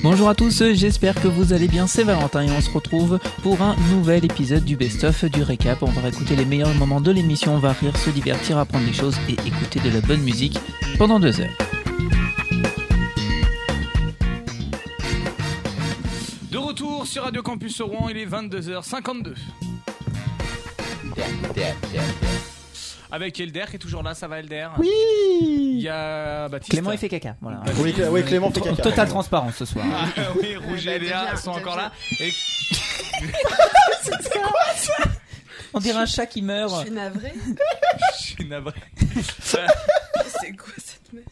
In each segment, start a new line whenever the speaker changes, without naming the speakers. Bonjour à tous, j'espère que vous allez bien, c'est Valentin et on se retrouve pour un nouvel épisode du Best of du Récap. On va écouter les meilleurs moments de l'émission, on va rire, se divertir, apprendre des choses et écouter de la bonne musique pendant deux heures.
De retour sur Radio Campus au Rouen, il est 22h52. Avec Elder qui est toujours là, ça va Elder Oui Il y a Baptiste.
Clément, il fait caca. Voilà.
Baptiste.
Oui, Clé- oui, Clément fait caca.
Totale transparence ce soir.
Ah, oui, Rouget et Léa sont encore là. Et
On dirait un chat qui
Je
meurt.
suis navrée.
je suis navré.
C'est quoi cette merde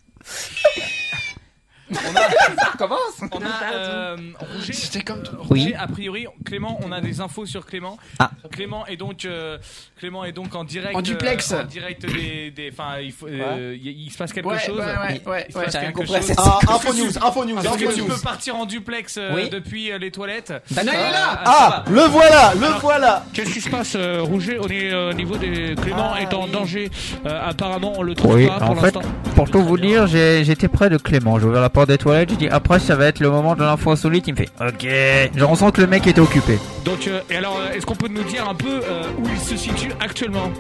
On
Non,
a
pardon.
euh, Rouget. C'était comme
Oui.
A priori, Clément, on a des infos sur Clément.
Ah.
Clément est donc, euh, Clément est donc en direct.
En duplex.
euh, en direct des. des- Enfin, il, faut, euh, il- il se passe quelque
Ouais,
chose.
ouais, ouais, ouais,
Il se
ouais.
passe
J'ai rien
quelque
compris à
chose.
cette-
Ah, info news, info news,
Parce
info
que tu peux
news.
partir en duplex euh,
Oui.
depuis euh, les toilettes. Euh,
D'accord.
Non, il est là
Ah, le voilà, le voilà.
Qu'est-ce qui se passe, euh, Rouget On est euh, au niveau des. Clément
Ah,
est en
oui.
danger. Euh, apparemment, on le trouve
Oui,
pas pour
en fait,
l'instant.
Pour tout vous dire, j'ai- j'étais près de Clément. J'ai ouvert la porte des toilettes. J'ai dit après, ça va être le moment de l'info insolite. Il me fait OK. Genre, on sent que le mec était occupé.
Donc, euh, et alors, euh, est-ce qu'on peut nous dire un peu euh, où il se situe actuellement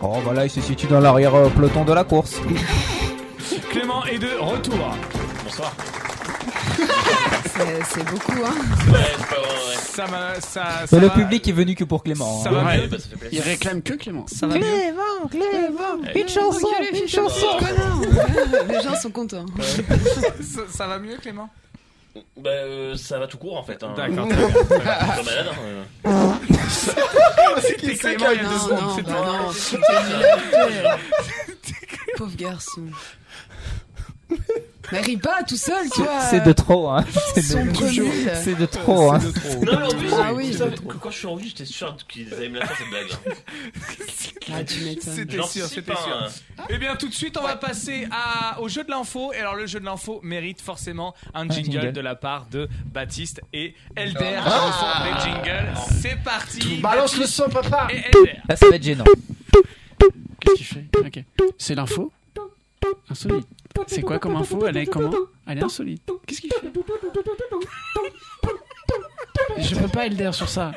Oh, voilà, il se situe dans l'arrière-peloton de la course.
Clément est de retour.
C'est c'est beaucoup, hein.
Ça m'a. Ça, ça
Mais le
va-
public est venu que pour Clément.
Ça
hein.
va
Ouais,
mieux.
Il réclame que Clément.
Ça va mieux.
Une chanson, une chanson. Les gens sont contents.
Ça, ça va mieux, Clément
Bah, euh, ça va tout court en fait. Hein.
D'accord.
Je suis malade, hein, euh.
C'était Clément il y a deux
Non,
secondes.
non,
c'était-
bah non. c'était une blague. Pauvre garçon. Mais ris pas tout seul, toi.
C'est de trop, hein. C'est
Sombre nul.
de, c'est de trop, hein.
Non, mais en plus,
Ah oui.
vous savez, que quand je suis en vie, j'étais sûr qu'ils allaient me la faire cette blague. hein.
Ah, tu m'étonnes.
C'était
J'en
sûr,
suis
c'était
pas,
sûr.
hein.
Eh bien, tout de suite, on va passer à, au jeu de l'info. Et alors, le jeu de l'info mérite forcément un jingle,
jingle.
de la part de Baptiste et Elder.
Ah.
Au son des jingles. C'est parti.
Balance le son, papa
Et Elder.
Là, ça va être gênant.
Qu'est-ce qu'il fait Ok. C'est l'info Insolite. C'est quoi comme info Elle est comment Elle est insolite. Qu'est-ce qu'il fait Je peux pas Elder sur ça.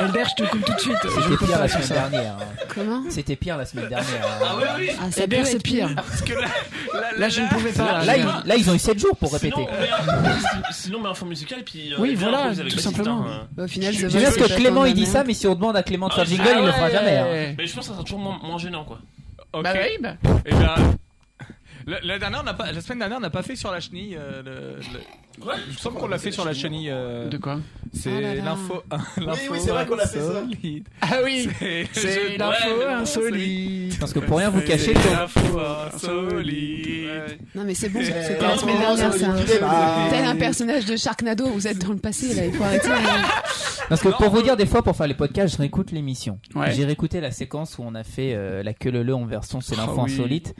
Elder, je te coupe tout de suite. Je
C'était
peux
pire
pas
la
sur
semaine
ça.
dernière. hein.
Comment
C'était pire la semaine dernière. hein.
Ah oui, oui.
Ah, ça peut
Elder,
être
c'est pire.
Parce que là, là, là,
Là, je ne
là,
pouvais pas.
Là,
là.
ils, là, ils ont eu 7 jours pour
Sinon,
répéter.
on met un- sinon, on met un fond musical et puis. euh,
Oui,
et puis
voilà,
on improvise avec
tout
Baptiste,
simplement.
hein.
Bah, Au final,
Je
ça
veux
va,
dire
c'est
que
pas
Clément
tant
il dit
la
ça,
merde.
mais si on demande à Clément de faire
Ah,
jingle,
ah
il le fera
ouais.
jamais. hein.
Mais je pense que ça sera toujours moins, moins gênant quoi.
Ok.
Bah oui, bah.
Eh bien, la, la dernière, on n'a pas, la semaine dernière, on n'a pas fait sur la chenille. euh, le, le-
Ouais.
Il me semble qu'on l'a fait sur la chenille. euh,
De quoi
c'est
Ah là là.
l'info.
Oui, oui, c'est vrai qu'on l'a fait,
euh,
ça.
solide.
Ah oui
Je-
C'est
Ouais,
l'info
mais bon,
insolite.
Parce que pour rien vous cacher,
C'est
Clément-
l'info insolite.
Non, mais c'est bon, c'était
non,
la semaine
non,
dernière,
c'est
ça.
du débat.
Tel un personnage de Sharknado, vous êtes dans le passé, là, il faut arrêter. hein.
parce que
Non,
pour vous
euh,
dire, des fois, pour faire les podcasts, je réécoute l'émission.
Ouais.
J'ai réécouté la séquence où on a fait euh, la queue le le en version c'est
Ah
l'info
oui.
insolite.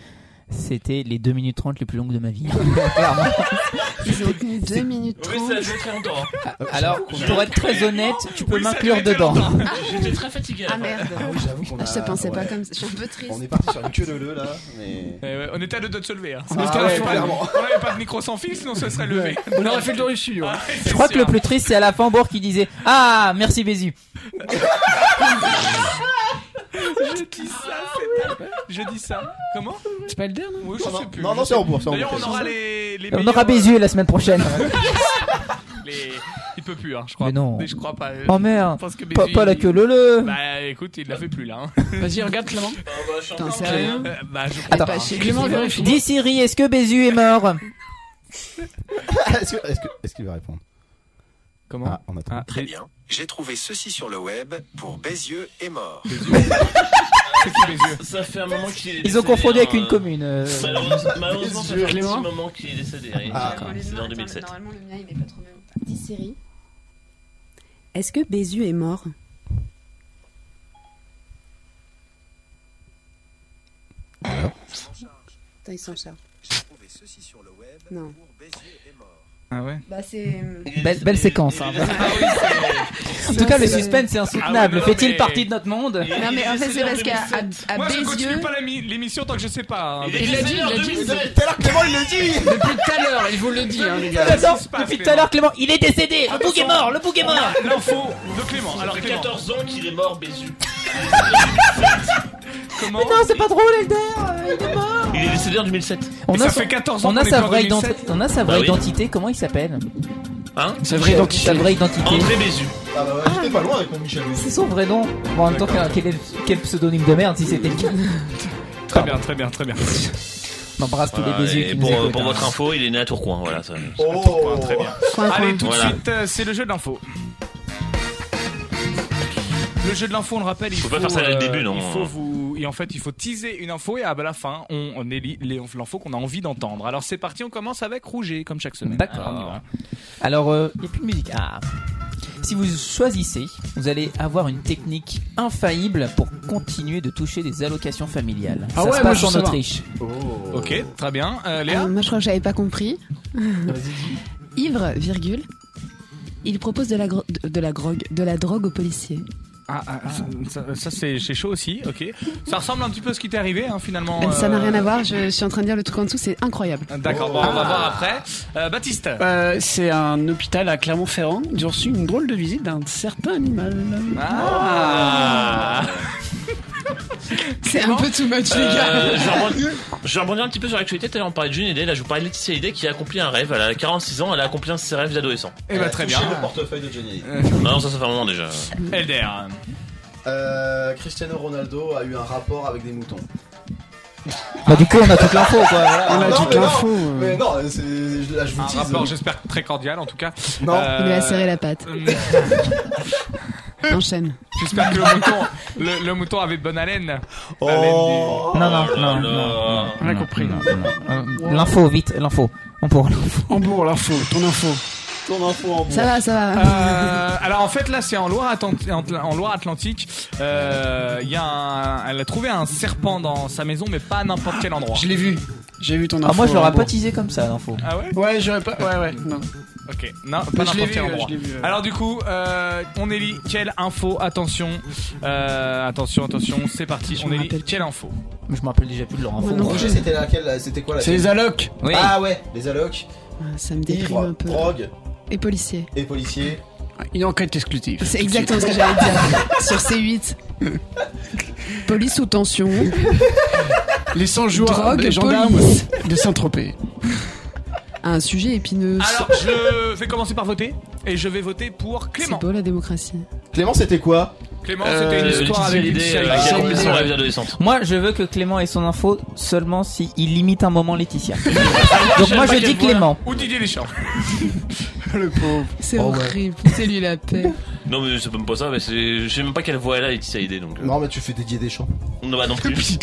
C'était les 2 minutes 30 les plus longues de ma vie. Clairement.
Ils ont tenu 2 minutes
Oui,
30.
ça a duré très longtemps. hein.
Ah, Alors, pour être très honnête, tu peux
Oui, ça
m'inclure
durait
dedans.
longtemps.
J'étais très fatigué. à la
Ah
fin.
merde.
Ah oui, j'avoue qu'on
Ah, je te
a-
pensais
ouais.
pas comme ça. Je suis un peu triste.
On est parti sur une queue de leu là, mais.
Eh ouais, on était à deux doigts de se lever. Hein.
Ah
Parce qu'on
ouais,
avait pas-
clairement.
on n'avait pas de micro sans fil, sinon on se serait levé.
On aurait fait le tour du studio.
Ah, c'est
Je crois que
sûr.
le plus triste, c'est à la fin Bourg qui disait Ah, merci Bézu.
Je dis
Ah
ça, c'est pas- Je dis ça. Comment
C'est pas Elder, non
Oui, je
Non,
sais
non,
plus.
non, non,
je sais
c'est en
plus.
bourse. c'est en
D'ailleurs, on
bourse.
aura les. les
On
meilleurs,
aura Bézu la semaine prochaine.
euh, Les... Il peut plus, hein, je crois.
Mais non.
je crois pas. euh,
Oh
Je
merde.
pense que
Pas,
Bézu,
pas la
il-
queue le le.
Bah écoute, il la fait plus là. hein.
Vas-y, regarde Clément.
Ah, bah, je suis en
Putain,
train de-
sérieux
Euh, bah, je crois.
Attends.
Pas chez
Clément
Clément.
vérifie.
Dis Siri, est-ce que Bézu est mort
Est-ce que- est-ce que- est-ce qu'il va répondre
Comment
Ah, on attend.
Ah,
Très bien, j'ai trouvé ceci sur le web pour Bézieux est mort.
C'est qui Bézieux
Ça fait un moment qu'il est
Ils ont
décédé,
confondu avec
hein,
une
euh,
commune. euh.
Malheureusement, malheureusement, ça fait un petit
Clément
moment qu'il est décédé. oui.
Ah,
C'est en 2007.
Normalement, le mien, il est pas trop bien.
Dis Siri. Est-ce que Bézu est mort
Putain, il s'en charge.
J'ai trouvé ceci sur le web
Non.
pour Bézieux est mort.
Ah ouais
Bah c'est. Ah
Belle, belle séquence. hein. en tout cas, le suspense est insoutenable.
Ah ouais, mais non,
Fait-il
mais-
partie de notre monde
Non mais en fait c'est parce qu'à à- à
Moi, je
Bézieux.
continue pas la mi- l'émission tant que je sais pas. hein.
Il l'a dit, il l'a dit. Depuis
Tout à l'heure, Clément, il le dit
tout à l'heure, il vous le dit, hein, les gars.
Qu'est-ce
Attends,
qui se passe,
depuis tout à l'heure, Clément, il est décédé. Le bouc est mort. Le bouc est
On
mort.
a L'info de Clément. Alors,
fait
Clément,
14 ans qu'il est mort, Bézu.
comment
Non c'est pas drôle Elder, euh, il est mort.
Il est décédé en 2007.
On
ça
a, son-
fait 14 ans
on a
qu'on est
sa
pas en
vraie
2007.
identité. On a sa vraie
oui.
identité. Comment il s'appelle
Hein
C'est vrai, donc
Sa vraie identité.
André Bézu.
Ah bah ouais, j'étais pas loin avec mon Michel. Bézieux.
C'est son vrai nom. Bon, en même temps, quel, est le- quel pseudonyme de merde si c'était le cas.
Très bien, très bien, très bien.
On embrasse tous les
Voilà,
Béziers
et
qui
euh,
pour, euh,
nous écoutent.
pour
hein.
votre info, il est né à Tourcoing. Voilà, ça.
Oh,
Très bien.
Coin, coin.
Allez, tout
Voilà.
de suite, euh, c'est le jeu de l'info. Le jeu de l'info, on le rappelle, il faut,
Faut pas faire ça dès le
euh,
début, non.
Il faut vous, et en fait, il faut teaser une info et à la fin, on, on élit les- l'info qu'on a envie d'entendre. Alors c'est parti, on commence avec Rouget, comme chaque semaine.
D'accord.
Alors, on y va.
Alors, euh, il n'y a plus de musique. Ah. Si vous choisissez, vous allez avoir une technique infaillible pour continuer de toucher des allocations familiales.
Ah
Ça
ouais, moi,
se passe
je
en
veux savoir.
Autriche.
Ok, très bien. Euh, Léa.
Euh, moi je crois que j'avais pas compris. Ivre, virgule. Il propose de la, gro- de- de la drogue, de la drogue aux policiers.
Ah, ah, ah, ça, ça, c'est c'est chaud aussi. Ok. Ça ressemble un petit peu à ce qui t'est arrivé, hein, finalement.
Ben, Ça n'a
euh,
rien à voir, Ah. je, suis en train de dire le truc en dessous, c'est incroyable.
D'accord. Bon, on va voir après. Euh, Baptiste.
Euh, c'est un hôpital à Clermont-Ferrand. J'ai reçu une drôle de visite d'un certain animal.
Ah.
C'est un peu too much, les gars.
Euh, je vais rebondir- je vais rebondir un petit peu sur l'actualité. Tout à l'heure, on parlait de June Hallyday. Là, je vous parlais de Laetitia Hallyday qui a accompli un rêve. Elle a 46 ans, elle a accompli un de ses rêves d'adolescent.
Eh ben très bien.
Touchez le portefeuille de Johnny.
Non, ça, ça fait un moment déjà.
Elder.
Euh, Cristiano Ronaldo a eu un rapport avec des moutons.
Bah, du coup, on a toute l'info, quoi. voilà.
On a
Ah, non,
toute
mais non,
l'info. euh.
Mais non, euh, c'est, je, là, je vous
Un
tease.
rapport, j'espère très cordial en tout cas.
Non.
Il lui a serré la patte.
Euh,
Enchaîne.
J'espère que le mouton, le, le mouton avait de bonne haleine.
Oh.
Non, non, non,
non.
On a compris.
Euh, L'info, vite, l'info. On pourra l'info.
Hambourg, l'info, ton info.
Ton info en
Ça va, ça va.
Euh, alors en fait là c'est en Loire en Loire Atlantique. Euh, Il y a un, elle a trouvé un serpent dans sa maison mais pas à n'importe quel endroit.
Je l'ai vu. J'ai vu ton info.
Ah, moi, je l'aurais pas
Hambourg.
teasé comme ça, l'info.
Ah ouais.
Ouais, j'aurais pas. Ouais, ouais. Non.
Ok. Non,
Mais
pas
je l'ai
n'importe
vu.
quel
euh,
endroit.
Je l'ai vu. euh.
Alors du coup, euh, on élit quelle info Attention, euh, attention, attention, c'est parti. on
me
élit
rappelle
quelle info
Je me rappelle déjà plus de leur info.
Oh, non.
moi.
Roger, c'était laquelle là C'était quoi la
c'est les allocs.
Oui.
Ah ouais, les allocs,
Ah, Ça me déprime
ivres,
un peu.
drogue
Et policier.
et policiers.
Une enquête exclusive.
C'est exactement ce que j'allais dire. Sur C8. Police sous tension.
Les 100 jours
Drogue,
des gendarmes
police.
de Saint-Tropez.
Un sujet épineux.
Alors je vais commencer par voter et je vais voter pour
C'est
Clément.
beau la démocratie.
Clément, c'était quoi
Clément,
Euh,
c'était une
Laetitia
histoire avec une
Hallyday,
série.
euh, qui a accompli
Hallyday,
son
ouais.
rêve d'adolescente.
Moi, je veux que Clément ait son info seulement s'il limite un moment Laetitia.
Ah,
Donc, moi, je dis Clément.
Ou Didier Deschamps.
Le pauvre.
C'est
Oh,
horrible. C'est lui la paix.
Non, mais c'est même pas ça. Mais c'est- je sais même pas quelle voix elle a, Laetitia Hallyday. Donc, euh,
Non, mais tu fais dédier des champs.
non, bah non plus. C'est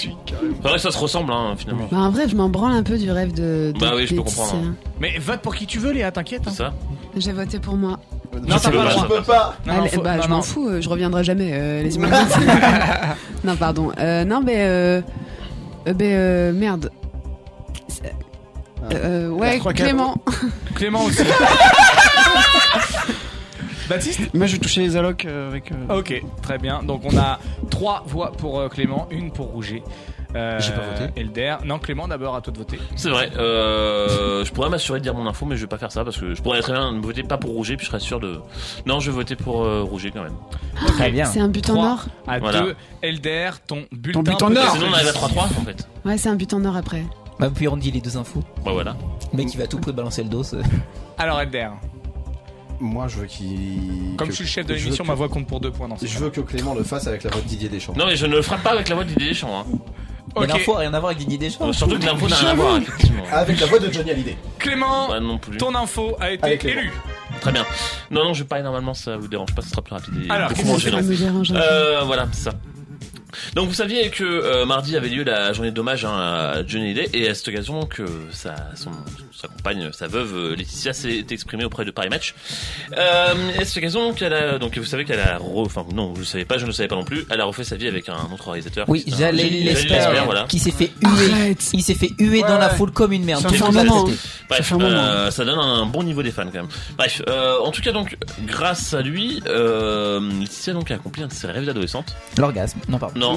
vrai que ça se ressemble, hein, finalement.
Bah, en vrai, je m'en branle un peu du rêve de. de
Bah oui, je peux
des
comprendre.
lycéens.
Mais Eh, vote pour qui tu veux, Léa, t'inquiète. hein.
C'est ça.
J'ai voté pour moi.
Non, t'as
peux
pas le
pas,
Je
droit.
ça.
peux pas.
Non, non,
Allez,
faut-
bah,
non,
je
non.
m'en fous, euh, je reviendrai jamais. euh, Laissez-moi tranquille. non, pardon. Euh, non, mais. Euh, euh, ben, euh, merde. C'est- Euh, ouais,
trois, quatre.
Clément.
Clément aussi. Baptiste
Moi, je touchais les allocs euh, avec. euh,
Ok, très bien. Donc on a trois voix pour euh, Clément, une pour Rouget. Euh,
J'ai pas voté.
Elder. Non, Clément, d'abord, à toi de voter.
C'est vrai. Euh, je pourrais m'assurer de dire mon info, mais je vais pas faire ça parce que je pourrais très bien ne voter pas pour Rouget, puis je serais sûr de. Non, je vais voter pour euh, Rouget quand même.
Très bien.
Ah, C'est un but en
Trois.
or
À
Voilà.
deux, Elder, ton bulletin.
Ton bulletin
peut-être
d'or.
Sinon, on arrive à 3-3 en fait.
Ouais, c'est un but en or après.
Bah, puis on dit les deux infos.
Bah voilà.
Le mec, il va à tout prix balancer le dos. euh.
Alors, Elder,
Moi, je veux qu'il.
comme
que-
je suis le chef de
je veux
l'émission,
que-
ma voix compte pour deux points dans ce
Je
cas.
veux que Clément le fasse avec la voix de Didier Deschamps.
Non, mais je ne le ferai pas avec la voix de Didier Deschamps. Hein.
Mais
Ok,
l'info a rien à voir avec Didier Deschamps.
Euh, Surtout que l'info n'a rien à voir, effectivement.
Avec la voix de Johnny Hallyday.
Ah,
Clément,
Bah non plus.
ton info a
Avec
été
Clément.
élue.
Très bien. Non, non, je vais parler normalement, ça vous dérange pas, ce sera plus rapide. et
Alors,
beaucoup
qu'est-ce
moins
que c'est
gênant.
Ça me dérange un peu.
Euh, voilà, c'est ça. Donc vous saviez que euh, mardi avait lieu la journée d'hommage hein, à Johnny Hallyday et à cette occasion que sa, son- sa compagne, sa veuve euh, Laetitia s'est exprimée auprès de Paris Match. Euh, et à cette occasion qu'elle a donc vous savez qu'elle a re- enfin non vous le savez pas je ne le savais pas non plus elle a refait sa vie avec un autre réalisateur.
Oui,
qui- un-
Jalel
Jalil
Lesper,
voilà.
qui s'est fait huer. Il s'est fait huer dans la foule comme une merde.
Ça
Tout
fait
le
un
monde l'a
moment,
traité.
hein. Bref, euh, ça donne un bon niveau des fans quand même. Bref, euh, en tout cas donc, grâce à lui, euh, Laetitia donc a accompli un de ses rêves d'adolescente.
L'orgasme. Non, pardon.
Non.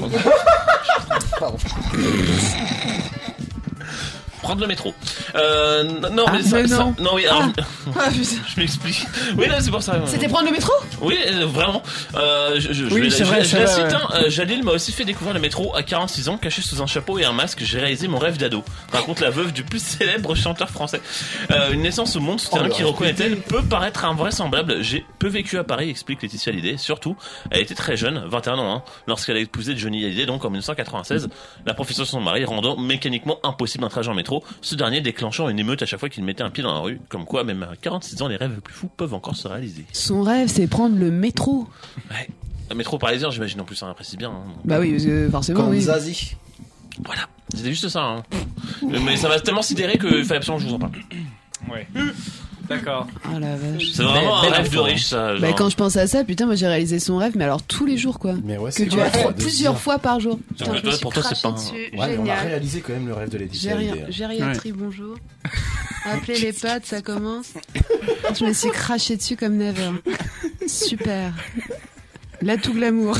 Prendre le métro. Euh, n- non,
Ah,
mais ça,
mais
ça-
non.
oui, alors,
Ah putain.
je m'explique. Oui, là, c'est pour ça.
C'était prendre le métro
Oui, euh, vraiment. Euh, je, je, je
Oui,
vais-
c'est
je-
vrai,
je
c'est
la
vrai,
cite,
ouais.
hein. Euh, Jalil m'a aussi fait découvrir le métro à 46 ans, caché sous un chapeau et un masque. J'ai réalisé mon rêve d'ado. Par contre, la veuve du plus célèbre chanteur français. Euh, une naissance au monde souterrain
Oh, le
qui
rêve.
reconnaît-elle peut paraître invraisemblable. J'ai peu vécu à Paris, explique Laetitia Hallyday. Surtout, elle était très jeune, 21 ans, hein, lorsqu'elle a épousé Johnny Hallyday, donc en 1996. La profession de son mari rendant mécaniquement impossible un trajet en métro, ce dernier déclenchant une émeute à chaque fois qu'il mettait un pied dans la rue. Comme quoi, même à 46 ans, les rêves les plus fous peuvent encore se réaliser.
Son rêve, c'est prendre le métro.
Ouais. Un métro parisien, j'imagine en plus, ça apprécie bien. hein.
Bah oui, parce que forcément,
Comme
oui.
Zazie.
C'était juste ça. hein. Mais ça m'a tellement sidéré qu'il fallait absolument que je vous en parle.
Ouais. D'accord.
Ah la vache.
C'est vraiment
Belle-
un
belle
rêve de
info,
riche, ça. genre.
Bah, quand je pense à ça, putain, moi j'ai réalisé son rêve, mais alors tous les jours quoi.
Mais ouais,
Que
c'est
tu
quoi
as
le droit de se
plusieurs
dire
fois par jour.
Putain, mais toi, pour toi, c'est pas. un-
Ouais, mais on a réalisé quand même le rêve de Lady Gaga.
Gériatrie, bonjour. Appelez les pattes, ça commence. Je me suis craché dessus comme never. Super. Là, tout glamour.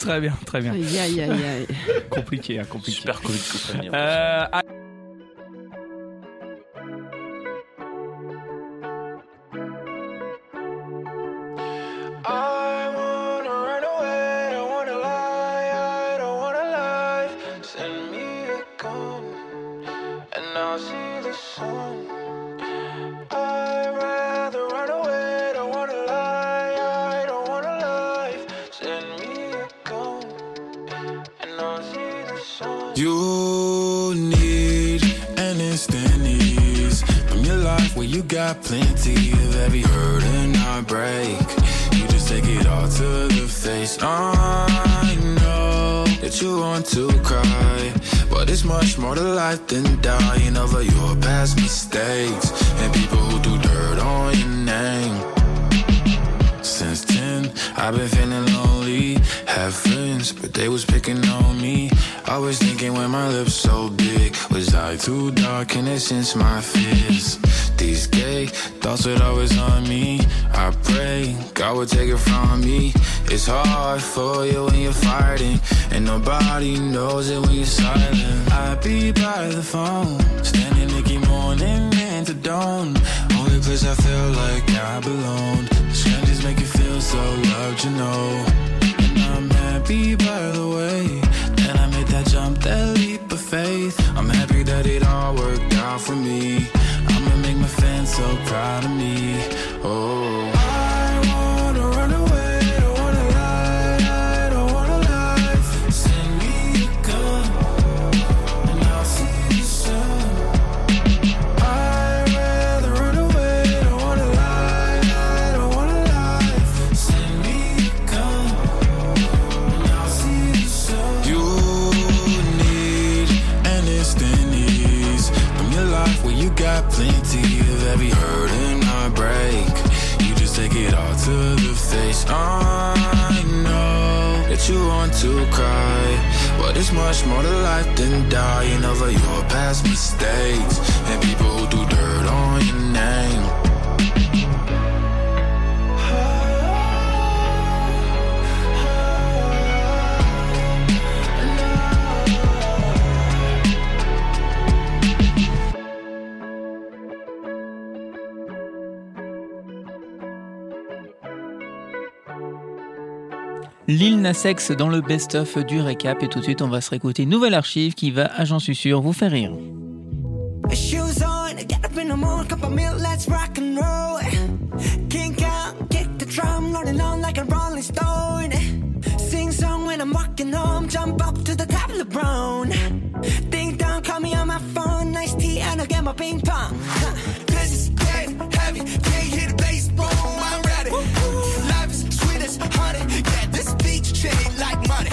Très bien, très bien.
Aïe, aïe, aïe, aïe.
Compliqué, hein, compliqué.
Super Covid que ça vient.
Euh, ah,
I wanna run away, I wanna lie, I don't wanna lie. Send me a gun, and I'll see the sun. I'd rather run away, don't wanna lie, I don't wanna lie. Send me a gun, and I'll see the sun.
You need an instant ease from your life where you got plenty of every hurt and heartbreak. You just take it all to the face. I know that you want to cry, but it's much more to life than dying over your past mistakes and people who do dirt on your name. Since 10, I've been feeling lonely. Have friends, but they was picking on me. Always thinking when my lips so big, was I too dark and they sense my fears? These gay thoughts would always on me. I pray God would take it from me. It's hard for you when you're fighting, and nobody knows it when you're silent. I be by the phone, standing Nicky morning into dawn. Only place I feel like I belong. Strangers make you feel so loved, you know. And I'm happy by the way that I made that jump, that leap of faith. I'm happy that it all worked out for me. I'ma make my fans so proud of me. Oh. I wanna run away, don't wanna lie, don't wanna lie. Send me a gun, and I'll see the sun. I'd rather run away, don't wanna lie, I don't wanna lie. Send me a gun, and I'll see the sun. You need an instant ease from your life where you got plenty of every hurt and heartbreak. You just take it all to the face. I know that you want to cry, but it's much more to life than dying over your past mistakes and people who do dirt on your name.
Lil Nas X dans le best-of du récap et tout de suite on va se réécouter une nouvelle archive qui va, à j'en suis sûr, vous faire rire.
Shoes on, get up in the morning, cup of milk, let's rock and roll. Kink out, kick the drum, rolling on like a rolling stone. Sing song when I'm walking home, jump up to the top of LeBron. Ding dong, call me on my phone, nice tea, and I'll get my ping pong. Huh. This is getting heavy, can't hear the bass, boom, I'm ready. Life is sweet as honey, yeah, this beach chain like my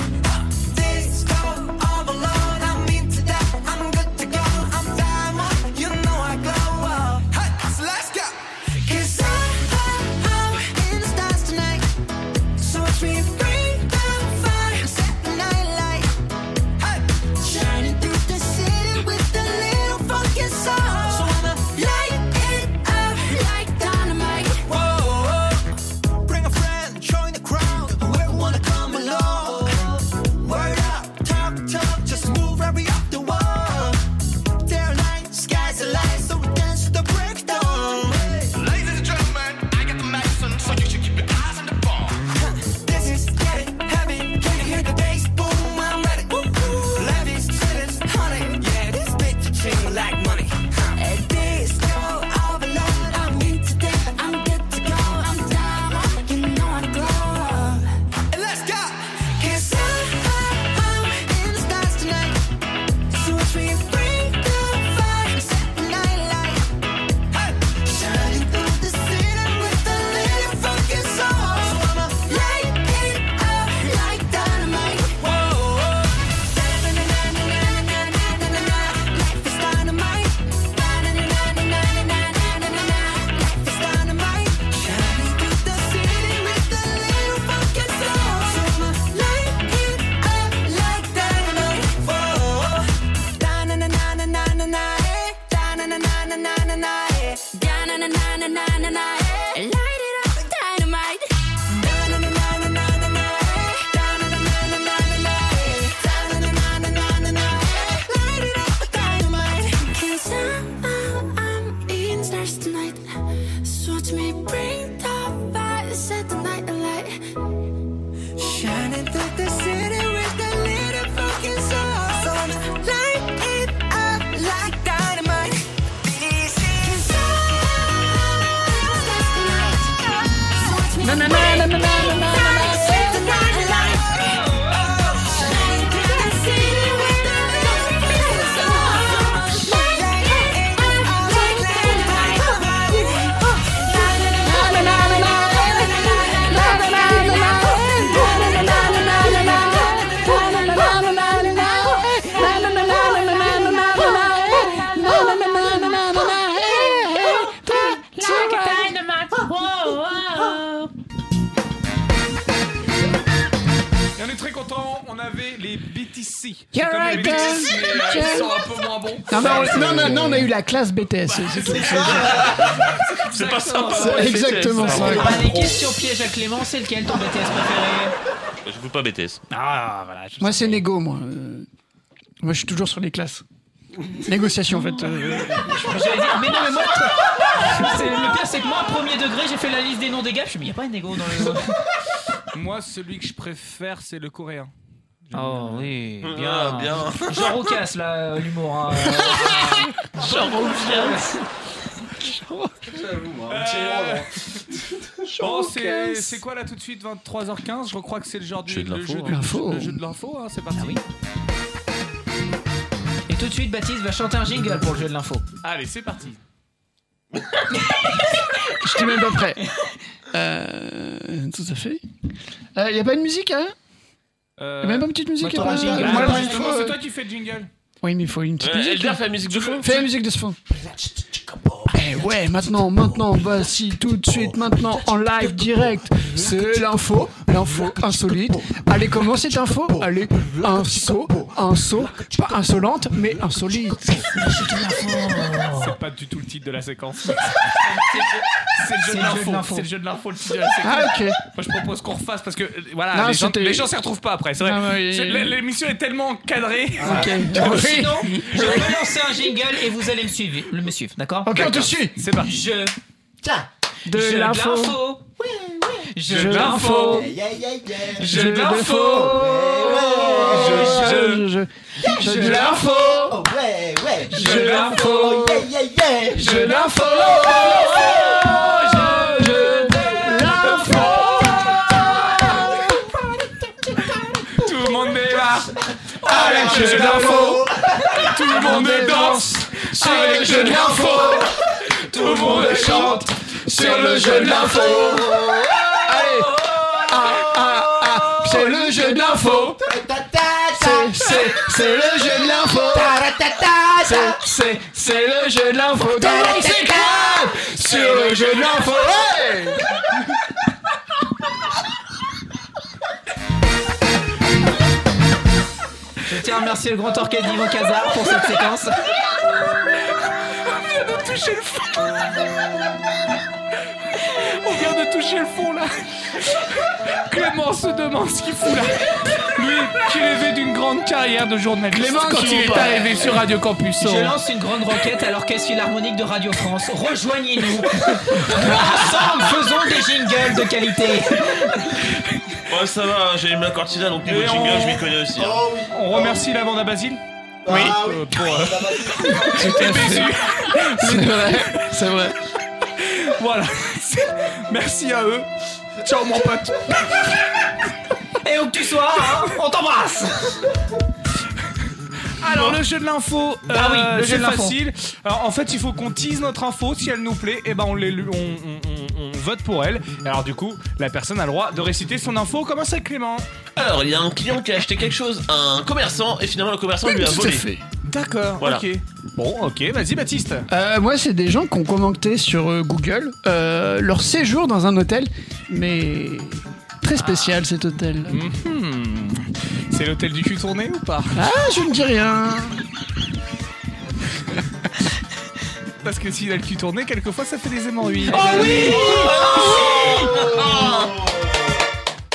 Running through the city with that little fucking song. Light it up like dynamite. This is
Na, na, na, na, na, na, na, na, na.
Et on est très content. On avait les BTC.
You're
C'est comme les
right,
BTC,
girl.
mais, euh,
Girl.
Ils sont un peu moins bons.
Non, mais on, non, non, non, on a eu la classe BTS.
Bah,
c'est tout.
C'est pas
sympa,
pour les
exactement
BTS.
ça.
Ah,
Bah, les questions pièges à Clément, c'est lequel ton BTS préféré
Je veux pas BTS.
Ah, voilà. Moi, c'est Nego, moi. Euh, Moi, je suis toujours sur les classes. Négociation, en fait. euh,
J'allais dire, mais non, mais moi. c'est- Le pire, c'est que moi, premier degré, j'ai fait la liste des noms des gars. Je me suis dit, y a pas un négo dans le.
Moi, celui que je préfère, c'est le coréen.
Oh oui,
Ah,
bien.
bien.
Genre au casse, là, euh, l'humour. Hein.
Genre au casse.
J'avoue, moi,
Euh,
un petit moment.
Bon,
Genre
c'est-
au casse.
c'est quoi là tout de suite 23h15 Je crois que c'est le genre du
Jeu de
le
l'info,
jeu
hein.
du-
L'info.
le jeu de l'info. hein, c'est parti.
Et tout de suite, Baptiste va chanter un jingle pour le jeu de l'info.
Allez, c'est parti.
Je suis même pas prêt. Euh, tout à fait. Il n'y a pas de musique, hein
Euh,
Y'a même pas une petite musique,
attends,
y'a pas-
un
Moi,
jingle.
la
Ah, justement,
première fois,
C'est
euh,
toi qui fais le jingle.
Oui, mais il faut une petite
Euh,
musique.
Elder,
là.
fais la musique de fond.
Fais la musique de ce fond. Eh ouais, maintenant, maintenant, voici tout de suite, maintenant, en live direct. C'est l'info, l'info insolite. Allez, comment cette info Allez, un saut, un saut, pas insolente, mais insolite.
C'est pas du tout le titre de la séquence. C'est le jeu- c'est le jeu de l'info. C'est le jeu de l'info, le titre de la séquence.
Ah, ok.
Moi, je propose qu'on refasse parce que euh, voilà,
Non,
les, gens,
c'était-
les gens s'y retrouvent pas après. C'est vrai.
Ah, ouais,
C'est-
ouais,
l'é-
ouais.
L'émission est tellement cadrée.
Ah
Ok.
que
Ah, Sinon,
sinon-
je vais lancer un jingle et vous allez me suivre. Le me suivre, d'accord
Ok, on te
suit.
C'est parti.
Je.
De
Je
l'info.
Je
Je
de l'info.
l'info.
Je
de l'info. Eh Je, je, je, je,
Je l'info. Oh,
ouais, ouais.
Je l'info.
Yeah, yeah, yeah.
Je l'info. Je- je l'info.
Tout le monde démarre
avec le jeu de l'info. Tout le monde danse avec le jeu de l'info. Tout le monde chante sur le jeu de l'info. Allez, ah, ah, ah, c'est le jeu de l'info. C'est, c'est, c'est le jeu de l'info. C'est, c'est, c'est le jeu de l'info. Tout le monde s'éclate sur le jeu de l'info. Hey
Je tiens à remercier le grand orchestre d'Ivan Casar pour cette séquence.
On vient de toucher le fond. On vient de toucher le fond là.
Clément se demande ce qu'il fout là. Lui qui rêvait d'une grande carrière de journaliste
Clément
quand
qui
il est
veut pas.
arrivé sur Radio Campus. oh.
Je lance une grande roquette à l'Orchestre Philharmonique de Radio France. Rejoignez-nous. Ensemble, faisons des jingles de qualité.
Ouais, ça va, j'ai eu ma cortina donc niveau
Et
jingle,
on- Oh
je m'y connais aussi. hein.
On remercie la bande à Basile.
Oui.
Euh, pour, euh, C'était déçu.
C'est vrai, c'est vrai.
Voilà. Merci à eux. Ciao mon pote.
Et où que tu sois, hein, on t'embrasse.
Alors le jeu de l'info, euh,
Ah oui, le jeu
c'est
de l'info.
facile. Alors, en fait, il faut qu'on tease notre info si elle nous plaît. Et ben on, l'élu- on, on- on- on vote pour elle. Et Alors du coup, la personne a le droit de réciter son info. Comment ça, Clément
Alors, il y a un client qui a acheté quelque chose à un commerçant et finalement le commerçant lui a
tout à
volé.
fait.
D'accord.
Voilà.
Ok. Bon, ok. Vas-y, Baptiste.
Euh, moi, c'est des gens qui ont commenté sur euh, Google euh, leur séjour dans un hôtel, mais très spécial cet hôtel.
Mhm. C'est l'hôtel du cul tourné ou pas
Ah, je ne dis rien.
Parce que s'il a le cul tourné, quelquefois ça fait des hémorroïdes.
Oh oui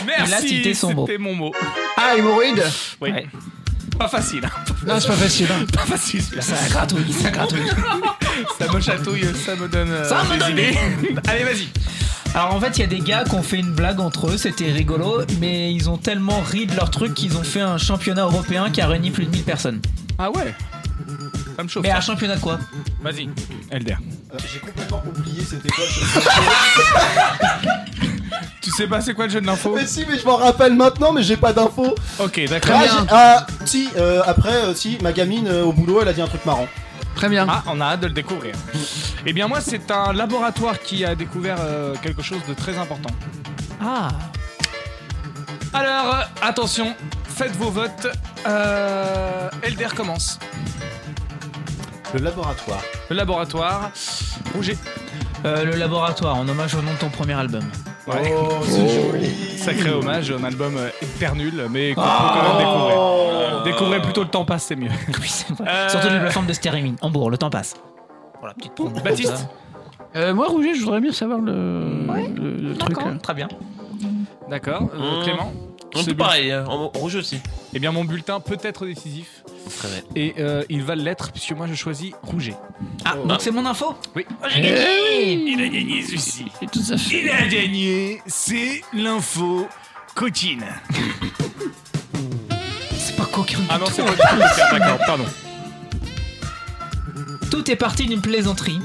Merci.
Il a cité son mot.
C'était mon mot.
Ah, hémorroïde
Oui. Pas facile. hein.
Non, c'est pas facile.
Pas facile. celui-là.
Ça gratouille, ça gratouille.
ça me chatouille, ça me donne. euh,
Ça me
des
donne
idées. Allez, vas-y.
Alors en fait, il y a des gars qui ont fait une blague entre eux, c'était rigolo, mais ils ont tellement ri de leur truc qu'ils ont fait un championnat européen qui a réuni plus de 1000 personnes.
Ah ouais Ça me chauffe.
Mais
ça.
un championnat de quoi
Vas-y, LDR.
Euh, J'ai complètement oublié cette école.
tu sais pas c'est quoi le jeu de l'info
Mais si, mais je m'en rappelle maintenant, mais j'ai pas d'infos.
Ok,
Ah,
d'accord.
j'ai- Ah, si, euh, après, euh, si, ma gamine euh, au boulot, elle a dit un truc marrant.
Très bien.
Ah, on a hâte de le découvrir. Eh bien, moi, c'est un laboratoire qui a découvert euh, quelque chose de très important.
Ah
Alors, euh, attention, faites vos votes. Euh, Elder commence.
Le laboratoire.
Le laboratoire. Rouget.
Euh, le laboratoire, en hommage au nom de ton premier album.
Ouais. Oh, Sacré hommage, un album euh, éternul, mais qu'on peut
Ah.
quand même
Oh.
découvrir. Découvrez plutôt le temps passe, c'est mieux. Euh.
Oui, c'est vrai. Surtout les plateformes de stérémine. Hambourg, le temps passe. Voilà, petite promo.
Baptiste
Euh, moi, Rouget, je voudrais bien savoir le, le- le truc. là.
Très bien.
D'accord. Euh,
Mmh.
Clément
Un
C'est
peu
bien.
pareil, hein, en en rouge aussi.
Eh bien, mon bulletin peut être décisif.
Très bien.
Et euh, il va l'être, puisque moi je choisis Rouget. Oh.
Ah, donc c'est mon info
Oui.
j'ai gagné
Il a gagné ceci. Il a gagné, c'est l'info coquine.
C'est pas coquin.
Ah non, c'est pas coquine, c'est- d'accord, pardon.
Tout est parti d'une plaisanterie,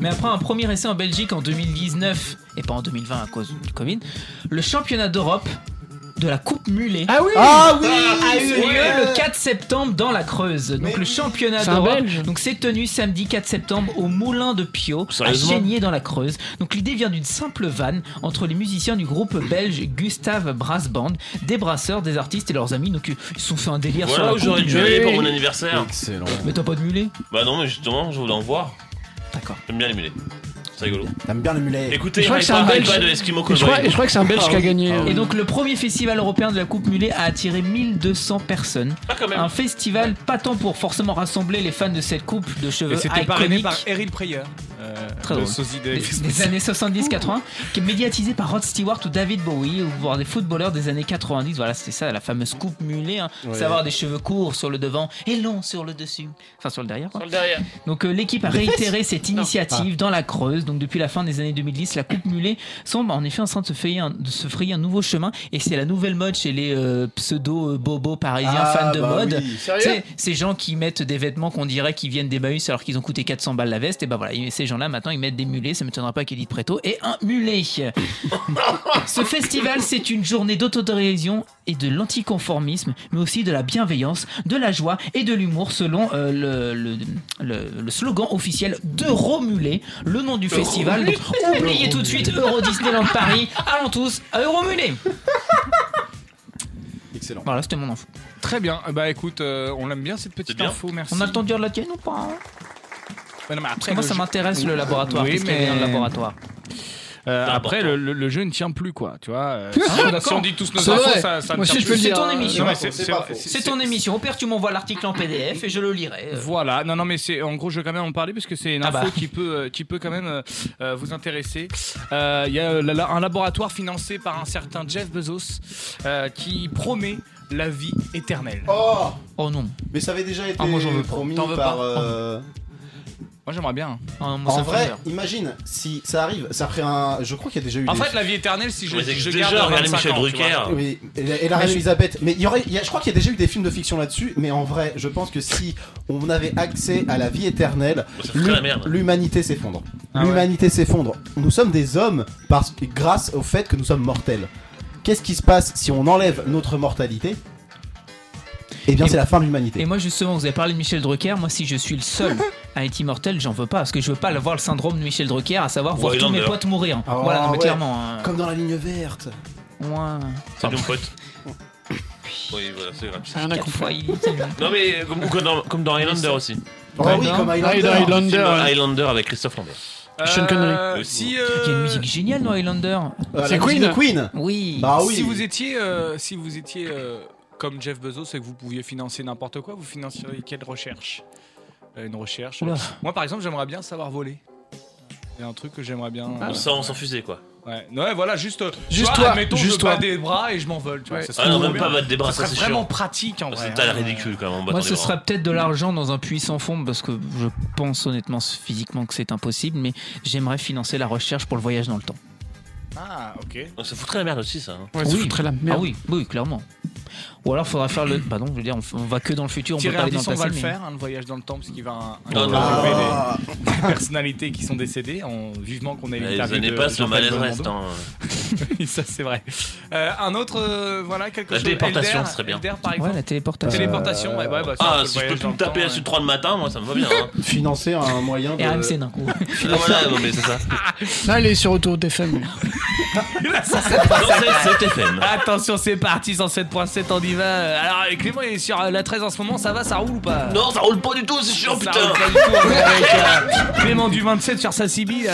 mais après un premier essai en Belgique en 2019, et pas en 2020 à cause du Covid, le championnat d'Europe de la Coupe Mulet
ah oui
Ah oui
a eu
c'est
lieu
vrai.
le 4 septembre dans la Creuse. Donc le championnat
C'est un
d'Europe,
Belge.
donc c'est tenu samedi 4 septembre au Moulin de Pio à
Sérieusement
Chénier dans la Creuse. Donc l'idée vient d'une simple vanne entre les musiciens du groupe belge Gustave Brass Band, des brasseurs, des artistes et leurs amis. Donc ils se sont fait un délire sur la
Voilà où
Coupe
j'aurais dû
Mulet.
aller pour mon anniversaire.
Excellent.
Mais t'as pas de mulet
Bah non, mais justement, je voulais en voir.
D'accord.
J'aime bien les mulets. C'est rigolo.
T'aimes bien les mulets
Écoutez,
Je crois
on
que c'est un
parle
Belge.
pas de Eskimo Ah
Et je crois-
Cowboy.
et je crois que c'est un Belge qui a gagné. euh.
Et donc le premier festival européen de la Coupe Mulet a attiré 1200 personnes.
Ah,
Un festival pas tant pour forcément rassembler les fans de cette coupe de cheveux
Et c'était parrainé
iconique.
par Eril Prayer. euh,
Très
le
drôle.
sosie de
Des,
Elvis
des
Presley.
années 70-80, qui est médiatisé par Rod Stewart ou David Bowie, ou voir des footballeurs des années 90. Voilà, c'était ça, la fameuse coupe mulet. hein.
Ouais.
C'est avoir des cheveux courts sur le devant et longs sur le dessus. Enfin, sur le derrière. quoi.
Sur le derrière.
Donc, euh, l'équipe a
Des
réitéré
fesses
cette
Non.
initiative dans la Creuse. Donc, depuis la fin des années 2010, la coupe mulet semble en effet en train de se frayer un, de se frayer un nouveau chemin. Et c'est la nouvelle mode chez les euh, pseudo-bobos parisiens
Ah,
fans de
bah
mode.
oui. Sérieux
Tu sais, ces gens qui mettent des vêtements qu'on dirait qu'ils viennent d'Emmaüs alors qu'ils ont coûté 400 balles la veste, et ben voilà, ces gens-là maintenant ils mettent des mulets, ça m'étonnera pas qu'Edith Preto ait un mulet. Ce festival, c'est une journée d'autodérision et de l'anticonformisme, mais aussi de la bienveillance, de la joie et de l'humour, selon euh, le, le- le- le slogan officiel d'Euromulet, le nom du festival. Donc, oubliez tout de suite Euro Disneyland Paris, allons tous à Euromulet.
Excellent.
Voilà, c'était mon info.
Très bien. Eh Bah écoute, euh, on l'aime bien cette petite
bien.
info, merci.
On a le temps de dire la tienne ou pas hein
Ouais, non, mais après,
Moi,
le
ça
jeu-
m'intéresse, le laboratoire.
Oui,
Qu'est-ce qu'il y avait dans le
mais-
laboratoire
Euh,
Laboratoire.
après, le, le- le jeu ne tient plus, quoi. Tu vois. euh,
Ah,
si, on,
d'accord.
si on dit tous nos
C'est
infos,
vrai.
ça, ça ne
Moi
tient
aussi, je peux
plus.
le dire. C'est ton émission.
Non, mais c'est-
C'est
c'est-
pas faux.
c'est-
C'est ton émission. Au pire, tu m'envoies l'article en PDF et je le lirai. euh.
Voilà, non, non, mais c'est en gros, je veux quand même en parler parce que c'est une
Ah
info
bah.
qui peut, euh, qui peut quand même euh, euh, vous intéresser. Euh, Il y a euh, la- la- un laboratoire financé par un certain Jeff Bezos euh, qui promet la vie éternelle.
Oh
Oh non.
Mais ça avait déjà été
Ah, moi, j'en veux pas.
promis
T'en veux
par.
pas Ah,
euh,
Moi, j'aimerais bien.
en vrai, imagine si ça arrive, ça ferait un. Je crois qu'il y a déjà eu.
En
des-
fait, la vie éternelle, si je,
Mais
je
déjà,
garde
regardez
25
Michel
ans, tu vois.
Drucker.
Oui, et la, et la reine
Mais-
Elisabeth. Mais il y aurait, il y a- je crois qu'il y a déjà eu des films de fiction là-dessus, mais en vrai, je pense que si on avait accès à la vie éternelle,
ça serait
l'hu-
la merde.
l'humanité s'effondre.
Ah
l'humanité s'effondre. Nous sommes des hommes parce, grâce au fait que nous sommes mortels. Qu'est-ce qui se passe si on enlève notre mortalité Eh bien, c'est la fin de l'humanité.
Et moi, justement, vous avez parlé de Michel Drucker. Moi, si je suis le seul à être immortel, j'en veux pas. Parce que je veux pas avoir le syndrome de Michel Drucker, à savoir voir tous
Highlander.
mes potes mourir.
Ah,
voilà, non, mais
ouais.
clairement. hein.
Comme dans la ligne verte.
Moi.
C'est mon pote. Oui, voilà, c'est grave.
rien à
Quatre
comprendre.
fois, il dit tellement.
Non, mais euh, comme, comme dans, comme dans Highlander aussi.
Oh oui, comme Highlander.
Ah, dans Highlander,
Film
ouais.
Highlander avec Christophe Lambert.
Sean Connery.
Euh, Si, euh,
Il y a une musique géniale dans Highlander.
Euh, la musique de Queen.
Oui.
Bah oui.
Si vous étiez, euh, si vous étiez euh, comme Jeff Bezos et que vous pouviez financer n'importe quoi, vous financeriez quelle recherche Euh, Une recherche.
Oula.
Moi, par exemple, j'aimerais bien savoir voler. Il y a un truc que j'aimerais bien.
On
Ah.
euh,
s'en Ah, on s'en fusait, quoi.
Ouais. ouais, voilà, juste. tu
Juste
vois,
toi,
admettons,
juste
je bats
toi.
des bras et je m'envole. Tu vois,
Ouais.
ça
Ah non,
trop
même
bien.
pas battre des bras, ça,
serait
c'est
vraiment
chiant.
pratique en
Parce
vrai.
que t'as
hein.
l'air ridicule quand même en battant
Moi,
des
ce
bras.
serait peut-être de l'argent dans un puits sans fond, parce que je pense honnêtement physiquement que c'est impossible, mais j'aimerais financer la recherche pour le voyage dans le temps.
Ah, ok.
Ça foutrait la merde aussi, ça. hein.
Oui. Ah oui, oui, clairement. Ou alors faudra faire le. Bah non, je veux dire, on, f- on va que dans le futur, on
Thierry
peut pas aller dans
Ardisson
le passé.
va le
mais-
faire, hein, le voyage dans le temps, puisqu'il va un- un-
Oh non.
interviewer des- des personnalités qui sont décédées, en, vivement qu'on ait
Les
l'interview
années
de
passent, le
Jean-Paul
malaise reste,
Belmondo. Ça, c'est vrai. Euh, un autre, euh, voilà, quelque
hein. La
chose.
déportation,
Elder-
ce serait bien.
Elder, par
Ouais, la téléportation.
Téléportation, ouais, ouais, bah, ça,
Ah,
le
si je
voyage
peux
dans
plus
le
me taper à sud 3 le matin, moi ça me va bien. hein.
Financer un moyen de.
RMC d'un coup.
Ah, voilà, non, mais c'est ça.
Là, elle est sur Autour des femmes.
Attention, c'est parti, 107.7, on y va. Alors, euh, Clément, il est sur euh, la 13 en ce moment, ça va, ça roule ou pas
Non, ça roule pas du tout, c'est chiant,
Ça
putain.
roule pas du tout, on est avec, euh, Clément du 27 sur sa euh, CB, là.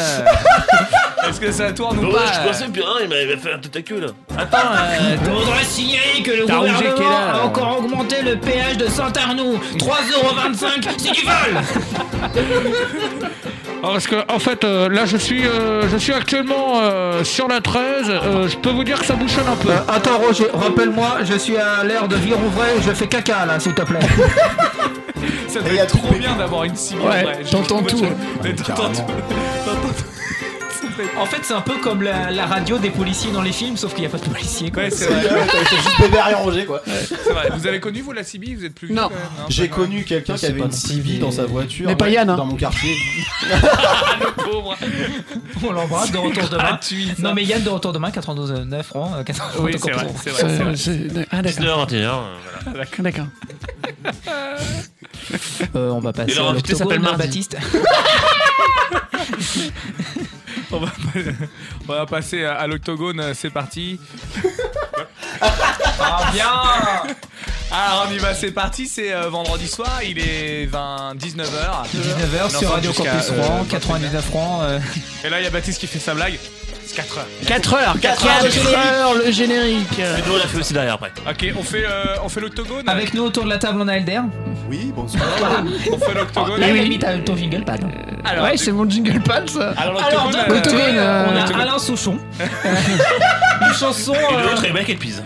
Est-ce que ça tourne ou
Ouais,
pas
je
euh
pensais bien, il m'avait fait un tête à queue là.
Attends, euh, je voudrais signaler que le
T'as Rouget qui est
gouvernement
là, là.
a encore augmenté le péage de Santarnou. 3,25€, c'est du vol
Ah, Parce que en fait euh, là je suis euh, je suis actuellement euh, sur la 13, euh, je peux vous dire que ça bouchonne un peu.
Attends Roger, rappelle-moi, je suis à l'ère de Virouvray, je fais caca là s'il te plaît.
Ça doit être trop bien d'avoir une CB.
Ouais,
t'entends
tout, hein.
T'entends tout.
En fait, c'est un peu comme la, la radio des policiers dans les films, sauf qu'il n'y a pas de policiers. Quoi.
Ouais, c'est vrai. Ouais, t'as été juste
bébé Roger, quoi.
C'est vrai. Vous avez connu, vous, la CB Vous êtes plus vieux,
Non.
quand même, hein? non
J'ai
Pas
connu
mal.
quelqu'un qui avait une CB dans sa voiture.
Mais pas
ouais,
Yann, hein.
Dans mon quartier.
On l'embrasse de retour demain.
gratuit,
non, mais Yann de retour demain, 92,9 francs. euh, 90
Oui, c'est vrai, c'est vrai, c'est vrai.
Ah, d'accord.
19 21 voilà.
Ah, D'accord.
Euh, on va passer
Et leur
à
invité s'appelle
l'octogone
Mardi.
Baptiste.
On va, on va passer à, à l'octogone, euh, c'est parti. ah bien Alors on y va, c'est parti, c'est euh, vendredi soir, il est 20, 19h.
19h sur Radio Campus
euh,
Rouen, 99 francs. euh,
Et là il y a Baptiste qui fait sa blague. C'est 4h.
4 heures, 4
heures, le générique.
heures, le générique.
Mais nous on l'a fait aussi derrière après.
Ok, on fait, euh, on fait l'octogone
Avec nous autour de la table, on a Elder.
Oui, bonsoir.
On fait l'octogone.
Là, à la limite, t'as ton jingle pad.
Alors,
ouais, c'est mon jingle pad ça.
Alors,
Alors, d'un côté,
L'octogone, euh,
on a
l'octogone.
Alain Souchon. Une chanson.
Et de
euh,
l'autre, Rebecca et Pise.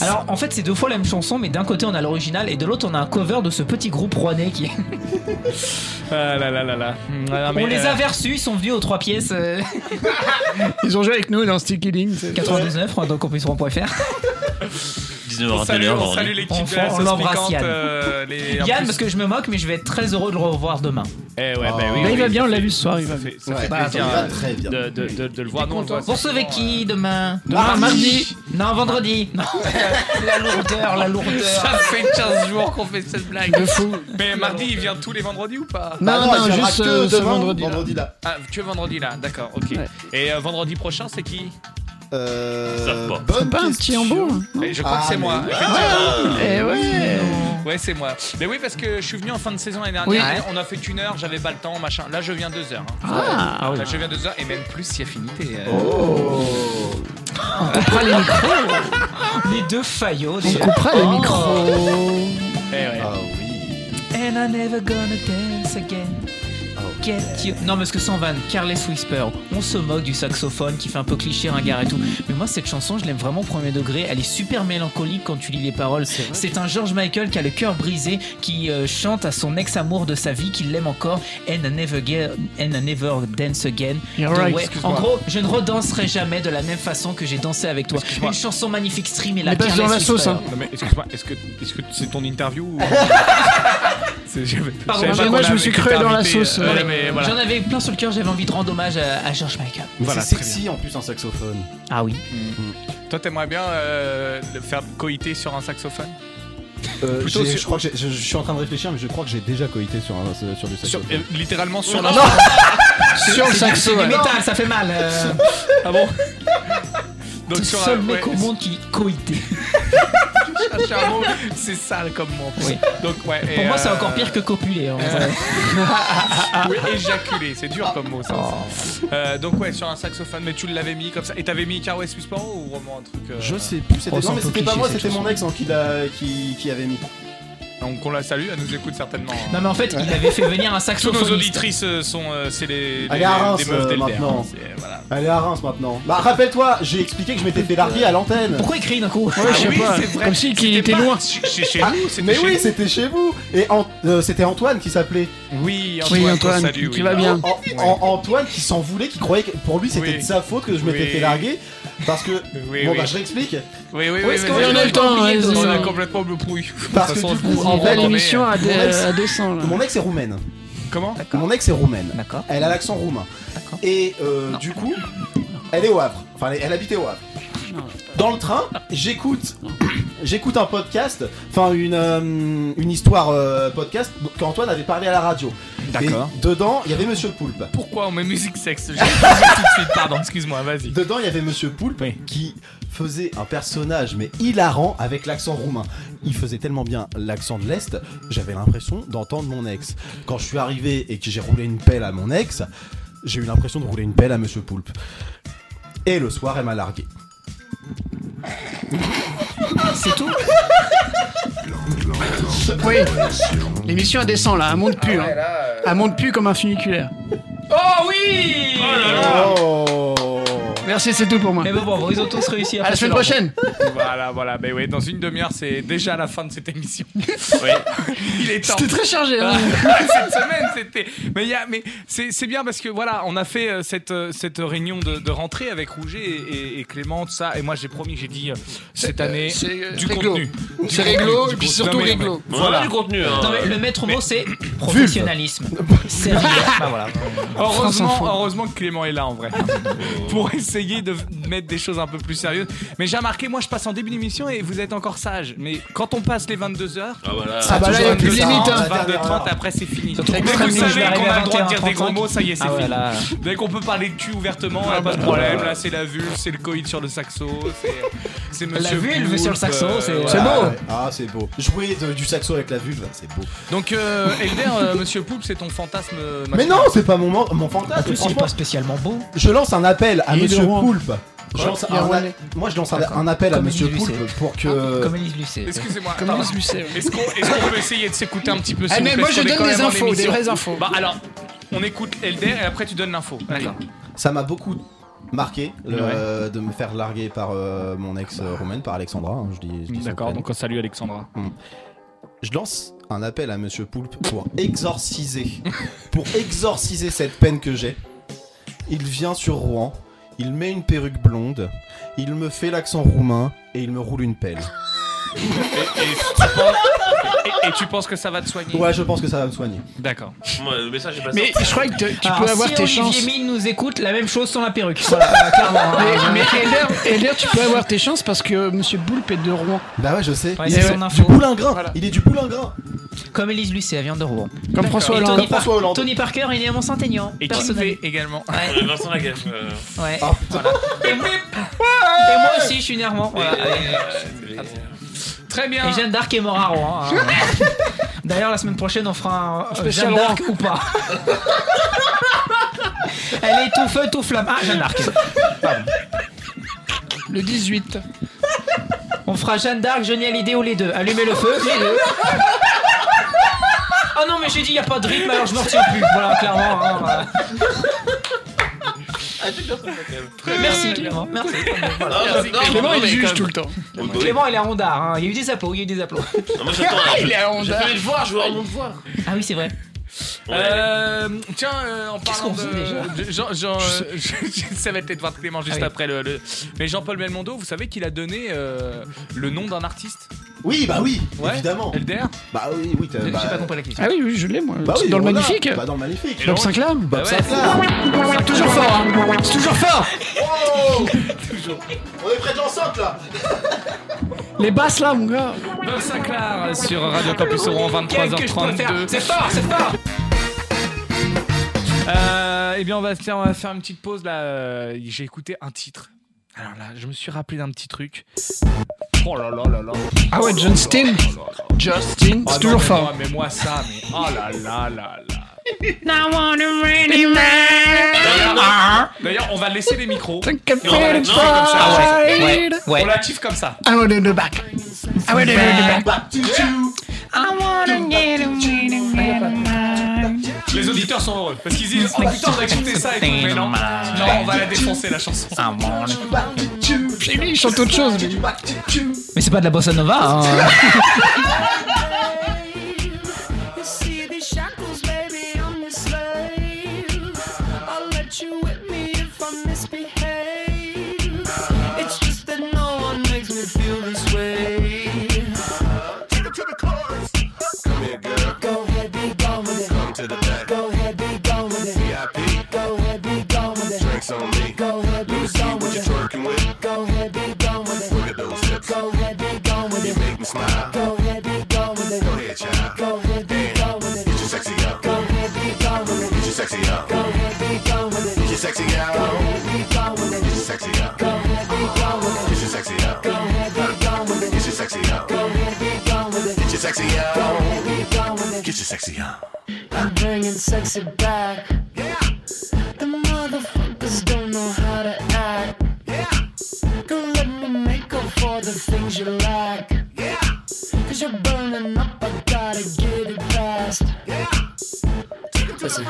Alors en fait c'est deux fois la même chanson mais d'un côté on a l'original et de l'autre on a un cover de ce petit groupe rouennais qui...
Ah là là là là. Ah, mais,
on les
euh,
a versus, ils sont venus aux trois pièces euh,
Ils ont joué avec nous dans Sticky Link. c'est-
99 hein, donc on peut se rendre.fr.
19
On salue,
21
on salue l'équipe de
On
la
fend- on
sauce
l'embrasse,
piquante,
Yann.
euh, les- en
Yann
plus-
parce que je me moque mais je vais être très heureux de le revoir demain.
Eh ouais, bah oui,
Là,
oui,
il va bien, on
ça
l'a
fait-
vu ce soir, il
ça
va
fait-
bien.
Ça
Ouais.
fait
Bah,
plaisir
ça va
euh,
très bien.
de- de de- de le voir. Nous, on euh, le voit
Vous recevez qui demain
Demain, mardi.
Non vendredi Non La lourdeur, la lourdeur
Ça fait 15 jours qu'on fait cette blague.
De fou.
Mais mardi, il vient tous les vendredis ou pas
Non, Bah non, non, il viendra juste, que euh, ce demain, vendredi-là.
vendredi-là.
Ah, que vendredi là, d'accord, ok. Et euh, vendredi prochain, c'est qui
Euh,
pas.
bonne
Pas un
question.
petit hein. embout.
Mais Je crois
Ah,
que c'est
mais
moi.
oui.
effectivement.
Ah, eh ouais.
Ouais, c'est moi. Mais oui, parce que je suis venu en fin de saison l'année dernière.
Oui.
hein, On a fait une heure, j'avais pas le temps, machin. Là, je viens deux heures. hein.
Ah, ah oui.
Là, je viens deux heures et même plus si affinité. euh.
Oh. On coupera les micros.
Les deux faillots
On
déjà.
coupera les
Oh.
micros.
Eh ouais.
And I'm never gonna dance again. Get you. Non, mais parce que sans van, Careless Whisper, on se moque du saxophone qui fait un peu cliché ringard et tout. Mais moi, cette chanson, je l'aime vraiment au premier degré. Elle est super mélancolique quand tu lis les paroles. C'est un George Michael qui a le cœur brisé, qui euh, chante à son ex-amour de sa vie, qui l'aime encore. And I never, get, and I never dance again.
You're
De
right,
Way.
excuse-moi.
en gros, je ne redanserai jamais de la même façon que j'ai dansé avec toi. Une chanson magnifique streamée la
Mais passe dans la sauce, hein.
Non, mais excuse-moi, est-ce que est-ce que c'est ton interview ou... C'est- j'avais-
Pardon,
j'avais
mais
pas
moi,
qu'on
je me suis
avait
crué
été
dans la
invité,
sauce.
euh,
Non, mais
ouais, mais voilà.
J'en avais plein sur le cœur, j'avais envie de rendre hommage à, à George Michael.
Mais
Voilà,
c'est
très Mm.
sexy en plus un saxophone.
Ah oui.
Toi, t'aimerais bien euh, le faire coïter sur un saxophone
Euh,
Plutôt
j'ai-
sur-
je crois que j'ai- je, je suis en train de réfléchir, mais je crois que j'ai déjà coïté sur, un, sur du
Sur-
saxophone.
euh, Littéralement sur
Non.
la-
Sur le
C'est du-
saxo.
C'est du
ouais.
métal, ça fait mal. euh.
Ah bon
T'es
Donc
le
sur
seul
un-
mec
ouais,
au monde qui coïté.
chercher un mot, c'est sale comme mot.
Oui.
Donc ouais. euh,
Pour moi, c'est encore pire que hein. copuler. en vrai.
Oui, éjaculer, c'est dur comme mot ça. Euh, donc ouais, sur un saxophone, mais tu l'avais mis comme ça. Et t'avais mis Carway Suspend ou vraiment un truc euh,
Je sais plus, c'était.
Oh, c'est
non,
un
mais
peu
c'était pas moi,
cliché,
c'était
cette
mon ex hein, qui, l'a- qui, qui avait mis.
Donc on la salue, elle nous écoute certainement.
Non, mais en fait, il avait fait venir un saxophoniste.
Toutes euh, nos auditrices euh, sont, euh, c'est les,
Elle
les-
est à
les-
Reims
des meufs
euh,
d'Elder,
maintenant.
hein, c'est- voilà.
Elle est à Reims maintenant. Bah rappelle-toi, j'ai expliqué que je m'étais fait larguer à l'antenne.
Pourquoi il crie d'un coup
Ouais, je
Ah
sais pas.
Comme si qu'il était loin.
Ah, mais oui, c'était chez vous. Et Ant- euh, c'était Antoine qui s'appelait.
Oui,
Antoine, Oui, Antoine, salut, qui oui. va bien.
An- An- Antoine qui s'en voulait, qui croyait que pour lui c'était de sa faute que je m'étais
Oui.
fait larguer. Parce que.
Oui,
bon,
oui.
bah je réexplique.
Oui, oui,
Où
oui.
est-ce
mais
qu'on
j'ai-
en a le temps,
oublié
hein,
de-
c'est-
On a complètement bouffouille.
Parce que du coup, il a-
on
euh,
rend
mon
l'emmerde.
ex-
là.
Mon ex est roumaine.
Comment
Mon ex est roumaine. Elle a l'accent roumain. Et euh, du coup, elle est au Havre. Enfin, elle, elle habitait au Havre. Dans le train, j'écoute, j'écoute un podcast, enfin une, euh, une histoire euh, podcast qu'Antoine avait parlé à la radio.
D'accord.
Et dedans, il y avait Monsieur Poulpe.
Pourquoi on met musique sexe J'ai pas tout de suite, pardon, excuse-moi, vas-y.
Dedans, il y avait Monsieur Poulpe qui faisait un personnage mais hilarant avec l'accent roumain. Il faisait tellement bien l'accent de l'Est, j'avais l'impression d'entendre mon ex. Quand je suis arrivé et que j'ai roulé une pelle à mon ex, j'ai eu l'impression de rouler une pelle à Monsieur Poulpe. Et le soir, elle m'a largué.
C'est tout Oui. L'émission elle descend là, elle monte plus.
Ah
hein.
euh,
Elle monte plus comme un funiculaire.
Oh oui
Oh.
Merci, Ah, c'est tout pour moi.
Mais bon, bon, ils ont tous réussi
À
à
la
passer
semaine
leur-
prochaine
Voilà, voilà, mais oui, dans une demi-heure, c'est déjà la fin de cette émission. Il est temps.
C'était très chargé, hein.
Cette semaine, c'était. Mais, il y a- mais c'est c'est bien parce que voilà, on a fait euh, cette, euh, cette réunion de, de rentrée avec Rouget et, et, et Clément, tout ça. Et moi, j'ai promis, j'ai dit euh, cette année
c'est, euh,
du
réglo.
contenu.
C'est
Du
réglo,
contenu,
et
du
puis
contenu.
surtout
Non, mais-
réglo.
mais-
Voilà.
du contenu. hein.
Non, mais le maître mot, c'est professionnalisme. Sérieux. Bah voilà.
Heureusement, heureusement que Clément est là en vrai pour essayer de mettre des choses un peu plus sérieuses. Mais j'ai remarqué, moi je passe en début d'émission et vous êtes encore sage. Mais quand on passe les 22 heures,
Ah, voilà. Ah, bah là,
toujours
y a plus de
22,
limite, hein.
22, 30 après c'est fini.
Surtout
Mais
que
vous
samedi, je vais
savez qu'on
arriver
a
à
le droit de dire
21,
des gros mots, ça y est c'est
Ah bah, ouais,
fini.
là.
Dès qu'on peut parler de cul ouvertement, y a pas de problème. Là c'est la vulve, c'est le coït sur le saxo, c'est- c'est
La
Monsieur
vulve
Poulpe,
sur le saxo,
euh,
c'est-
voilà.
C'est beau.
Ah, c'est beau. Jouer de- du saxo avec la vulve, c'est beau.
Donc euh, Elder, euh, Monsieur Poulpe, c'est ton fantasme. euh,
Mais
maintenant.
non, c'est pas mon, man- mon fantasme.
En plus, il est
franchement.
pas
spécialement beau.
Je lance un appel à
Il est de
Monsieur
Rouen.
Poulpe. Je lance
Il est
un-
rouennais.
moi, je lance un,
D'accord.
un appel
Comme
à Monsieur
Élise Lucet.
Poulpe pour que.
Ah, Comme Élise Lucet.
Excusez-moi.
Comme
pardon.
Élise Lucet, oui.
Est-ce qu'on est-ce qu'on peut essayer de s'écouter un petit peu
Eh,
s'il vous
mais
plaît,
moi,
parce
je
qu'on est
donne
quand
les
même en
infos, des
émission.
vraies infos.
Bah alors, on écoute Elder et après tu donnes l'info. D'accord.
Ça m'a beaucoup marqué le-
Ouais.
de me faire larguer par euh, mon ex euh, roumaine, par Alexandra. hein, je dis, je dis son
D'accord,
prénom.
donc on salue Alexandra.
Hmm. Je lance un appel à Monsieur Poulpe pour exorciser, pour exorciser cette peine que j'ai. Il vient sur Rouen, il met une perruque blonde, il me fait l'accent roumain et il me roule une pelle.
Et, et tu penses, et- et tu penses que ça va te soigner
Ouais, je pense que ça va me soigner.
D'accord.
Moi, le message est passé.
Mais je crois que te- tu peux avoir
Ah, si
tes
Olivier
chances.
Mine nous écoute, la même chose sans la perruque. Voilà, Ah, clairement. hein.
Mais, mais Elder, Elder, tu peux avoir tes chances parce que Monsieur Boulpe est de Rouen.
Bah ouais, je sais.
Ouais,
Il
c'est
est
son
du
info.
boulingrin. Il est du boulingrin.
Comme Élise Lucet, elle vient de Rouen.
Comme François
Et
Hollande.
Tony
Comme François
Par-
Hollande.
Tony Parker, il est à Mont-Saint-Aignan.
Et
Personnel.
Kinvey également.
Euh, Vincent Lagaffe. euh,
Ouais.
Oh,
Voilà. Et moi- Et moi aussi, je suis normand. Voilà. euh,
Très bien.
Et Jeanne d'Arc est mort à Rouen. hein. D'ailleurs, la semaine prochaine, on fera un euh,
Spécial
Jeanne d'Arc ou pas. Elle est tout feu, tout flamme. Ah, Jeanne d'Arc.
Le 18.
On fera Jeanne d'Arc, Johnny Hallyday ou les deux. Allumez le feu, les deux. Ah non, mais j'ai dit, il a pas de rythme, alors je me retiens plus. Voilà, clairement. hein, voilà. Merci, Clément. Merci.
Ah,
Merci,
non, non, mais quand même. Oui, bah oui.
Clément, il est à Rondard. hein. Il y a eu des applaudissements. Il y a eu des applaudissements.
Non, moi, j'attends,
Ah,
hein, je-
Il est à Honda.
J'ai fait le voir, je vois mon voir.
Ah oui, c'est vrai.
Euh, tiens, euh, en parlant
qu'on faisait
de, de- Jean, Jean- euh, je- ça va être Edouard Clément juste
Ah oui.
après le, le- Mais Jean-Paul Belmondo, vous savez qu'il a donné euh, le nom d'un artiste.
Oui, bah oui,
Ouais.
évidemment.
Elder.
Euh,
Bah oui, oui. t'as-
J'ai
bah,
pas compris la question.
Ah oui, oui, je l'ai moi.
Bah oui,
dans le
on l'a.
magnifique.
Bah dans le magnifique.
Bob Sinclair.
Bob
Bah ouais.
Sinclair.
C'est toujours fort, hein. C'est toujours fort.
Oh On est près de l'enceinte là.
Les basses là, mon gars.
Bob Sinclair sur Radio Campus Rouen
Qu'est-ce que je peux faire
23h32.
C'est fort, c'est fort.
Euh, eh bien, on va, faire, on va faire une petite pause là. Euh, J'ai écouté un titre. Alors là, je me suis rappelé d'un petit truc. Oh là là là là.
Ah ouais, John Steen. Justin,
Ah
c'est
non,
toujours
mais
fort.
moi, Mais moi, ça, mais oh là là là là. D'ailleurs, on va laisser les micros.
T'inquiète
Non, on la- non, comme ça, Ah
pas,
ouais.
ouais.
On l'active comme ça.
I want it in the back. I want it in the back.
Back to you.
I want
Les auditeurs sont heureux parce qu'ils disent Oh putain, on a écouté ça et tout. Mais non, non, on va la défoncer la chanson.
Chez lui, il chante autre chose. lui.
Mais c'est pas de la bossa nova. hein.
You see these shackles, baby, I'm your slave. I'll let you whip me if I misbehave. It's just that no one makes me feel this way. Take it to the chorus. Come here, girl. Go ahead, be gone with it. Come to the back. Go ahead, be gone with it. VIP. Go ahead, be gone with it. Drinks on me. Go ahead, be gone with it. Twerking with. Go ahead, be gone with it. Look at those hips. Go ahead, be gone with it. You make me smile. Go ahead, be gone with it. Go ahead, child. Go ahead, be gone with it. Get your sexy out. Go ahead, be gone with it. Get your sexy out. Go ahead, be gone with it. Get your sexy out. Go ahead, be gone with it. Get your sexy out. Go ahead, be gone with it. Get your sexy out. Go ahead, be gone with it. Get your sexy out. Go ahead, be gone with it. Get your sexy out. Go ahead, be gone with it. Get your sexy out. I'm bringing sexy back. Yeah. The motherfuckers don't know how to act. Yeah. Girl, let me make up for the things you lack. Yeah. Cause you're burning up, I gotta get it fast. Yeah. Listen.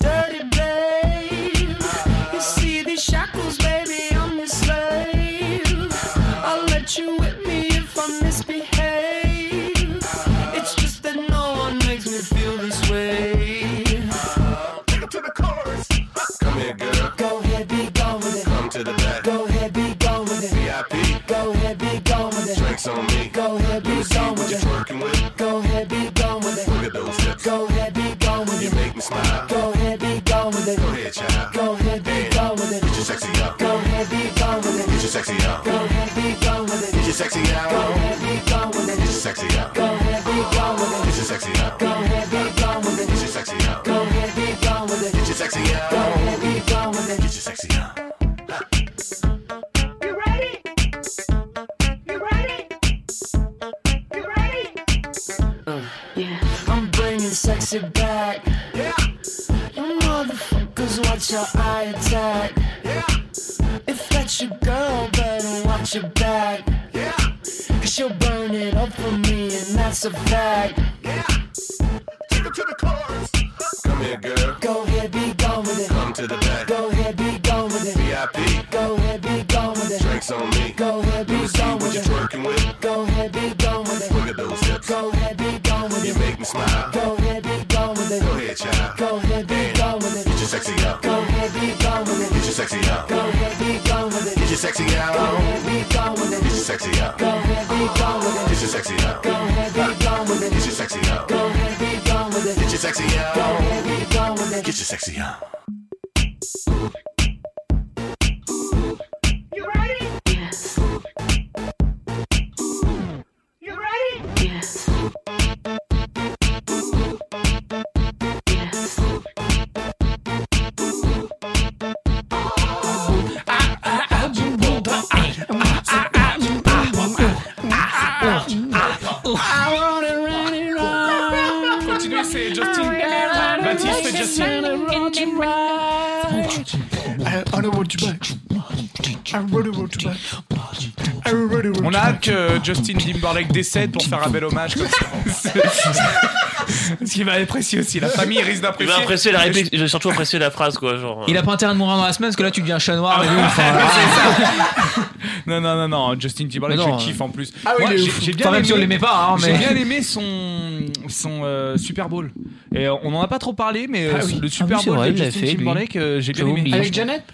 Dirty babe. You see these shackles, baby, I'm your slave. I'll let you whip me if I misbehave. It's just that no one makes me feel this way. Take it to the chorus. Come here, girl. Go ahead, be gone with it. Come to the back. Go ahead, be gone with it. VIP. Go ahead, be gone with it. Drinks on me. Go ahead, be gone with it. Twerking with. Go ahead, be gone with it. Look at those hips. Go ahead, be gone with it. You make me smile. Go ahead, be gone with it. Go ahead, child. Go ahead, be gone with it. Get your sexy out. Go ahead, be gone with it. Get your sexy out. Go ahead, be gone with it. Get your sexy out. Go ahead, be gone with it. Get your sexy out. Go ahead, be gone with it. Get your sexy out. Go ahead, be gone with it. Get your sexy out. Go ahead, be gone with it. Get your sexy out. Go ahead, be gone with it. Get your sexy out. Yeah. I'm bringing sexy back. Yeah. You motherfuckers, watch your eye attack. Yeah. If that's your girl, better watch your back. Yeah. Cause you'll burn it up for me, and that's a fact. Yeah. Take it to the chorus. Come here, girl. Go ahead, be gone with it. Come to the back. Go ahead, be gone with it. VIP. Go ahead, be gone with it. Drinks on me. Go ahead, be gone with it. Twerking with. Go ahead, be gone with it. Look at those hips. Go ahead, be gone with it. You make me smile. Go ahead, be gone with it. Go ahead, child. Go ahead, be gone with it. Get your sexy out. Go ahead, be gone with it. Get your sexy out. Go ahead, be gone with it. Get your sexy out. Go ahead, be gone with it. Get your sexy out. Go ahead, be gone with it. Get your sexy out. Go ahead, be gone with it. Get your sexy out. Go ahead, be gone with it. Get your sexy out. Go ahead, be gone with it. Get your sexy out.
Continuez, c'est Justin. Baptiste, c'est Justin. On a hâte que Justin Timberlake décède pour faire un bel hommage comme ça. Parce qu'il va apprécier aussi. La famille risque
Il
d'apprécier.
va apprécier la réplique, j'ai surtout apprécié la phrase quoi, genre. euh.
Il a pas intérêt de mourir dans la semaine parce que là tu deviens chat noir. et nous, enfin,
Non, non, non, non. Justin Timberlake,
Mais non,
je
euh,
kiffe en plus.
Ah oui,
Moi,
il est
j'ai
ouf.
j'ai bien
Enfin,
aimé.
même si on l'aimait pas, hein,
J'ai
mais-
bien aimé son, son euh, Super Bowl. Et euh, on en a pas trop parlé, mais euh,
Ah oui.
le
Ah
Super
oui, c'est
Bowl
vrai,
de
il l'a
Justin
fait, lui.
Timberlake, euh, j'ai bien
J'avais
aimé. Euh,
oublié. Avec
Janet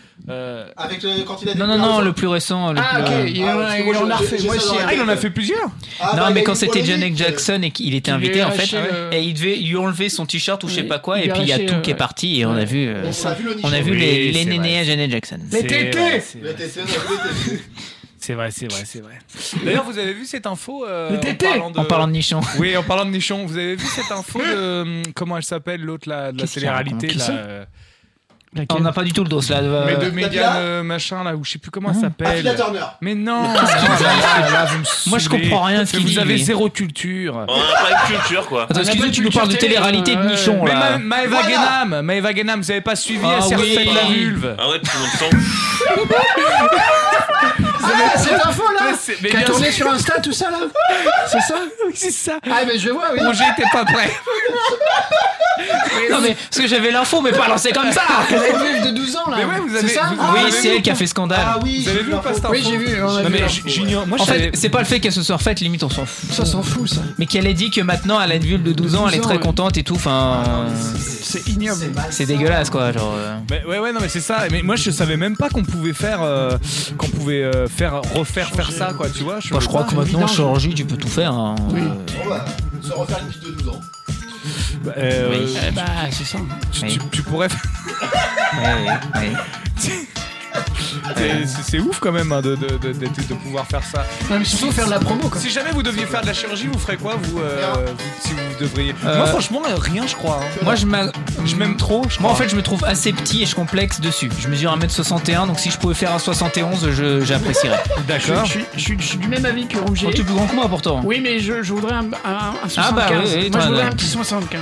Avec le candidat
Non, non, non, le plus récent. Le
Ah,
plus- euh,
ok, il en a- il en a refait. Moi aussi,
Ah, il en a fait plusieurs
Ah,
non,
bah,
mais quand c'était Janet Jackson et qu'il était
lui
invité,
a
en fait,
lâché le-
et il devait lui enlever son t-shirt ou je sais pas quoi,
il
et
lui a
puis il y a
lâché,
tout
euh,
qui est parti, et on a vu, euh,
On a vu le
on a vu
Oui,
les, les
c'est
nénés
vrai.
à Janet Jackson.
Les C'est tétés vrai, c'est
Le TT, on a vu le TT.
C'est vrai, c'est vrai, c'est vrai. D'ailleurs, vous avez vu cette info euh,
Le
en,
tété
parlant de...
En parlant de nichon.
Oui, en parlant de nichon, vous avez vu cette info de euh, comment elle s'appelle l'autre là, de la
Qu'est-ce qu'il y a,
télé-réalité
qui
là,
ça
euh,
On n'a pas du tout le dos là. euh, Ah.
mais de Mégane euh, machin là ou je sais plus comment elle s'appelle.
Affilia Turner.
Mais non.
Qu'est-ce qu'il
Ah,
dit
là, là, là, vous me
Moi, je
saoulez.
comprends rien à ce
Mais
qu'il
Vous
dit,
avez
lui.
zéro culture.
On a pas une culture quoi.
Attends, excusez-moi, tu nous parles de télé-réalité de nichon
Mais
là.
Ma- Maëva Guénam, Maëva Guénam, vous avez pas suivi,
Ah
elle s'est
oui.
refaite la vulve.
Ah ouais, tout le monde
Ah,
cette info, là
Mais c'est- mais
qui a
bien
tourné
sûr.
sur Insta, tout ça là C'est ça
Oui, c'est ça.
Ah, mais je vois, oui.
Bon, j'étais pas prêt.
Non mais parce que j'avais l'info mais pas lancé comme ça.
La meuf de 12 ans là.
Mais ouais, vous
C'est
avez-
ça
vous-
Ah,
Oui,
vous
c'est
avez
elle qui a
vu.
fait scandale.
Ah oui, j'ai vu
pas cette
Oui,
info
j'ai vu. on a
Non,
vu
mais
l'info,
j- j'ignore-
ouais.
en fait, c'est pas le fait qu'elle se soit refaite, limite on s'en fout.
Ça s'en fout, ça.
Mais qu'elle ait dit que maintenant elle a une vulve de 12 ans, elle est
12 ans,
très
ouais.
contente et tout, enfin.
Ah, C'est ignoble.
C'est dégueulasse quoi, genre. euh.
Mais ouais, ouais, non, mais c'est ça. Mais moi, je savais même pas qu'on pouvait faire, euh, qu'on pouvait euh, faire, refaire, faire ça, quoi. Tu vois
Moi je crois que maintenant en
je
chirurgie tu peux tout faire. hein. Euh,
Se refaire une petite de 12 ans.
Bah, euh,
Oui.
tu-
Bah, c'est ça.
tu, tu- tu pourrais. faire- C'est- C'est c'est ouf quand même hein, de, de- de- de- de pouvoir faire ça.
Non, mais surtout faire de la promo, quoi.
Si jamais vous deviez faire de la chirurgie, vous ferez quoi vous, euh, vous- Si vous devriez.
Euh,
Moi franchement, euh, rien je crois. hein.
Moi je m'a-
Je m'aime trop. je
Moi en
crois.
fait je me trouve assez petit et je complexe dessus. Je mesure 1m61 donc si je pouvais faire un 71 je- j'apprécierais.
Je suis- je suis- je suis du même avis que Ah, Rongier.
Oh, tu es plus grand que moi pourtant.
Oui, mais je, je voudrais un, un- un 75.
bah oui, oui,
moi,
toi,
je voudrais
là.
un petit 75.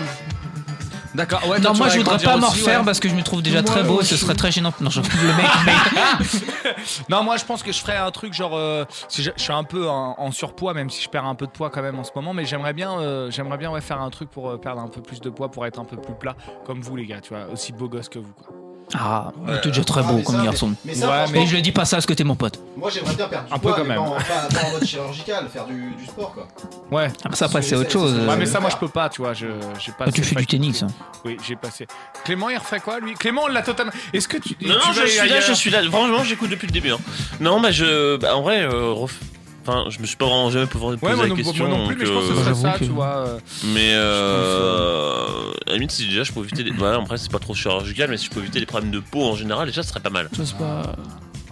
D'accord, ouais,
non,
toi, tu
moi
vas
je voudrais
grandir
pas m'en
aussi,
refaire
ouais.
parce que je me trouve déjà
Moi,
très beau,
ouais,
ce
je-
serait très gênant. Non, je le mec, mais
Non, moi je pense que je ferais un truc genre. euh, si je, je suis un peu en, en surpoids, même si je perds un peu de poids quand même en ce moment, mais j'aimerais bien, euh, j'aimerais bien ouais, faire un truc pour euh, perdre un peu plus de poids, pour être un peu plus plat, comme vous les gars, tu vois, aussi beau gosse que vous. Quoi.
Ah,
Ouais.
t'es déjà très
Ah,
beau
mais
comme
ça, mais-
garçon.
mais ça, Ouais, franchement-
mais je le dis pas ça parce que t'es mon pote.
Moi j'aimerais bien perdre du
Un peu
poids,
quand
mais
même.
Pas, en- pas- pas en mode chirurgical, faire du, du sport quoi.
Ouais.
Ah, ça, après, c'est autre chose. euh.
Ouais, mais ça, moi, je peux pas, tu vois. Je, j'ai pas.
Ah, tu fais du tennis. hein.
Oui, j'ai passé. Clément, il refait quoi, lui Clément, on l'a totalement. Est-ce que tu.
Non, non, je suis là, je suis là. Franchement, j'écoute depuis le début. hein. Non, bah, je. bah, en vrai, euh, ref- enfin, je me suis pas vraiment jamais posé
Ouais, moi
la
non,
question.
moi non plus, mais je
donc,
pense que ce
euh,
serait ça, tu vois. euh,
Mais euh, à la limite, si déjà je peux éviter. Les... Voilà, après, c'est pas trop chirurgical, mais si je peux éviter les problèmes de peau en général, déjà, ce serait pas mal.
Ça, c'est pas.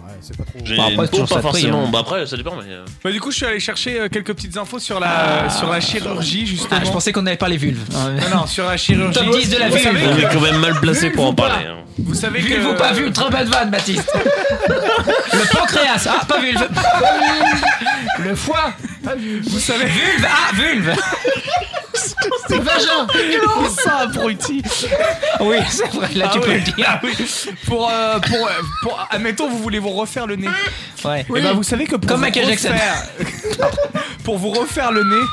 Ouais, c'est pas trop.
J'ai
Bah, après,
une
c'est
peau,
toujours
pas
ça de prix,
forcément.
hein.
Bah, après, ça dépend, mais. euh,
Bah, du coup, je suis allé chercher euh, quelques petites infos sur la, euh, sur la chirurgie, justement.
Ah, je pensais qu'on avait parlé vulve.
Non, non, sur la chirurgie.
Top 10 de la
Vous
vulve.
savez
On
que-
est quand même mal placé pour en parler. hein.
Vous savez que.
Vulve ou pas vulve, très bonne vanne, Baptiste. le pancréas, ah, pas vulve. le foie,
Vous savez.
vulve, ah, vulve.
C'est vagin
Comment ça, abruti
Oui, c'est vrai, là
Ah
tu peux
ouais.
le dire.
pour, euh, pour, euh, pour- Admettons, vous voulez vous refaire le nez.
Ouais. Eh ben,
Et bah, vous savez que pour
Comme
vous
Michael Jackson.
refaire- pour vous refaire le nez.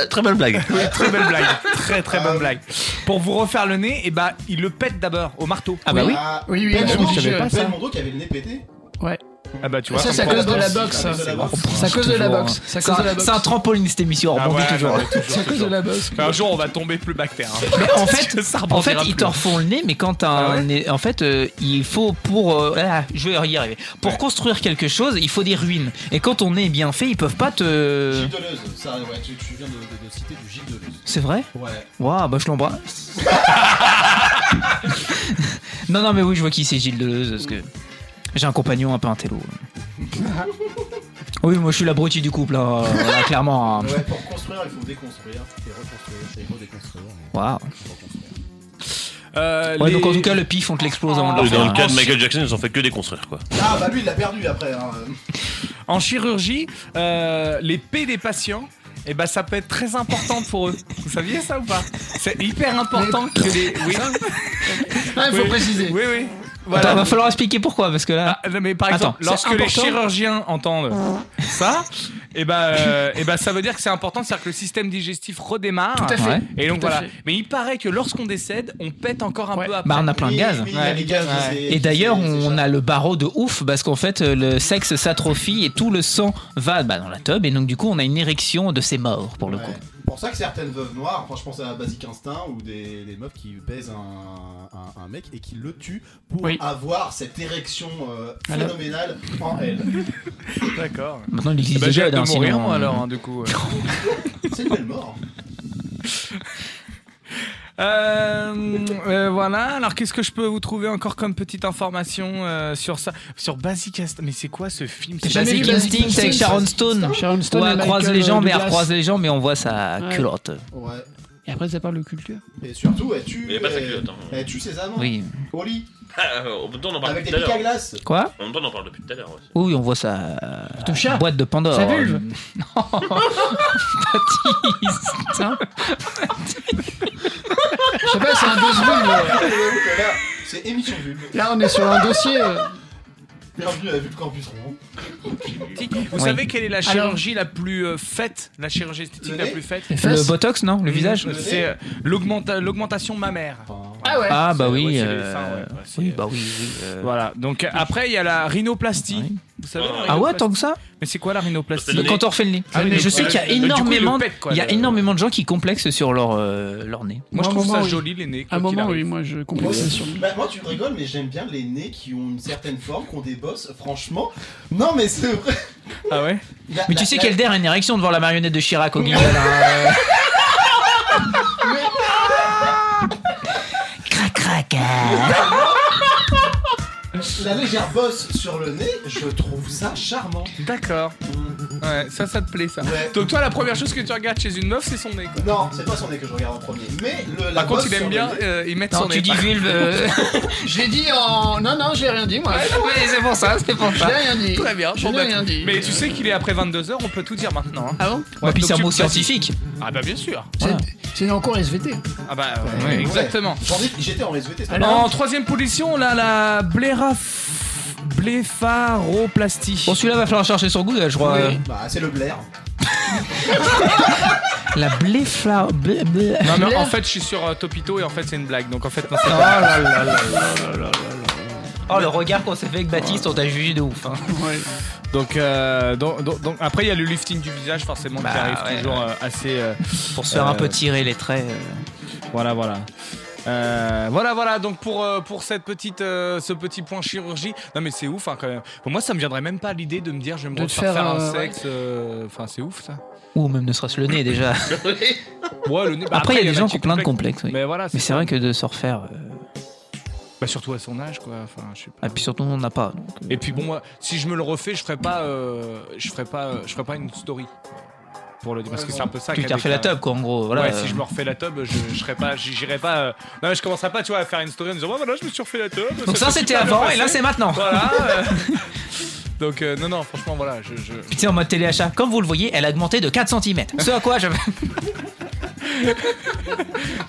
Euh, Très belle blague.
Oui, très belle blague. Très très bonne blague. Pour vous refaire le nez, et bah il le pète d'abord au marteau.
Ah bah oui.
Oui, oui,
Ben
je-
Mondo,
je savais pas ça.
Ben Mondo qui avait le nez pété.
Ouais.
Ah bah tu vois.
ça, c'est à
comme
cause
quoi-
de la boxe. ça.
C'est
C'est
la boxe.
à cause de la
Eh ben, toujours,
boxe.
hein.
C'est à
C'est
cause de la
un-
boxe.
c'est un trampoline, cette émission, on
Ah
rebondit
ouais,
toujours.
ouais, toujours,
C'est à cause de
toujours.
la boxe.
Enfin, un jour on va tomber plus bactère. hein.
Mais en fait,
Ça
En
rebondira
fait, ils
plus.
te refont le nez, mais quand t'as
Ah
un nez- en fait, euh, il faut pour, euh, ah, je vais y arriver. Pour construire quelque chose, il faut des ruines. Et quand ton nez est bien fait, ils peuvent pas te.
Gilles Deleuze, ça, ouais, tu, tu viens de, de- de citer du Gilles Deleuze.
Euh. C'est vrai
Ouais.
Waouh, bah je l'embrasse. non, non, mais oui, je vois qui c'est Gilles Deleuze, parce que j'ai un compagnon un peu intello. Oui, moi je suis l'abruti du couple, hein, voilà, clairement. hein.
Ouais, pour construire, il faut déconstruire, et reconstruire, et redéconstruire. et
Waouh.
reconstruire.
Euh,
Ouais,
les-
donc en tout cas, le pif, on te l'explose avant de le
Dans
refaire,
le
hein.
cas de Michael Jackson, ils ont fait que déconstruire, quoi.
Ah bah lui, il l'a perdu après. Hein.
En chirurgie, euh, les P des patients. Et bah ça peut être très important pour eux. Vous saviez ça ou pas C'est hyper important que les. Oui.
Ah, il faut
Oui.
préciser.
Oui oui.
Attends,
Voilà.
va falloir expliquer pourquoi, parce que là.
Ah, non, mais par exemple,
Attends, c'est
lorsque les
important
chirurgiens entendent ça, et ben, et ben, ça veut dire que c'est important, c'est-à-dire que le système digestif redémarre.
Tout à fait.
Ouais.
Et donc
Tout à
voilà.
fait.
Mais il paraît que lorsqu'on décède, on pète encore un
Ouais.
peu après.
Bah, on a plein de
Oui,
gaz.
oui, il y a
Ouais.
les gaz,
Ouais.
c'est-
Et d'ailleurs,
c'est- c'est
on
ça.
a le barreau de ouf parce qu'en fait, euh, le sexe s'atrophie et tout le sang va bah, dans la tube et donc du coup, on a une érection de ces morts pour le
Ouais.
coup.
C'est pour ça que certaines veuves noires, enfin je pense à Basic Instinct ou des, des meufs qui baisent un, un- un mec et qui le tuent pour
Oui.
avoir cette érection euh,
Alors.
phénoménale en elle.
D'accord.
Maintenant, il existe
Bah,
déjà
j'ai hâte de
d'un
mourir
sinon,
moi
euh,
alors, hein, du coup.
C'est une belle mort.
Euh, euh, voilà. Alors qu'est-ce que je peux vous trouver encore comme petite information euh, sur ça, sur Basic Instinct Mais c'est quoi ce film
T'as
C'est
jamais
Basic
vu Basic
Instinct avec
Instinct,
Sharon Stone.
Sharon Stone
Ouais,
et
elle
Michael
croise les jambes, mais elle
Douglas.
croise les jambes, mais on voit sa
Ouais.
culotte.
Ouais.
Et après, ça parle de culture.
Et surtout, elle tue,
Mais pas sa
elle,
culotte, hein.
elle tue ses amants.
Oui.
Au lit,
En Euh, même temps, on en parle
avec
depuis
des
tout à
pics à
l'heure.
glace.
Quoi
En même temps, on en parle depuis tout à l'heure. ouais.
Oui, on voit sa euh,
Ton chat.
boîte de Pandore.
Sa vulve.
Non,
Ah,
Baptiste. hein.
Je sais pas, c'est un dos vulve.
Là, Ah, C'est émission vulve.
Là, on est sur un dossier. euh,
Bienvenue à Vue Campus Rouen.
Vous
Oui.
savez quelle est la
Alors-
chirurgie la plus euh, faite La chirurgie esthétique la plus faite
Les fesses Le botox, non Le
Mmh,
visage
C'est euh, l'augmenta- l'augmentation mammaire.
Ah ouais. Ah bah oui.
c'est les
euh,
seins,
oui bah oui. oui, euh.
Voilà, donc euh, après il y a la rhinoplastie. Vous savez la
Ah ouais,
rhinoplastie
tant que ça
Mais c'est quoi la rhinoplastie
Le- Quand on refait le nez.
Ah oui,
Mais
donc,
je sais
ouais.
qu'il y a
Mais du coup,
énormément,
il le pète, quoi,
il y a
le-
énormément de gens qui complexent sur leur euh, leur nez.
Moi, je
Un
trouve
moment,
ça
oui.
joli les nez.
À un
quoi qu'il
moment,
arrive.
oui, moi, je
Ouais. Bah, moi, tu rigoles, mais j'aime bien les nez qui ont une certaine forme, qui ont des bosses, franchement. Non, mais c'est vrai.
Ah ouais
La-
Mais tu
la-
sais
la-
qu'Elder a une érection devant la marionnette de Chirac au guignol. hein.
La légère bosse sur le nez, je trouve ça charmant. Mmh.
D'accord. Ouais, ça, ça te plaît ça. Donc toi, la première chose que tu regardes chez une meuf, c'est son nez. Quoi.
Non, c'est pas son nez que je regarde en premier. Mais le, la
Par contre,
bosse
il
sur
aime
le
bien,
nez-
euh, il met
Non,
son
tu
nez.
dis vulve, euh,
Je l'ai dit en. Non, non, j'ai rien dit moi.
Oui, c'est pour ça, c'était pour
Je
ça.
l'ai rien dit.
Très bien.
Je
bon,
n'ai
bah,
rien dit.
Mais tu sais qu'il est après 22h, on peut tout dire maintenant. hein.
Ah bon
Bah, puis
donc
c'est un
tu
mot
le places-
scientifique.
Ah bah bien sûr.
C'est encore SVT.
Ah bah euh,
Ouais, ouais.
exactement. Ah
J'en ai- J'étais en SVT. ça.
en troisième position, là, la bléra... blépharoplastie.
Bon, celui-là va falloir chercher sur Google, je crois.
euh.
Oui. Bah, c'est le Blair.
La bléfla. blé- blé-
Non, mais en fait, je suis sur euh, Topito et en fait, c'est une blague. Donc en fait, non, c'est
Oh
pas-
là là là là là là. Oh, le regard qu'on s'est fait avec Baptiste, on t'a jugé de ouf. hein.
Donc, euh, donc, donc- donc, après, il y a le lifting du visage, forcément, qui
Bah,
arrive
ouais,
toujours
ouais.
euh, assez. euh,
Pour se faire un
euh,
peu tirer les traits. euh.
Voilà, voilà. Euh, voilà, voilà. Donc pour euh, pour cette petite euh, ce petit point chirurgie. Non mais c'est ouf hein, quand même. Pour moi, ça me viendrait même pas à l'idée de me dire je vais me
De te
refaire
faire,
un
euh,
sexe. euh, Enfin, c'est ouf ça.
Ou même ne serait-ce le nez déjà.
Ouais, le nez- bah,
après, il y a des
en
gens qui
qui
ont plein de
complexent.
complexes. oui.
Mais voilà.
c'est vrai que de se refaire. euh,
Bah, surtout à son âge quoi. Enfin, je sais pas.
Ah, puis surtout, on n'a pas. donc, euh,
Et puis bon, moi, si je me le refais, je ferai pas euh, je ferai pas euh, je ferai pas une story. Pour le, parce que c'est un peu ça.
Tu t'es
qu'avec
refait la
la-
tub, quoi, en gros. Voilà.
ouais, si je me refais la tub, je, je serais pas, j'irai pas. euh, Non, mais je commencerai pas, tu vois, à faire une story en disant, ouais, voilà, je me suis refait la tub.
Donc ça,
s'est
c'était
super bien
avant, et
passé.
là, c'est maintenant.
Voilà. euh, Donc euh, non, non, franchement, voilà, je, je-
Puis tu sais, en mode téléachat, comme vous le voyez, elle a augmenté de 4 cm. Ce à quoi je.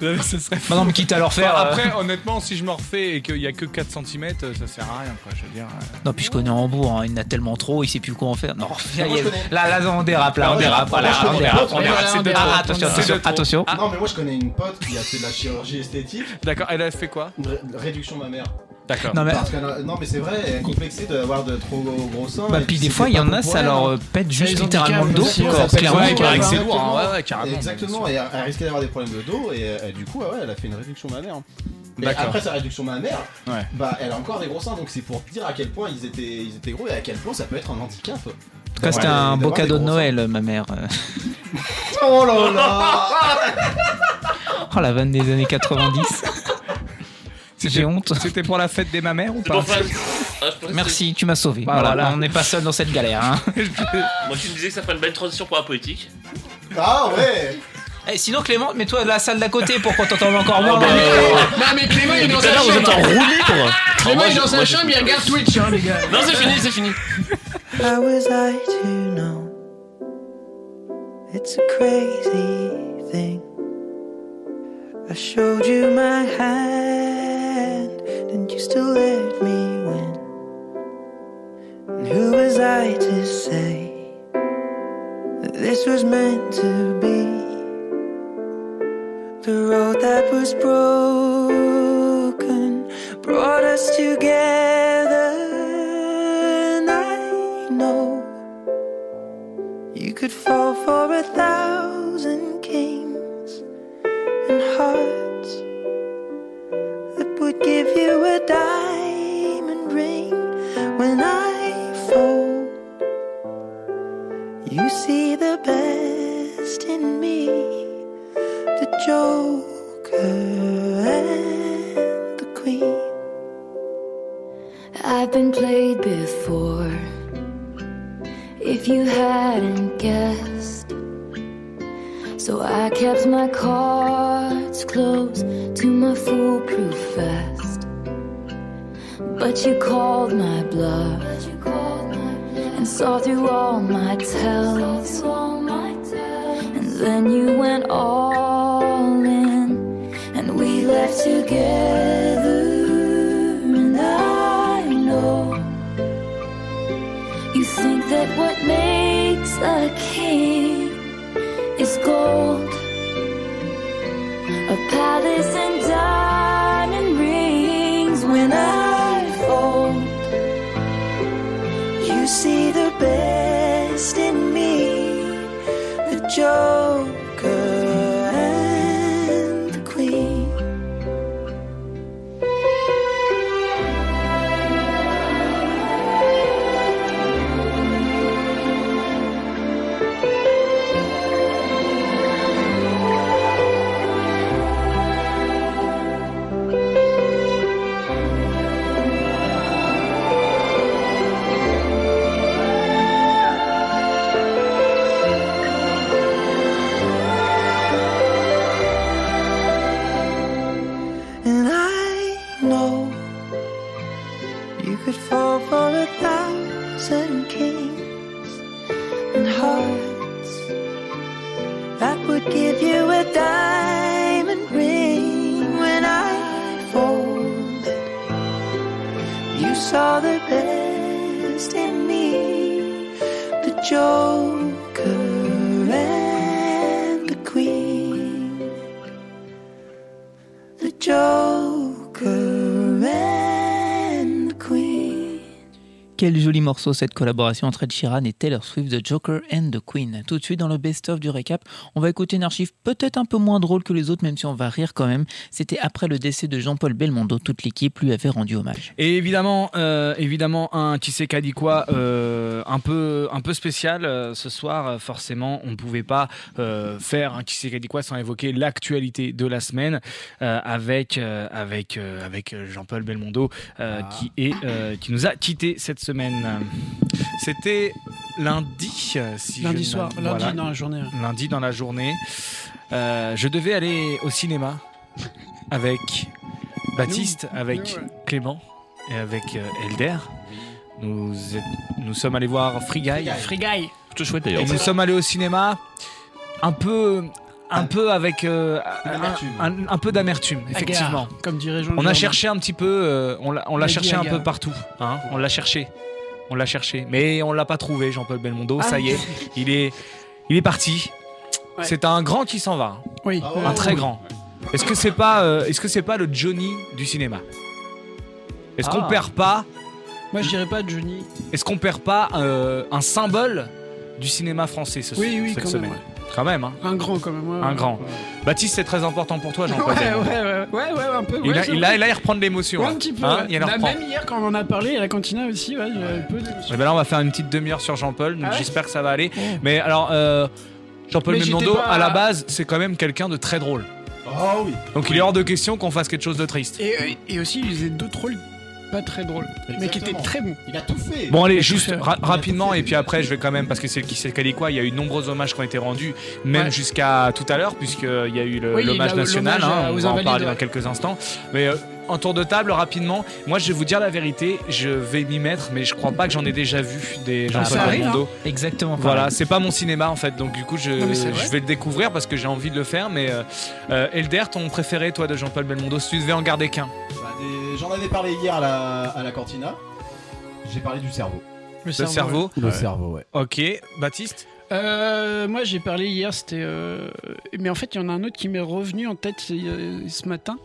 Non, mais ce serait. fou.
Maintenant, me Bah quitte à leur faire.
Enfin,
euh,
Bah, après, honnêtement, si je me refais et qu'il y a que 4 cm, ça sert à rien, quoi. Je veux dire. euh.
Non, puis je connais Hambourg, hein, il en a tellement trop, il sait plus quoi en faire. Non,
Ah, moi, je connais.
là, là, on dérape,
Ah
là, on dérape, voilà, on dérape, on dérape.
c'est de trop.
Ah, attention,
C'est de
attention,
trop.
attention.
Non, Ah, mais moi, je connais une pote qui a fait de la chirurgie esthétique,
D'accord. Elle a fait quoi
une ré- réduction mammaire.
D'accord.
Non, mais-
Parce qu'elle a- non, mais c'est vrai, elle est complexée d'avoir de trop gros seins.
Bah,
et
puis
c'est
des fois, il y
pas
en
bon
a,
pour
ça
elle,
leur
hein.
euh, pète juste
les
littéralement le dos,
handicaps aussi,
quoi,
ça pète
clairement.
ouais,
quoi.
ouais, c'est
Exactement.
lourd, hein, ouais, ouais, carrément,
Exactement, et elle, elle risquait d'avoir des problèmes de dos, et, euh, du coup, ah ouais, elle a fait une réduction mammaire. Et
D'accord.
après sa réduction mammaire,
Ouais.
bah, elle a encore des gros seins, donc c'est pour dire à quel point ils étaient, ils étaient gros et à quel point ça peut être un handicap.
En tout cas, c'était un beau cadeau de Noël, ma mère.
Oh là là
Oh, la vanne des années 90. J'ai honte.
C'était pour la fête des mamères ou pas
Enfin, ah, je pensais-
Merci, tu m'as sauvé.
Bah,
voilà,
voilà.
on n'est pas seul dans cette galère. hein.
Moi, tu me disais que ça ferait une belle transition pour la politique.
Ah ouais
Eh, sinon, Clément, mets-toi à la salle d'à côté pour qu'on t'entende encore moins.
bah,
dans le micro.
Non, mais Clément, il est dans
Tout à
sa
l'heure, vous êtes en
chambre.
roue libre.
Clément,
Moi,
Ah, il est dans
je-
sa
moi, je-
chambre, il regarde Twitch, hein, les gars.
Non, c'est fini, c'est fini.
How was I to know? It's a crazy thing. I showed you my hand, and you still let me win. And who was I to say that this was meant to be? The road that was broken brought us together, and I know you could fall for a thousand kings and hearts that would give you a diamond ring when I fall. You see the best in me, the Joker and the Queen.
I've been played before. If you hadn't guessed, so I kept my cards close to my foolproof vest. But you called my bluff and saw through all my tells. And then you went all in, and we left together. And I know
think that what makes a king is gold, a palace and diamond rings. When I fold,
You see the best in me, the Joker and the Queen. And I know you could fall for a thousand kings and hearts that would give you a diamond ring when I folded. You saw the best in me, the Joker and the Queen. The Joker and the Queen.
Quel joli morceau cette collaboration entre Ed Sheeran et Taylor Swift, The Joker and The Queen. Tout de suite dans le best-of du récap, on va écouter une archive peut-être un peu moins drôle que les autres, même si on va rire quand même. C'était après le décès de Jean-Paul Belmondo, toute l'équipe lui avait rendu hommage.
Et évidemment, euh, évidemment un qui sait qu'a dit quoi euh, un, peu, un peu spécial euh, ce soir. euh, Forcément, on ne pouvait pas euh, faire un qui sait qu'a dit quoi sans évoquer l'actualité de la semaine euh, avec, euh, avec, euh, avec Jean-Paul Belmondo
Ah.
euh, qui, est, euh, qui nous a quittés cette semaine. C'était lundi, euh, si
Lundi
je ne-
soir, lundi dans la journée.
Lundi dans la journée. Euh, je devais aller au cinéma avec Baptiste, avec Clément et avec euh, Elder. Nous, êtes- nous sommes allés voir Free Guy.
Free Guy.
Plutôt chouette
Et
d'ailleurs.
nous sommes allés au cinéma un peu, un peu avec euh, un, un- un peu d'amertume, effectivement.
Agar, Comme dirait Jean
On a cherché un petit peu, euh, on l'a on l'a
Lady
cherché un
Gaga.
peu partout. hein, on l'a cherché, on l'a cherché, mais on l'a pas trouvé. Jean-Paul Belmondo,
Ah.
ça y est, il est, il est parti. C'est un grand qui s'en va. hein.
Oui. Ah.
Un très grand. Est-ce que c'est pas, euh, est-ce que c'est pas le Johnny du cinéma Est-ce qu'on
Ah.
perd pas
Moi, je dirais pas Johnny.
Est-ce qu'on perd pas euh, un symbole du cinéma français ce,
Oui, oui,
cette
quand même,
semaine
ouais.
Quand même, hein.
Un grand quand même. ouais,
Un
ouais.
grand. Baptiste, c'est très important pour toi, Jean-Paul.
Ouais, ouais,
Belmondo.
ouais, ouais, ouais, un peu.
Il
ouais,
a,
c'est
il a,
vrai.
il a l'air reprendre l'émotion.
Ouais,
là.
un petit peu.
Hein,
ouais.
il a l'air
Bah,
reprendre.
même hier, quand on en a parlé, à la cantina aussi, ouais, j'avais un peu d'émotion.
Eh ben là, on va faire une petite demi-heure sur Jean-Paul, donc
Ah ouais
j'espère que ça va aller. Mais alors, euh, Jean-Paul
Mais j'étais
Belmondo,
pas-
à la base, c'est quand même quelqu'un de très drôle.
Oh oui.
Donc il est hors de question qu'on fasse quelque chose de triste.
Et, euh, et aussi, il faisait deux trolls pas très drôles, mais qui étaient très bons.
Il a tout fait.
Bon allez, juste ra- rapidement et puis après je vais quand même parce que c'est le qui c'est quoi, il y a eu de nombreux hommages qui ont été rendus même
Ouais.
jusqu'à tout à l'heure puisqu'il y a eu le-
Oui,
l'hommage
il y a eu
national,
l'hommage,
hein,
euh,
on
aux
va en
Invalides,
parler dans
ouais.
quelques instants. Mais euh, en tour de table rapidement, moi je vais vous dire la vérité, je vais m'y mettre mais je crois pas que j'en ai déjà vu des
Ah,
Jean-Paul
ça arrive,
Belmondo.
hein. Exactement.
Voilà,
pareil.
c'est pas mon cinéma en fait, donc du coup je,
Non, mais c'est vrai.
je vais le découvrir parce que j'ai envie de le faire. Mais euh, euh, Elder, ton préféré toi de Jean-Paul Belmondo, si tu devais en garder qu'un.
Bah, des- J'en avais parlé hier à la, à la cantina. J'ai parlé du cerveau.
Le
Le cerveau.
Le cerveau, ouais.
Ok, Baptiste.
Euh, moi, j'ai parlé hier, c'était. euh, Mais en fait, il y en a un autre qui m'est revenu en tête euh, ce matin.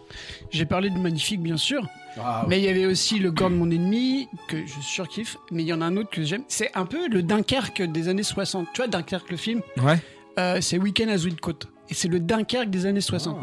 J'ai parlé de Magnifique, bien sûr.
Ah,
Mais il y avait aussi Le corps de mon ennemi, que je surkiffe. Mais il y en a un autre que j'aime. C'est un peu le Dunkerque des années 60. Tu vois, Dunkerque, le film
Ouais.
Euh, C'est Weekend à Zoidcote. Et c'est le Dunkerque des années 60.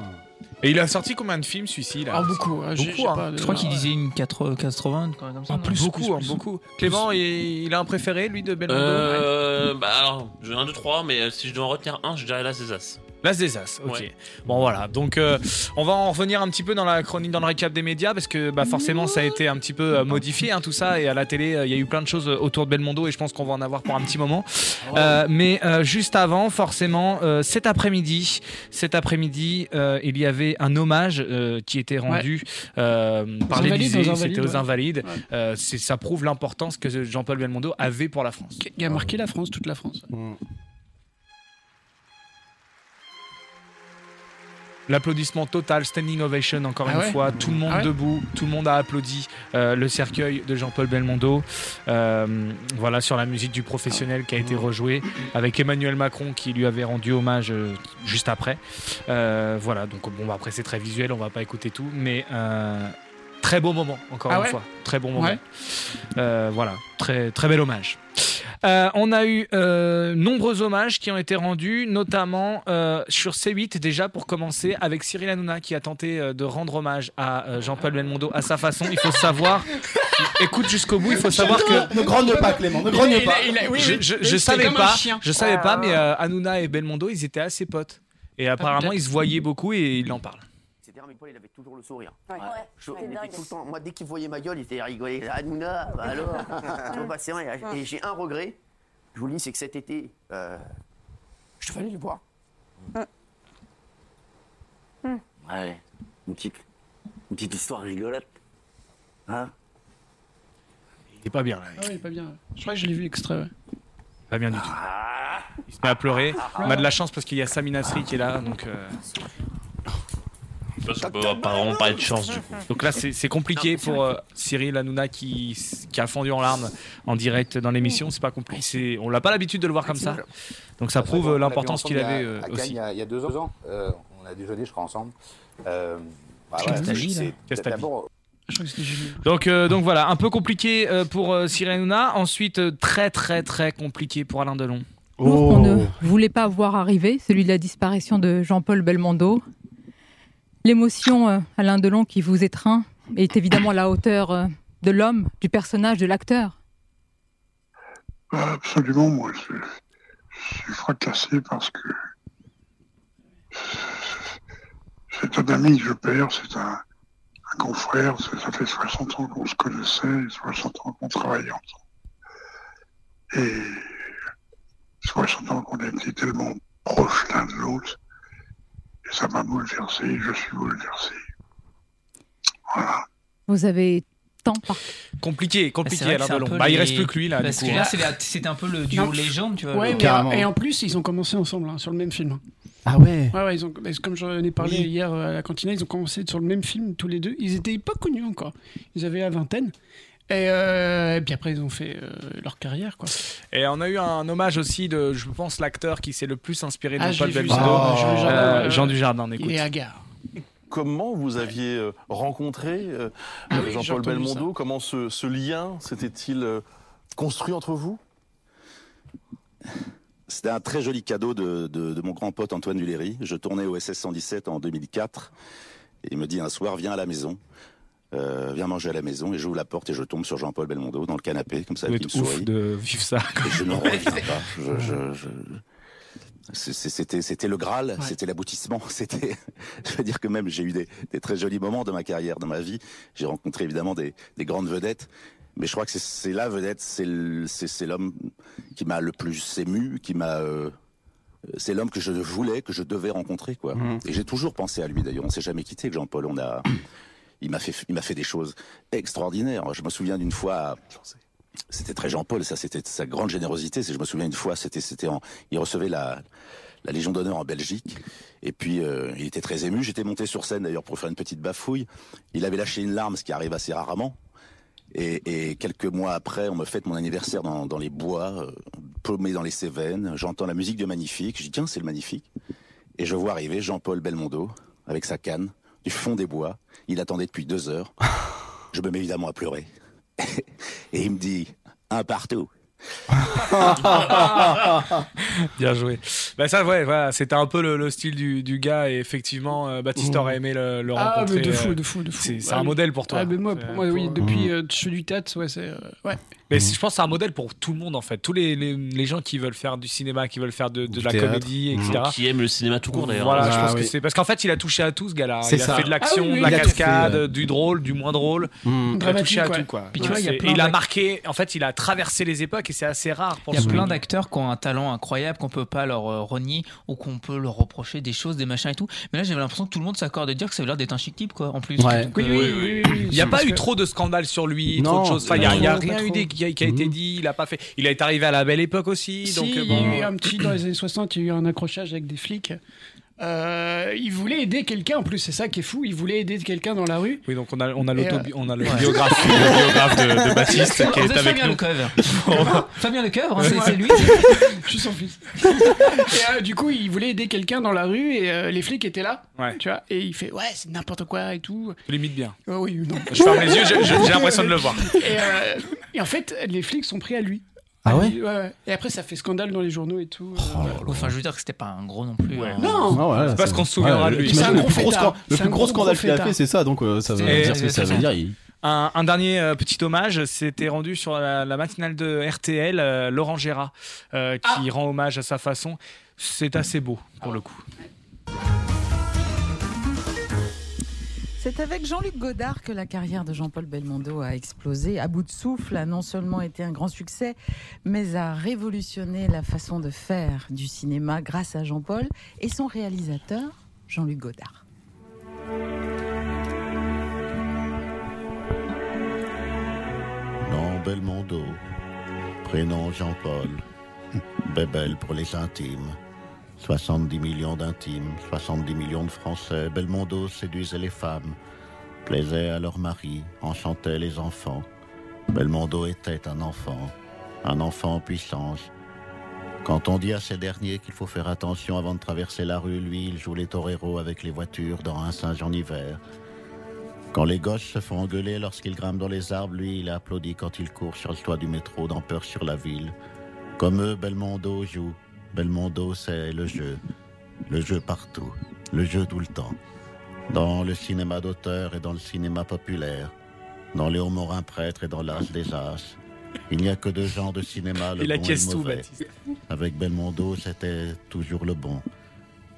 Et il a sorti combien de films celui-ci là
Ah, beaucoup, hein, j'ai- j'ai
hein.
pas de-
Je crois qu'il disait une 80, 80 quand même comme ça. non
beaucoup, hein, beaucoup. Clément, il, il a un préféré lui de Belmondo.
Euh, bah alors, j'ai un, deux, trois, mais euh, si je dois en retenir un, je dirais là des As.
L'As des As, ok.
Ouais.
Bon voilà, donc euh, on va en revenir un petit peu dans la chronique, dans le récap des médias, parce que bah, forcément ça a été un petit peu euh, modifié, hein, tout ça, et à la télé, euh, il y a eu plein de choses euh, autour de Belmondo, et je pense qu'on va en avoir pour un petit
Ah
moment. Euh, mais euh, juste avant, forcément, euh, cet après-midi, cet après-midi, euh, il y avait un hommage euh, qui était rendu euh, par
Invalides,
l'Élysée,
aux Invalides,
c'était aux
ouais.
Invalides. Euh, c'est- ça prouve l'importance que Jean-Paul Belmondo avait pour la France.
Il a marqué la France,
Mmh.
toute la France.
Mm.
L'applaudissement total, standing ovation encore
Ah
une
ouais
fois, tout le monde
Ah ouais
debout, tout le monde a applaudi euh, le cercueil de Jean-Paul Belmondo. Euh, voilà sur la musique du professionnel qui a été rejouée avec Emmanuel Macron qui lui avait rendu hommage euh, juste après. Euh, voilà donc bon bah, après c'est très visuel, on va pas écouter tout, mais euh, très beau moment encore
Ah
une
ouais
fois, très bon moment.
Ouais.
Euh, voilà très très bel hommage. Euh, on a eu euh, nombreux hommages qui ont été rendus, notamment euh, sur C8 déjà pour commencer avec Cyril Hanouna qui a tenté euh, de rendre hommage à euh, Jean-Paul Belmondo à sa façon. Il faut savoir, écoute jusqu'au bout, il faut savoir que
Ne grogne pas, Clément, ne grogne
Il a- il a-
pas.
il a- oui,
Je-
oui,
je-
oui,
je
c'est
savais
comme un
pas,
chien. Ah.
je
Je
savais
savais
pas,
pas,
mais,
mais euh, Hanouna et Belmondo, ils étaient assez potes. Et apparemment, ils se voyaient beaucoup et il en parle.
etc. Mais Paul, il avait toujours le sourire.
Ouais. Ouais,
Je-
c'est
il était
dingue.
tout le temps. Moi, dès qu'il voyait ma gueule, il était rigolé. Hanouna, bah alors Tu vois, bah, c'est vrai.
Mm.
Et j'ai un regret, je vous le dis, c'est que cet été, euh, je devais aller le voir. Ouais, une petite, une petite histoire rigolote. Hein
Il est pas bien là.
Ah oui, pas bien. Je crois que je l'ai vu extrait. ouais.
Pas bien du tout. Il se met à pleurer. On a de la chance parce qu'il y a Samina Sri qui est là. Donc, euh,
Parce qu'on peut avoir pas vraiment parler de chance du coup.
donc là, c'est c'est compliqué pour euh, Cyril Hanouna qui, s- qui a fondu en larmes en direct dans l'émission. C'est pas compliqué. C'est- On l'a pas l'habitude de le voir comme ça. Donc ça prouve euh, l'importance qu'il avait euh, aussi.
Il y, a, il y a deux ans, euh, on a déjeuné, je crois, ensemble. Euh, bah,
Qu'est-ce
voilà,
que t'as mis, là
c'est
Qu'est-ce que t'as mis
d'abord-
Donc, euh, donc voilà, un peu compliqué euh, pour euh, Cyril Hanouna. Ensuite, euh, très très très compliqué pour Alain Delon.
Jour qu'on ne voulait pas voir arriver, celui de la disparition de Jean-Paul Belmondo. L'émotion, euh, Alain Delon, qui vous étreint, est évidemment à la hauteur euh, de l'homme, du personnage, de l'acteur.
Absolument, moi, je, je suis fracassé parce que c'est un ami que je perds, c'est un, un confrère, c'est- ça fait 60 ans qu'on se connaissait, et 60 ans qu'on travaillait ensemble. Et 60 ans qu'on a été tellement proches l'un de l'autre, et ça m'a bouleversé, je suis bouleversé.
Vous avez tant par...
Compliqué, compliqué
Bah, c'est vrai
Alain
que c'est un
Delon.
peu
Bah, il
les-
reste plus que lui là.
Parce
du
que
coup,
là,
hein.
c'est la- c'était un peu le duo
Non.
légende, tu vois.
Ouais,
donc,
mais,
euh,
euh, et en plus, ils ont commencé ensemble hein, sur le même film.
Ah ouais
Ouais, ouais, ils ont, mais comme j'en ai parlé
Oui.
hier euh, à la cantina, ils ont commencé sur le même film tous les deux. Ils étaient pas connus encore. Ils avaient la vingtaine. Et, euh, et puis après, ils ont fait euh, leur carrière, quoi.
Et on a eu un hommage aussi de, je pense, l'acteur qui s'est le plus inspiré de
Ah, je
Paul
l'ai vu,
Belmondo,
ça. Jean Dujardin,
Euh,
ouais.
Jean Dujardin.
Il
Écoute.
est hagard.
Comment vous aviez euh, rencontré euh,
Ah
euh,
oui, j'ai
Jean-Paul
entendu
Belmondo Comment ce, ce lien s'était-il euh, construit entre vous
C'était un très joli cadeau de, de- de mon grand pote Antoine Duléry. Je tournais au SS 117 en 2004. Et il me dit un soir, viens à la maison. Euh, viens manger à la maison. Et j'ouvre la porte et je tombe sur Jean-Paul Belmondo dans le canapé, comme ça,
doit
avec une
être ouf
souris.
de vivre ça.
Et je ne reviens pas. Je- je- je- c'est- c'est- C'était c'était le Graal, c'était l'aboutissement. C'était, je veux dire que même j'ai eu des, des très jolis moments dans ma carrière, dans ma vie. J'ai rencontré évidemment des, des grandes vedettes, mais je crois que c'est- c'est la vedette, c'est le- c'est c'est l'homme qui m'a le plus ému, qui m'a euh, c'est l'homme que je voulais, que je devais rencontrer, quoi. Et j'ai toujours pensé à lui, d'ailleurs. On s'est jamais quitté, avec Jean-Paul. On a, il m'a fait, il m'a fait des choses extraordinaires. Je me souviens d'une fois, c'était très Jean-Paul, ça, c'était sa grande générosité. C'est, je me souviens une fois, c'était, c'était en, il recevait la, la Légion d'honneur en Belgique. Et puis, euh, il était très ému. J'étais monté sur scène, d'ailleurs, pour faire une petite bafouille. Il avait lâché une larme, ce qui arrive assez rarement. Et, et quelques mois après, on me fête mon anniversaire dans, dans les bois, euh, paumé dans les Cévennes. J'entends la musique de Magnifique. Je dis, tiens, c'est le Magnifique. Et je vois arriver Jean-Paul Belmondo avec sa canne du fond des bois. Il attendait depuis deux heures. Je me mets évidemment à pleurer. Et il me dit, un partout.
Bien joué. Bah ça, ouais, voilà, c'était un peu le, le style du, du gars. Et effectivement, euh, Baptiste
Mhm.
aurait aimé le, le
Ah,
rencontrer.
mais de fou,
euh,
de fou, de fou.
C'est c'est
Ah,
un
mais-
modèle pour toi.
Ah, mais moi, pour
C'est-
moi, oui,
pour- mmh.
depuis euh, je fais du théâtre, ouais, c'est. euh, ouais.
Mais c'est- je pense que c'est un modèle pour tout le monde en fait. Tous les, les, les gens qui veulent faire du cinéma, qui veulent faire de, de la
théâtre.
comédie,
Mhm.
etc.
Qui aiment le cinéma tout court, d'ailleurs.
Voilà, je
Ah,
pense que
oui.
c'est parce qu'en fait il a touché à tout ce gars-là.
C'est
Il a
ça.
fait de l'action,
Ah oui,
de la
il a tout fait,
cascade,
ouais.
du drôle, du moins drôle. Il a
Dramatique,
touché à
ouais.
tout quoi.
Puis tu vois, il y a
C'est-
plein
il a
d'ac-
marqué. En fait, il a traversé les époques et c'est assez rare. Pour
Il y a
ce-
plein d'acteurs qui ont un talent incroyable qu'on peut pas leur euh, renier ou qu'on peut leur reprocher des choses, des machins et tout. Mais là, j'avais l'impression que tout le monde s'accorde à dire que ça avait l'air d'être un chic type, quoi. En plus.
Ouais.
Donc,
Oui,
euh,
oui, oui, oui, oui. Il n'y a pas
Parce
eu
que-
trop de scandales sur lui,
Non,
trop de choses. Enfin, il n'y a,
non,
il y a
non, Mmh.
rien
pas
eu des- qui a, qui a été dit. Il a pas fait. Il est arrivé à la belle époque aussi.
Si,
euh,
donc euh,
il y
bon.
a eu un petit dans les années 60, il y a eu un accrochage avec des flics. Euh, il voulait aider quelqu'un en plus, c'est ça qui est fou. Il voulait aider quelqu'un dans la rue.
Oui, donc on a, on a,
Et, euh,
l'autobi- on a le
ouais.
biographe, le biographe de, de Baptiste qui
De
est avec
Fabien
nous.
Lecoeuvre. Fabien Lecoeuvre, hein,
Ouais.
c'est c'est lui.
Je suis son fils. Et, euh, du coup, il voulait aider quelqu'un dans la rue et euh, les flics étaient là.
Ouais.
Tu vois, et il fait ouais, c'est n'importe quoi et tout.
Tu l'imites bien.
Ah oui, non.
Je ferme les yeux, j'ai- j'ai j'ai l'impression de le voir.
Et, euh, et en fait, les flics sont pris à lui.
Ah ouais Oh
Et après, ça fait scandale dans les journaux et tout.
Enfin, je veux dire que c'était pas un gros non plus. hein.
Non.
Ah ouais, là,
C'est pas ce qu'on se souviendra de lui.
t'imagines
C'est un
Le
gros
plus gros,
fêtard.
scan- le
C'est
plus
un
gros
gros
scandale qu'il a
fêtard.
fait, c'est ça, donc euh, ça veut
Et-
dire ce que ça veut dire. il-
Un, un dernier euh, petit hommage, c'était rendu sur la, la matinale de RTL, euh, Laurent Gérard, euh, qui rend hommage à sa façon. C'est assez beau pour le coup.
C'est avec Jean-Luc Godard que la carrière de Jean-Paul Belmondo a explosé. À bout de souffle, a non seulement été un grand succès, mais a révolutionné la façon de faire du cinéma grâce à Jean-Paul et son réalisateur, Jean-Luc Godard.
Nom Belmondo, prénom Jean-Paul, Bébel pour les intimes, 70 millions d'intimes, 70 millions de Français, Belmondo séduisait les femmes, plaisait à leurs maris, enchantait les enfants. Belmondo était un enfant, un enfant en puissance. Quand on dit à ces derniers qu'il faut faire attention avant de traverser la rue, lui, il joue les toreros avec les voitures dans un singe en hiver. Quand les gauches se font engueuler lorsqu'ils grimpent dans les arbres, lui, il applaudit quand il court sur le toit du métro dans Peur sur la ville. Comme eux, Belmondo joue. Belmondo, c'est le jeu. Le jeu partout. Le jeu tout le temps. Dans le cinéma d'auteur et dans le cinéma populaire. Dans Léon Morin prêtre et dans l'As des As. Il n'y a que deux genres de cinéma, le
Il
bon et
acquiesce
le
tout,
mauvais.
Baptiste.
Avec Belmondo, c'était toujours le bon.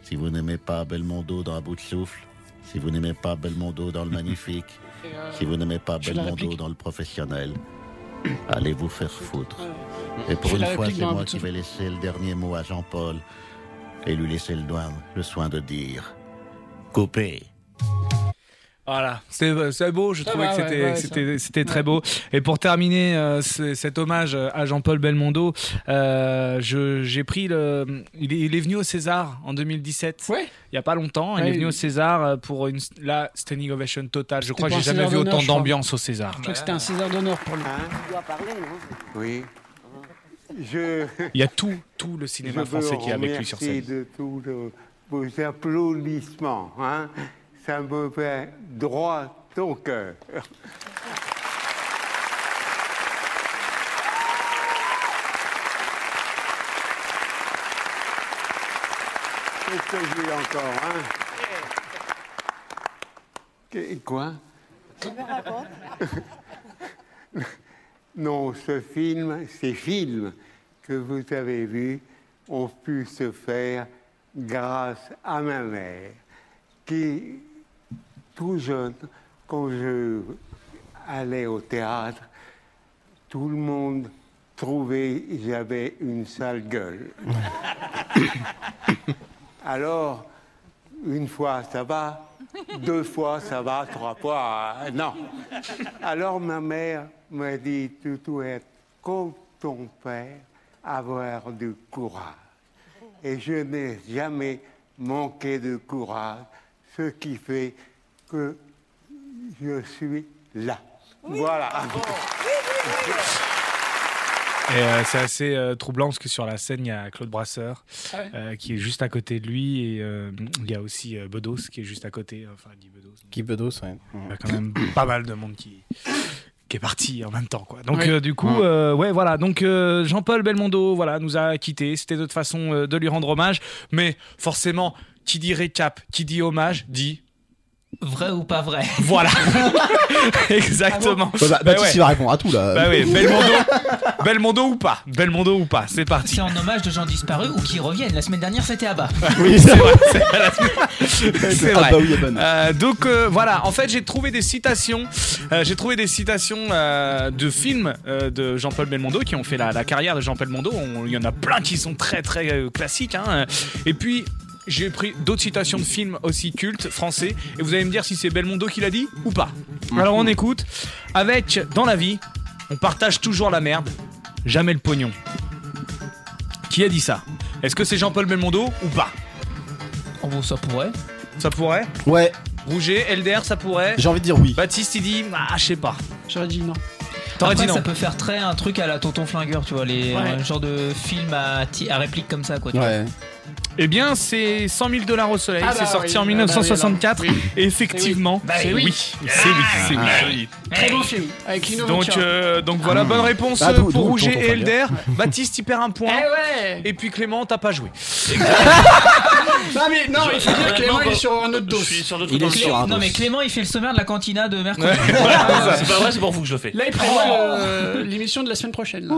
Si vous n'aimez pas Belmondo dans À bout de souffle, si vous n'aimez pas Belmondo dans le magnifique, si vous n'aimez pas
je fais la
Belmondo
réplique.
dans le professionnel, allez vous faire foutre. Et
Je
pour
fais
une
la
fois,
réplique
c'est
dans Un
moi
bout de
qui vais laisser le dernier mot à Jean-Paul et lui laisser le, doigt- le soin de dire Coupez.
Voilà, c'était c'est beau, je
Ça
trouvais
va,
que c'était
ouais, ouais,
que
ça
c'était-
va.
c'était très beau. Et pour terminer euh, ce- cet hommage à Jean-Paul Belmondo, euh, je- j'ai pris le. Il est, il est venu au César en 2017. Il y a pas longtemps, il
Ouais,
est venu
il-
au César euh, pour une là standing ovation totale. Je crois que
pour
j'ai
un
jamais
César
vu
d'honneur,
autant
je crois.
d'ambiance au César.
Je crois que c'était un César d'honneur pour lui.
Oui. Je,
Il y a tout, tout le cinéma
je veux
français qui est avec lui sur
remercier
scène.
de tous le- vos applaudissements. hein. Ça me fait droit au cœur. Qu'est-ce que j'ai encore, hein Qu'est- Quoi Non, ce film, ces films que vous avez vus ont pu se faire grâce à ma mère, qui, tout jeune, quand je allais au théâtre, tout le monde trouvait que j'avais une sale gueule. Alors, une fois, ça va. Deux fois, ça va. Trois fois, euh, non. Alors, ma mère m'a dit, tu dois être comme ton père, avoir du courage. Et je n'ai jamais manqué de courage, ce qui fait que je suis là. Voilà.
Et euh, c'est assez euh, troublant parce que sur la scène, il y a Claude Brasseur
Ah ouais.
euh, qui est juste à côté de lui et euh, il y a aussi euh, Bedos qui est juste à côté. Enfin, il dit Bedos.
Guy Bedos, ouais.
Il y a quand même pas mal de monde qui, qui est parti en même temps. Quoi. Donc,
Oui.
euh, du coup,
Ouais.
euh, ouais, voilà. Donc, euh, Jean-Paul Belmondo voilà, nous a quittés. C'était notre façon euh, de lui rendre hommage. Mais forcément, qui dit récap, qui dit hommage, dit.
Vrai ou pas vrai Ah
Voilà. Exactement.
Bah, bah,
Bah
Baptiste,
ouais.
il va répondre à tout, là.
Bah oui, Belmondo, Belmondo ou pas Belmondo ou pas C'est parti.
C'est en hommage de gens disparus ou qui reviennent. La semaine dernière, c'était Abba.
Oui, c'est vrai. c'est vrai, la semaine- C'est
Ah
vrai.
bah oui, elle est bonne.
Euh, donc euh, voilà, en fait, j'ai trouvé des citations. euh, j'ai trouvé des citations euh, de films euh, de Jean-Paul Belmondo qui ont fait la, la carrière de Jean-Paul Belmondo. On- Il y en a plein qui sont très très euh, classiques. hein. Et puis. J'ai pris d'autres citations de films aussi cultes français et vous allez me dire si c'est Belmondo qui l'a dit ou pas.
Mm.
Alors on écoute avec dans la vie, on partage toujours la merde, jamais le pognon. Qui a dit ça Est-ce que c'est Jean-Paul Belmondo ou pas On vous ça pourrait. Ça pourrait
Ouais.
Rouget, LDR, ça pourrait.
J'ai envie de dire oui.
Baptiste, il dit, ah, je sais pas.
J'aurais dit non.
T'aurais
Après,
dit non. Ah
Ça peut faire très un truc à la Tonton Flingueur, tu vois, les
Ouais.
un genre de film à, ti- à réplique comme ça, quoi. tu vois.
Eh bien, c'est 100 000 dollars au soleil.
Ah
c'est
bah
sorti
oui,
en
bah
1964.
oui, alors. Oui.
Effectivement,
C'est oui.
c'est
Bah oui.
oui. C'est oui. C'est oui.
Ah.
Très bon film. Avec Lino
Donc,
Ventura.
euh, donc voilà, bonne réponse
Ah,
euh,
d'où-
pour
d'où
Rouget
tonton
et
Fabien.
Elder. Baptiste, il perd un
Eh
point. Et puis Clément, t'as pas joué.
Non, mais non, il faut dire que Clément, il est
bah-
sur un autre dos.
Il est sur un
Non,
dos.
mais Clément, il fait le sommaire de la cantina de mercredi. Ah,
Ah, c'est pas vrai, c'est pour vous que je le fais.
Là, il prévoit
Oh.
euh, l'émission de la semaine prochaine. là.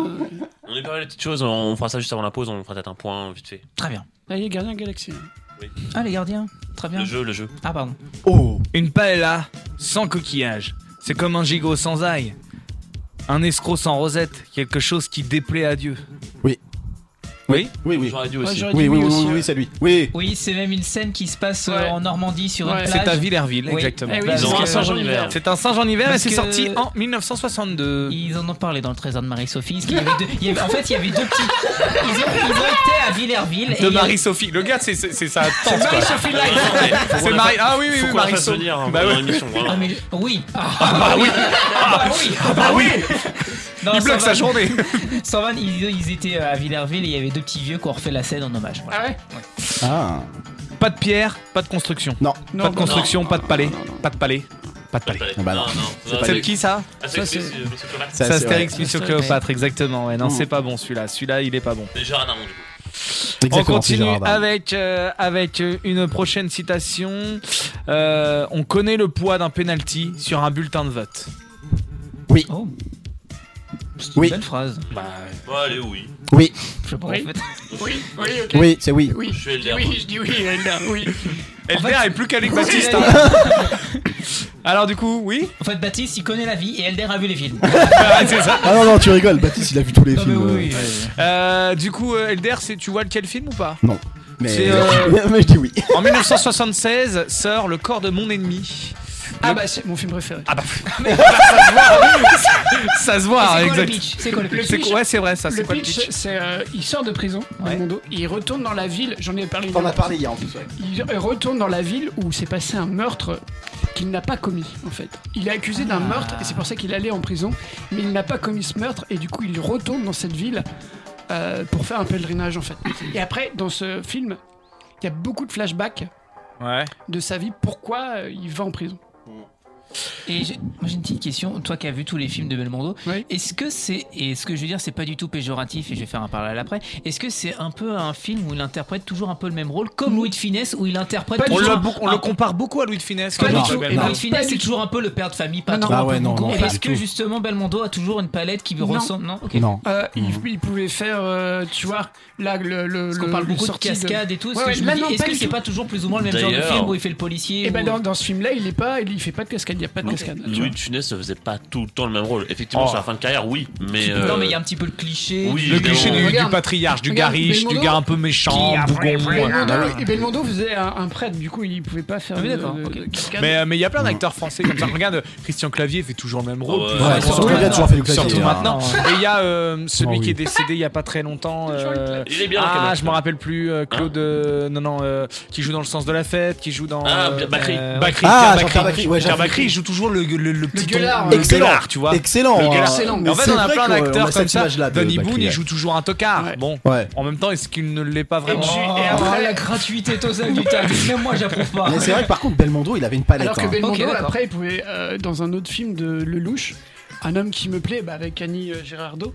On est parlé des petites choses, on fera ça juste avant la pause, on fera peut-être un point vite fait.
Très bien.
Là, il est gardien de Galaxy.
Ah, les gardiens. Très bien.
Le jeu, le jeu.
Ah, pardon.
Oh Une paella sans coquillage. C'est comme un gigot sans ail. Un escroc sans rosette. Quelque chose qui déplaît à Dieu.
Oui.
Oui
Oui, oui.
J'aurais dû
aussi. Oui, oui, oui, oui, oui, c'est lui. Oui.
Oui, c'est même une scène qui se passe euh, en Normandie sur une
Ouais.
plage.
C'est à Villerville,
Oui.
exactement.
Eh oui, parce que-
C'est un Saint-Jean-Hiver et
Parce
c'est
que
sorti en 1962.
Ils en ont parlé dans le trésor de Marie-Sophie. parce qu'il y avait deux- il y avait- en fait, il y avait deux petits. Ils ont, ils ont été à Villerville. et il
De
y a-
Marie-Sophie. Le gars, c'est c'est- c'est sa tante. quoi.
Marie-Sophie Light.
Faut qu'on
C'est
la
Marie.
fasse-
Ah oui, oui,
faut
oui,
qu'on la fasse
Marie-Sophie.
venir, hein,
Bah
pendant
oui.
l'émission, voilà.
Ah, mais oui. Ah,
bah oui.
Non,
Il bloque
sans
sa
vanne.
journée.
Sans vanne, ils, ils étaient euh, à Villerville et il y avait deux petits vieux qui ont refait la scène en hommage. Voilà.
Ah.
Pas de pierre, pas de construction.
Non.
Pas de construction, pas de palais. Pas de palais. Pas de palais.
Bah
non, non.
C'est de qui ça
Ah,
Ça,
c'est
c'est-
c'est- Monsieur Clément.
C'est Astérix, Mission Cléopâtre, exactement. Ouais, non,
Ouh.
c'est pas bon celui-là. Celui-là, il est pas bon.
C'est Gérard Darmon, du coup.
on
Exactement, c'est
continue
Gérard Darmon.
avec, euh, avec euh, une prochaine citation. Euh, on connaît le poids d'un penalty sur un bulletin de vote.
Oui.
Oh. C'est
Oui.
une belle phrase.
Bah, allez, oui.
Oui.
Je sais pas,
Oui.
en fait.
Oui, oui, ok.
Oui, c'est oui.
Oui,
je suis Elder.
Oui, je dis oui, Elder, oui.
Elder est plus calé que Baptiste. hein. Alors du coup, oui
En fait, Baptiste, il connaît la vie et Elder a vu les films.
c'est ça.
Ah non, non, tu rigoles. Baptiste, il a vu tous les films. euh.
Euh, du coup, euh, Elder, c'est- tu vois lequel film ou pas
Non. Mais...
C'est, euh,
mais je dis oui.
En 1976 sort Le corps de mon ennemi.
Ah bah, c'est mon film préféré.
Ah bah, ça se voit. ça se voit,
Et Ah, c'est quoi le
exact.
pitch C'est quoi le pitch
C'est quoi- Ouais, c'est vrai, ça. C'est
le
quoi le
pitch,
pitch
c'est euh, il sort de prison, Belmondo, il retourne dans la ville. J'en ai parlé.
T'en
hier.
as parlé hier en plus, ouais.
Il retourne dans la ville où s'est passé un meurtre qu'il n'a pas commis en fait. Il est accusé d'un
Ah.
meurtre et c'est pour ça qu'il allait en prison, mais il n'a pas commis ce meurtre et du coup il retourne dans cette ville euh, pour faire un pèlerinage en fait. Et après dans ce film, il y a beaucoup de flashbacks
Ouais.
de sa vie, pourquoi euh, il va en prison.
Et j'ai- moi, j'ai une petite question. Toi qui as vu tous les films de Belmondo, est-ce que c'est et ce que je veux dire, c'est pas du tout péjoratif et je vais faire un parallèle après. Est-ce que c'est un peu un film où il interprète toujours un peu le même rôle, comme
Mm.
Louis de Finesse où il interprète
On,
toujours
le,
un-
beaucoup- on
un-
le compare beaucoup à Louis de Finesse.
Pas
quand
du
même.
tout.
Ah,
Et Louis
non. Bah
de Finesse, c'est toujours un peu le père de famille, pas
Non,
trop.
non.
un
Ah ouais,
peu
non,
gourmand.
non, pas
Est-ce
du
que
tout.
justement Belmondo a toujours une palette qui lui
Non.
ressemble Non, ok.
Euh, il,
Mhm.
il pouvait faire, euh, tu vois, là, le. le
Parce qu'on
le-
parle
le
beaucoup de
sorti
cascades et tout. Est-ce
Ouais,
que,
ouais,
je me
là,
dis,
non,
est-ce
pas
que
du
c'est
tout.
pas toujours plus ou moins le même genre de
D'ailleurs-
film où il fait le policier
Et
ou-
bah dans, dans ce film-là, il est pas, il, il fait pas de cascade, il y a pas de cascade. tu vois.
Louis de Funès ne faisait pas tout le temps le même rôle. Effectivement,
Oh.
sur la fin de carrière, oui, mais. euh,
Non, mais il y a un petit peu le cliché.
Oui,
Le cliché du, du
Regarde.
patriarche, du gars
Regarde,
riche, du
Belmondo,
gars un peu méchant,
Qui a-
bougon.
Belmondo,
voilà.
et Belmondo faisait un, un prêtre, du coup il pouvait pas faire
Ah oui,
de,
d'accord,
de-
ok.
de cascade.
Mais euh, mais il y
Mm.
a plein d'acteurs français comme ça. Regarde, euh, Christian Clavier fait toujours le même rôle.
Ouais,
plus ou
ouais, Christian
moins.
Clavier a toujours fait le Clavier,
Surtout
hein.
maintenant. Et il y a euh, celui
oui.
qui est décédé il y a pas très longtemps. euh,
Il est bien, le
Ah,
Kamal.
je me rappelle plus. euh, Claude, euh, non non, euh, qui joue dans le sens de la fête, qui joue dans.
Ah,
euh,
Bakri.
euh,
Bakri,
Ah,
Pierre
Jean-Pierre Bacri, ouais,
Pierre
Jean-Pierre
Bacri, il joue toujours le le, le petit
gueulard,
ton- le
Excellent.
gueulard, tu vois.
Excellent,
Le gueulard.
excellent.
Et En fait,
C'est
on a
vrai
plein
qu'on- on
d'acteurs
a
comme
cette
ça.
image-là de
Donny
Bacri,
Boone, il
ouais.
joue toujours un tocard. Bon.
Ouais.
En même temps, est-ce qu'il ne l'est pas vraiment
et après-
la gratuité est aux abus, putain, même moi j'approuve pas.
Mais c'est vrai que par contre, Belmondo, il avait une palette.
Alors que
hein.
Belmondo,
Ok, d'accord.
après, il pouvait, euh, dans un autre film de Lelouch, Un homme qui me plaît, bah, avec Annie euh, Girardot,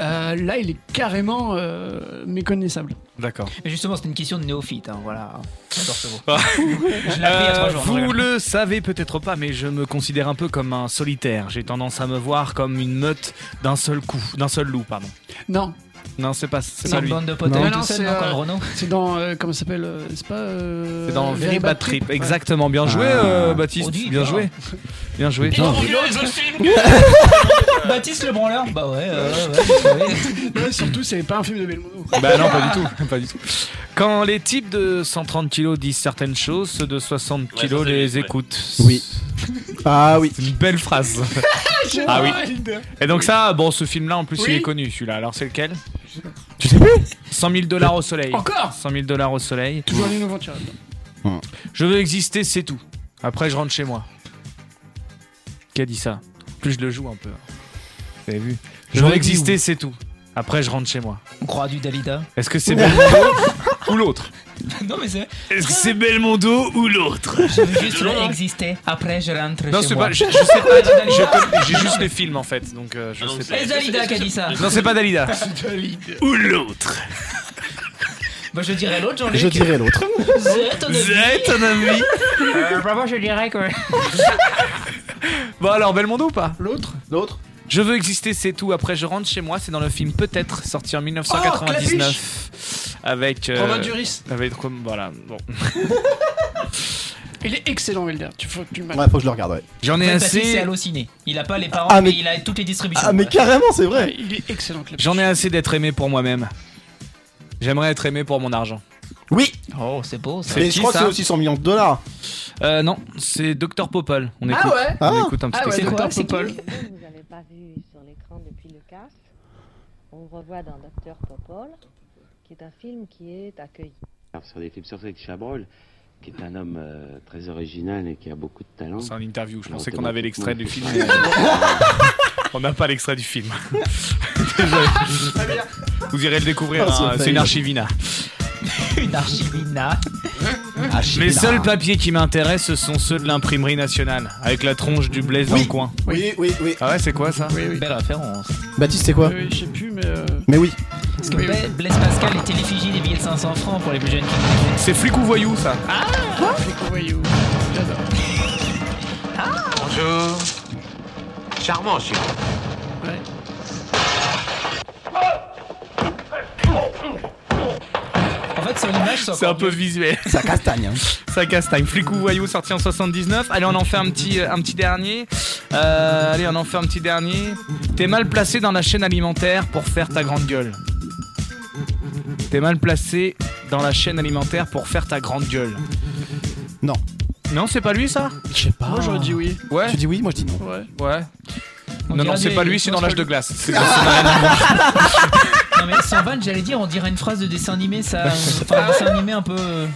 euh, là il est carrément euh, méconnaissable.
D'accord.
Mais justement, c'est une question de néophyte, hein, voilà. J'adore ce mot. Je l'ai appris il y a
Euh,
trois jours. non,
Ah. vous
regarde.
le savez peut-être pas, mais je me considère un peu comme un solitaire. J'ai tendance à me voir comme une meute d'un seul coup, d'un seul loup, pardon.
Non,
Non, c'est pas, c'est
C'est
pas
une
lui.
bande de potes
Non,
à lui
non,
tout seul,
c'est,
non, comme
euh,
Renault.
c'est dans. euh, comment ça s'appelle euh, C'est pas. euh,
C'est dans Very Bad Trip.
Ouais.
Exactement. Bien joué,
Ah.
euh, Baptiste.
Oh, dis,
bien
bien.
joué. Bien joué.
Baptiste le branleur Bah ouais, euh, ouais, ouais, ouais.
Ouais, surtout, c'est pas un film de Belmondo.
Bah non, pas du tout. Pas du tout. Quand les types de 130 kilos disent certaines choses, ceux de 60
ça,
kilos
c'est
les
lui, ouais.
écoutent.
Oui. Ah oui.
C'est une belle phrase. Ah oui. Et donc ça, bon, ce film-là, en plus,
Oui.
il est connu, celui-là. Alors c'est lequel
Tu sais plus
100 000 dollars au soleil.
Encore
100 000 dollars au soleil. Mmh.
Toujours Lino Ventura.
Je veux exister, c'est tout. Après, je rentre chez moi. Qui a dit ça En Plus je le joue un peu. Vous avez vu Je veux
J'aurais dit
exister,
oui.
c'est tout. Après, je rentre chez moi.
On croit du Dalida.
Est-ce que c'est Belmondo ou l'autre
Non, mais c'est.
Est-ce que c'est Belmondo ou l'autre
Je veux juste exister. Après, je rentre
Non,
chez
c'est
moi.
pas. Je, je sais pas. je connais- J'ai juste les films en fait, donc euh, je sais pas.
C'est Dalida qui a dit ça.
Non, c'est pas Dalida. Ou l'autre.
Bah, je dirais l'autre, Jean-Luc.
Je dirais l'autre.
Zé, ton ami.
Zé, ton ami.
Euh, Bravo, je dirais que.
Bon alors Belmondo ou pas
L'autre
L'autre Je veux exister, c'est tout. Après, je rentre chez moi. C'est dans le film Peut-être, sorti en 1999. avec. euh,
Romain Duris.
Avec. Voilà, bon.
Il est excellent, Wilder. Tu faut que tu le mates.
Ouais, faut que je le regarde, ouais.
J'en ai
En fait, Patrick,
assez.
C'est halluciné. Il a pas les parents,
Ah,
mais...
mais-
il a toutes les distributions.
Ah, mais carrément, c'est vrai.
Il est excellent, Clapiche.
J'en ai assez d'être aimé pour moi-même. J'aimerais être aimé pour mon argent.
Oui
Oh, c'est beau ça.
C'est
Et
qui,
je crois que
ça
c'est aussi 100 millions de dollars.
Euh, non, c'est Dr Popol. On
Ah
écoute,
ouais
on
Ah.
écoute un petit
Ah ouais,
extrait.
Dr. C'est Popol. qui
Vous n'avez pas vu sur l'écran depuis le cast. On revoit dans Docteur Popol, qui est un film qui est accueilli.
Alors, sur des films, surtout avec Chabrol, qui est un homme euh, très original et qui a beaucoup de talent.
C'est un interview, je
Alors,
pensais qu'on avait l'extrait du film.
thématiquement,
On n'a pas l'extrait du film. Désolé. Vous irez le découvrir,
Oh, c'est
hein, c'est
fail.
une archivina.
Une archivina.
Les seuls papiers qui m'intéressent sont ceux de l'imprimerie nationale, avec la tronche du Blaise dans le coin.
Oui, oui, oui.
Ah ouais, c'est quoi ça
Belle référence.
Baptiste, c'est quoi
Euh, Je sais plus, mais.
Mais oui.
Parce que Bla- Blaise Pascal était l'effigie des billets de 500 francs pour les plus jeunes qui nous
C'est flic ou voyou ça
Ah
Voyou.
Bonjour. Charmant, chez
En fait, son image,
c'est un peu visuel.
Ça castagne.
Ça castagne. Flic ou voyou, sorti en 79. Allez, on en fait un petit, euh, un petit dernier. Euh, allez, on en fait un petit dernier. T'es mal placé dans la chaîne alimentaire pour faire ta grande gueule. T'es mal placé dans la chaîne alimentaire pour faire ta grande gueule.
Non.
Non, c'est pas lui ça
Je sais pas.
Moi, j'aurais dit
oui.
Ouais.
Tu dis oui, moi je dis non.
Ouais.
Ouais.
On
non,
dirait
non, c'est
des-
pas lui, c'est dans l'âge de Ah, glace. C'est dans- c'est dans la-
Non mais sans vanne, j'allais dire, on dirait une phrase de dessin animé, ça. Enfin, un dessin animé un peu. euh,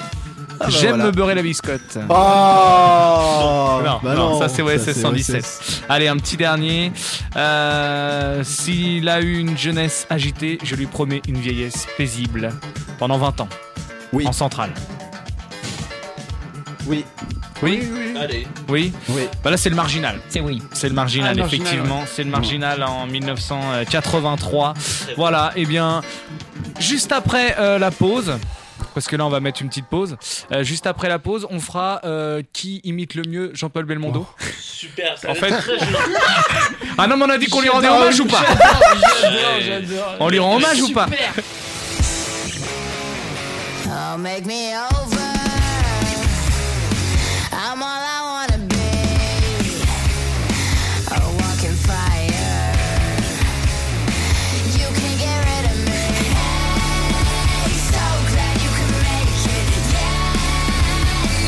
bah
J'aime
voilà.
me beurrer la biscotte.
Oh
non,
Bah
non,
non,
ça c'est ouais,
ça, c'est
117. Allez, un petit dernier. Euh, S'il a eu une jeunesse agitée, je lui promets une vieillesse paisible pendant 20 ans.
Oui.
En centrale.
Oui.
Oui
Allez.
Oui
Oui.
Bah là, c'est le marginal.
C'est oui.
C'est le marginal,
Ah, le marginal,
effectivement.
ouais.
C'est le marginal en 1983.
Très
Voilà, et bien, juste après euh, la pause. Parce que là, on va mettre une petite pause. euh, juste après la pause, on fera euh, qui imite le mieux Jean-Paul Belmondo.
Super, ça
En
va
fait-
être très joli.
Ah non, mais on a dit qu'on lui rendait
J'adore,
hommage ou pas
j'adore, j'adore.
On lui rend hommage ou pas
Super.
Oh, make me over. I'm all I wanna be. A walking fire. You can get rid of me. Hey, so glad you can make it. Yeah,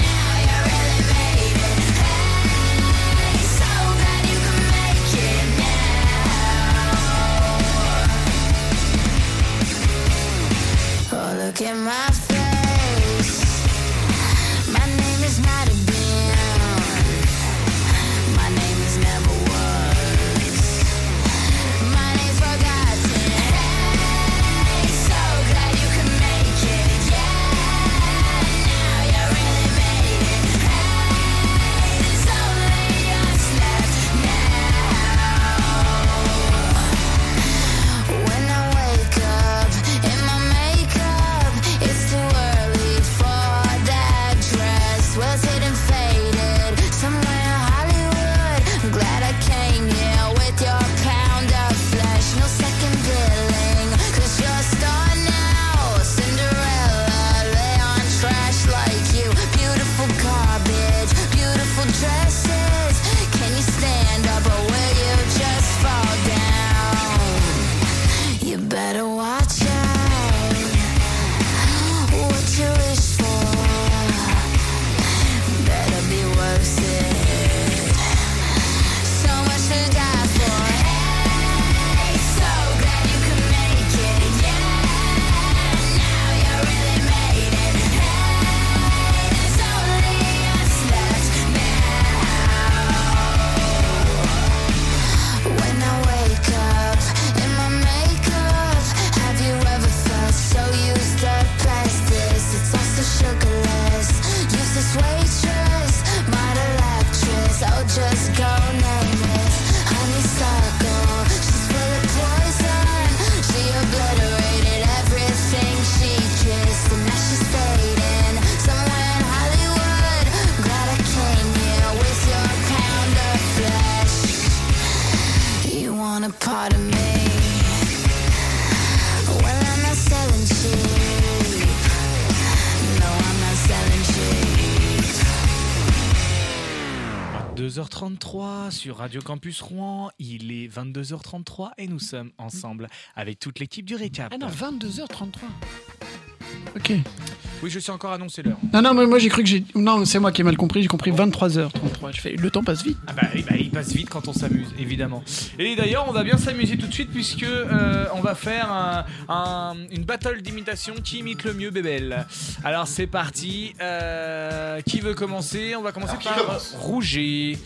now you really made it. Hey, so glad you can make it now. Oh, look at my face. My name is not a band. My name is never was. My name's forgotten. Hey, so glad you can make it. Yeah, now you really made it. Hey, there's only us left now. When I wake up in my makeup, it's the Oh,
22h33 sur Radio Campus Rouen. Il est 22h33 et nous sommes ensemble avec toute l'équipe du récap.
Ah non, 22h33.
Ok. Oui, je suis encore annoncé l'heure.
Non, non, mais moi j'ai cru que j'ai. Non, c'est moi qui ai mal compris, j'ai compris 23h33. Je fais, le temps passe vite.
Ah bah, eh bah, il passe vite quand on s'amuse, évidemment. Et d'ailleurs, on va bien s'amuser tout de suite puisque euh, on va faire un- un- une battle d'imitation qui imite le mieux Bébel. Alors c'est parti. Euh, qui veut commencer On va commencer
qui
par
commence
Rouget.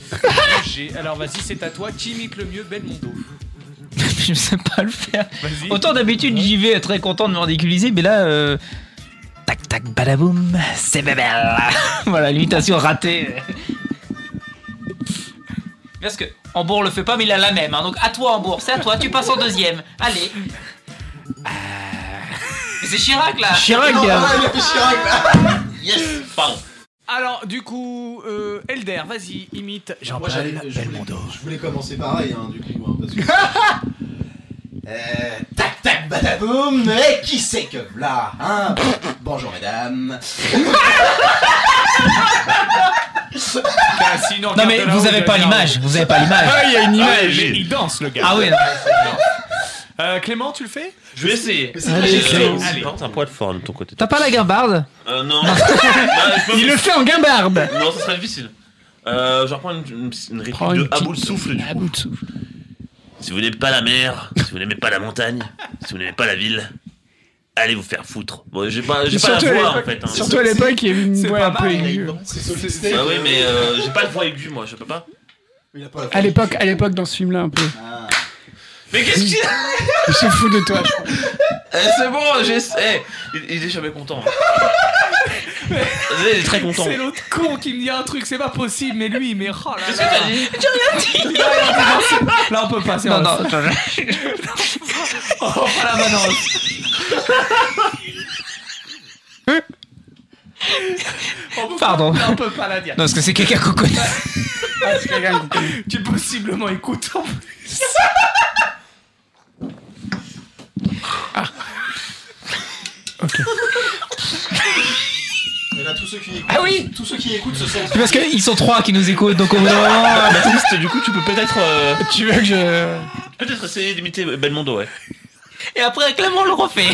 Rouget. Alors vas-y, c'est à toi. Qui imite le mieux Belmondo
je sais pas le faire. Autant d'habitude, j'y vais très content de me ridiculiser, mais là. euh, Tac tac badaboum, c'est bébé Voilà, l'imitation ratée. Parce que Hambourg le fait pas, mais il a la même. hein. Donc à toi, Hambourg, c'est à toi, tu passes en deuxième. Allez. Ah. Mais c'est Chirac là
Chirac,
Non,
gars.
ah, il a fait Chirac là
Yes. Pardon. Alors du coup, euh, Elder, vas-y, imite
Moi, j'allais-
Jean-Paul
je, voulais,
Belmondo.
je voulais commencer pareil, hein, du coup. hein, parce que... Euh, tac tac badaboum, et qui c'est que là hein Bonjour mesdames.
Non mais vous avez pas l'image, vous avez pas l'image.
Ah, il y a une image. il danse le gars.
Ah ouais.
Euh, Clément, tu le fais
Je vais essayer.
Mais c'est Allez, très chaud. Clément.
Allez. Par contre, un poil fort de ton côté.
T'as pas la gambarde
Euh, non. Bah, je peux-
Il le fait en guimbarde
Non, ça serait difficile. Euh, je vais reprendre une, une- une réplique de à bout de souffle. du coup. Si vous n'aimez pas la mer, si vous n'aimez pas la montagne, si vous n'aimez pas la ville, allez vous faire foutre. Bon, j'ai pas, j'ai pas la
Surtout à
voix en
l'époque-
fait. hein.
Surtout à l'époque, il y a une voix un peu aiguë.
Ah oui, mais euh, j'ai pas la voix aiguë moi, je peux pas.
À l'époque, à l'époque, dans ce film-là, un peu.
Mais qu'est-ce qu'il
Il se fout de toi.
Eh, c'est bon, j'essaie. Il, il est jamais content. il est très content.
C'est l'autre con qui me dit un truc, c'est pas possible, mais lui, mais oh là là.
que t'as dit
J'ai rien dit. Non, c'est- Là, on peut passer.
Non,
on-
non, attends,
Oh, pas la manance. On peut pas-
Pardon.
là, on peut pas la dire.
Non, parce que c'est quelqu'un qu'on connaît.
Ah, c'est quelqu'un qu'on connaît. qui possiblement écoute en plus.
Mais là, tous ceux qui écoutent,
Ah oui
tous ceux qui écoutent se sentent.
C'est parce qu'ils sont trois qui nous écoutent, donc au bout d'un moment. euh,
Baptiste, Bah, du coup, tu peux peut-être. euh,
Tu veux que je.
Peut-être essayer d'imiter Belmondo, ouais.
Et après, Clément le refait.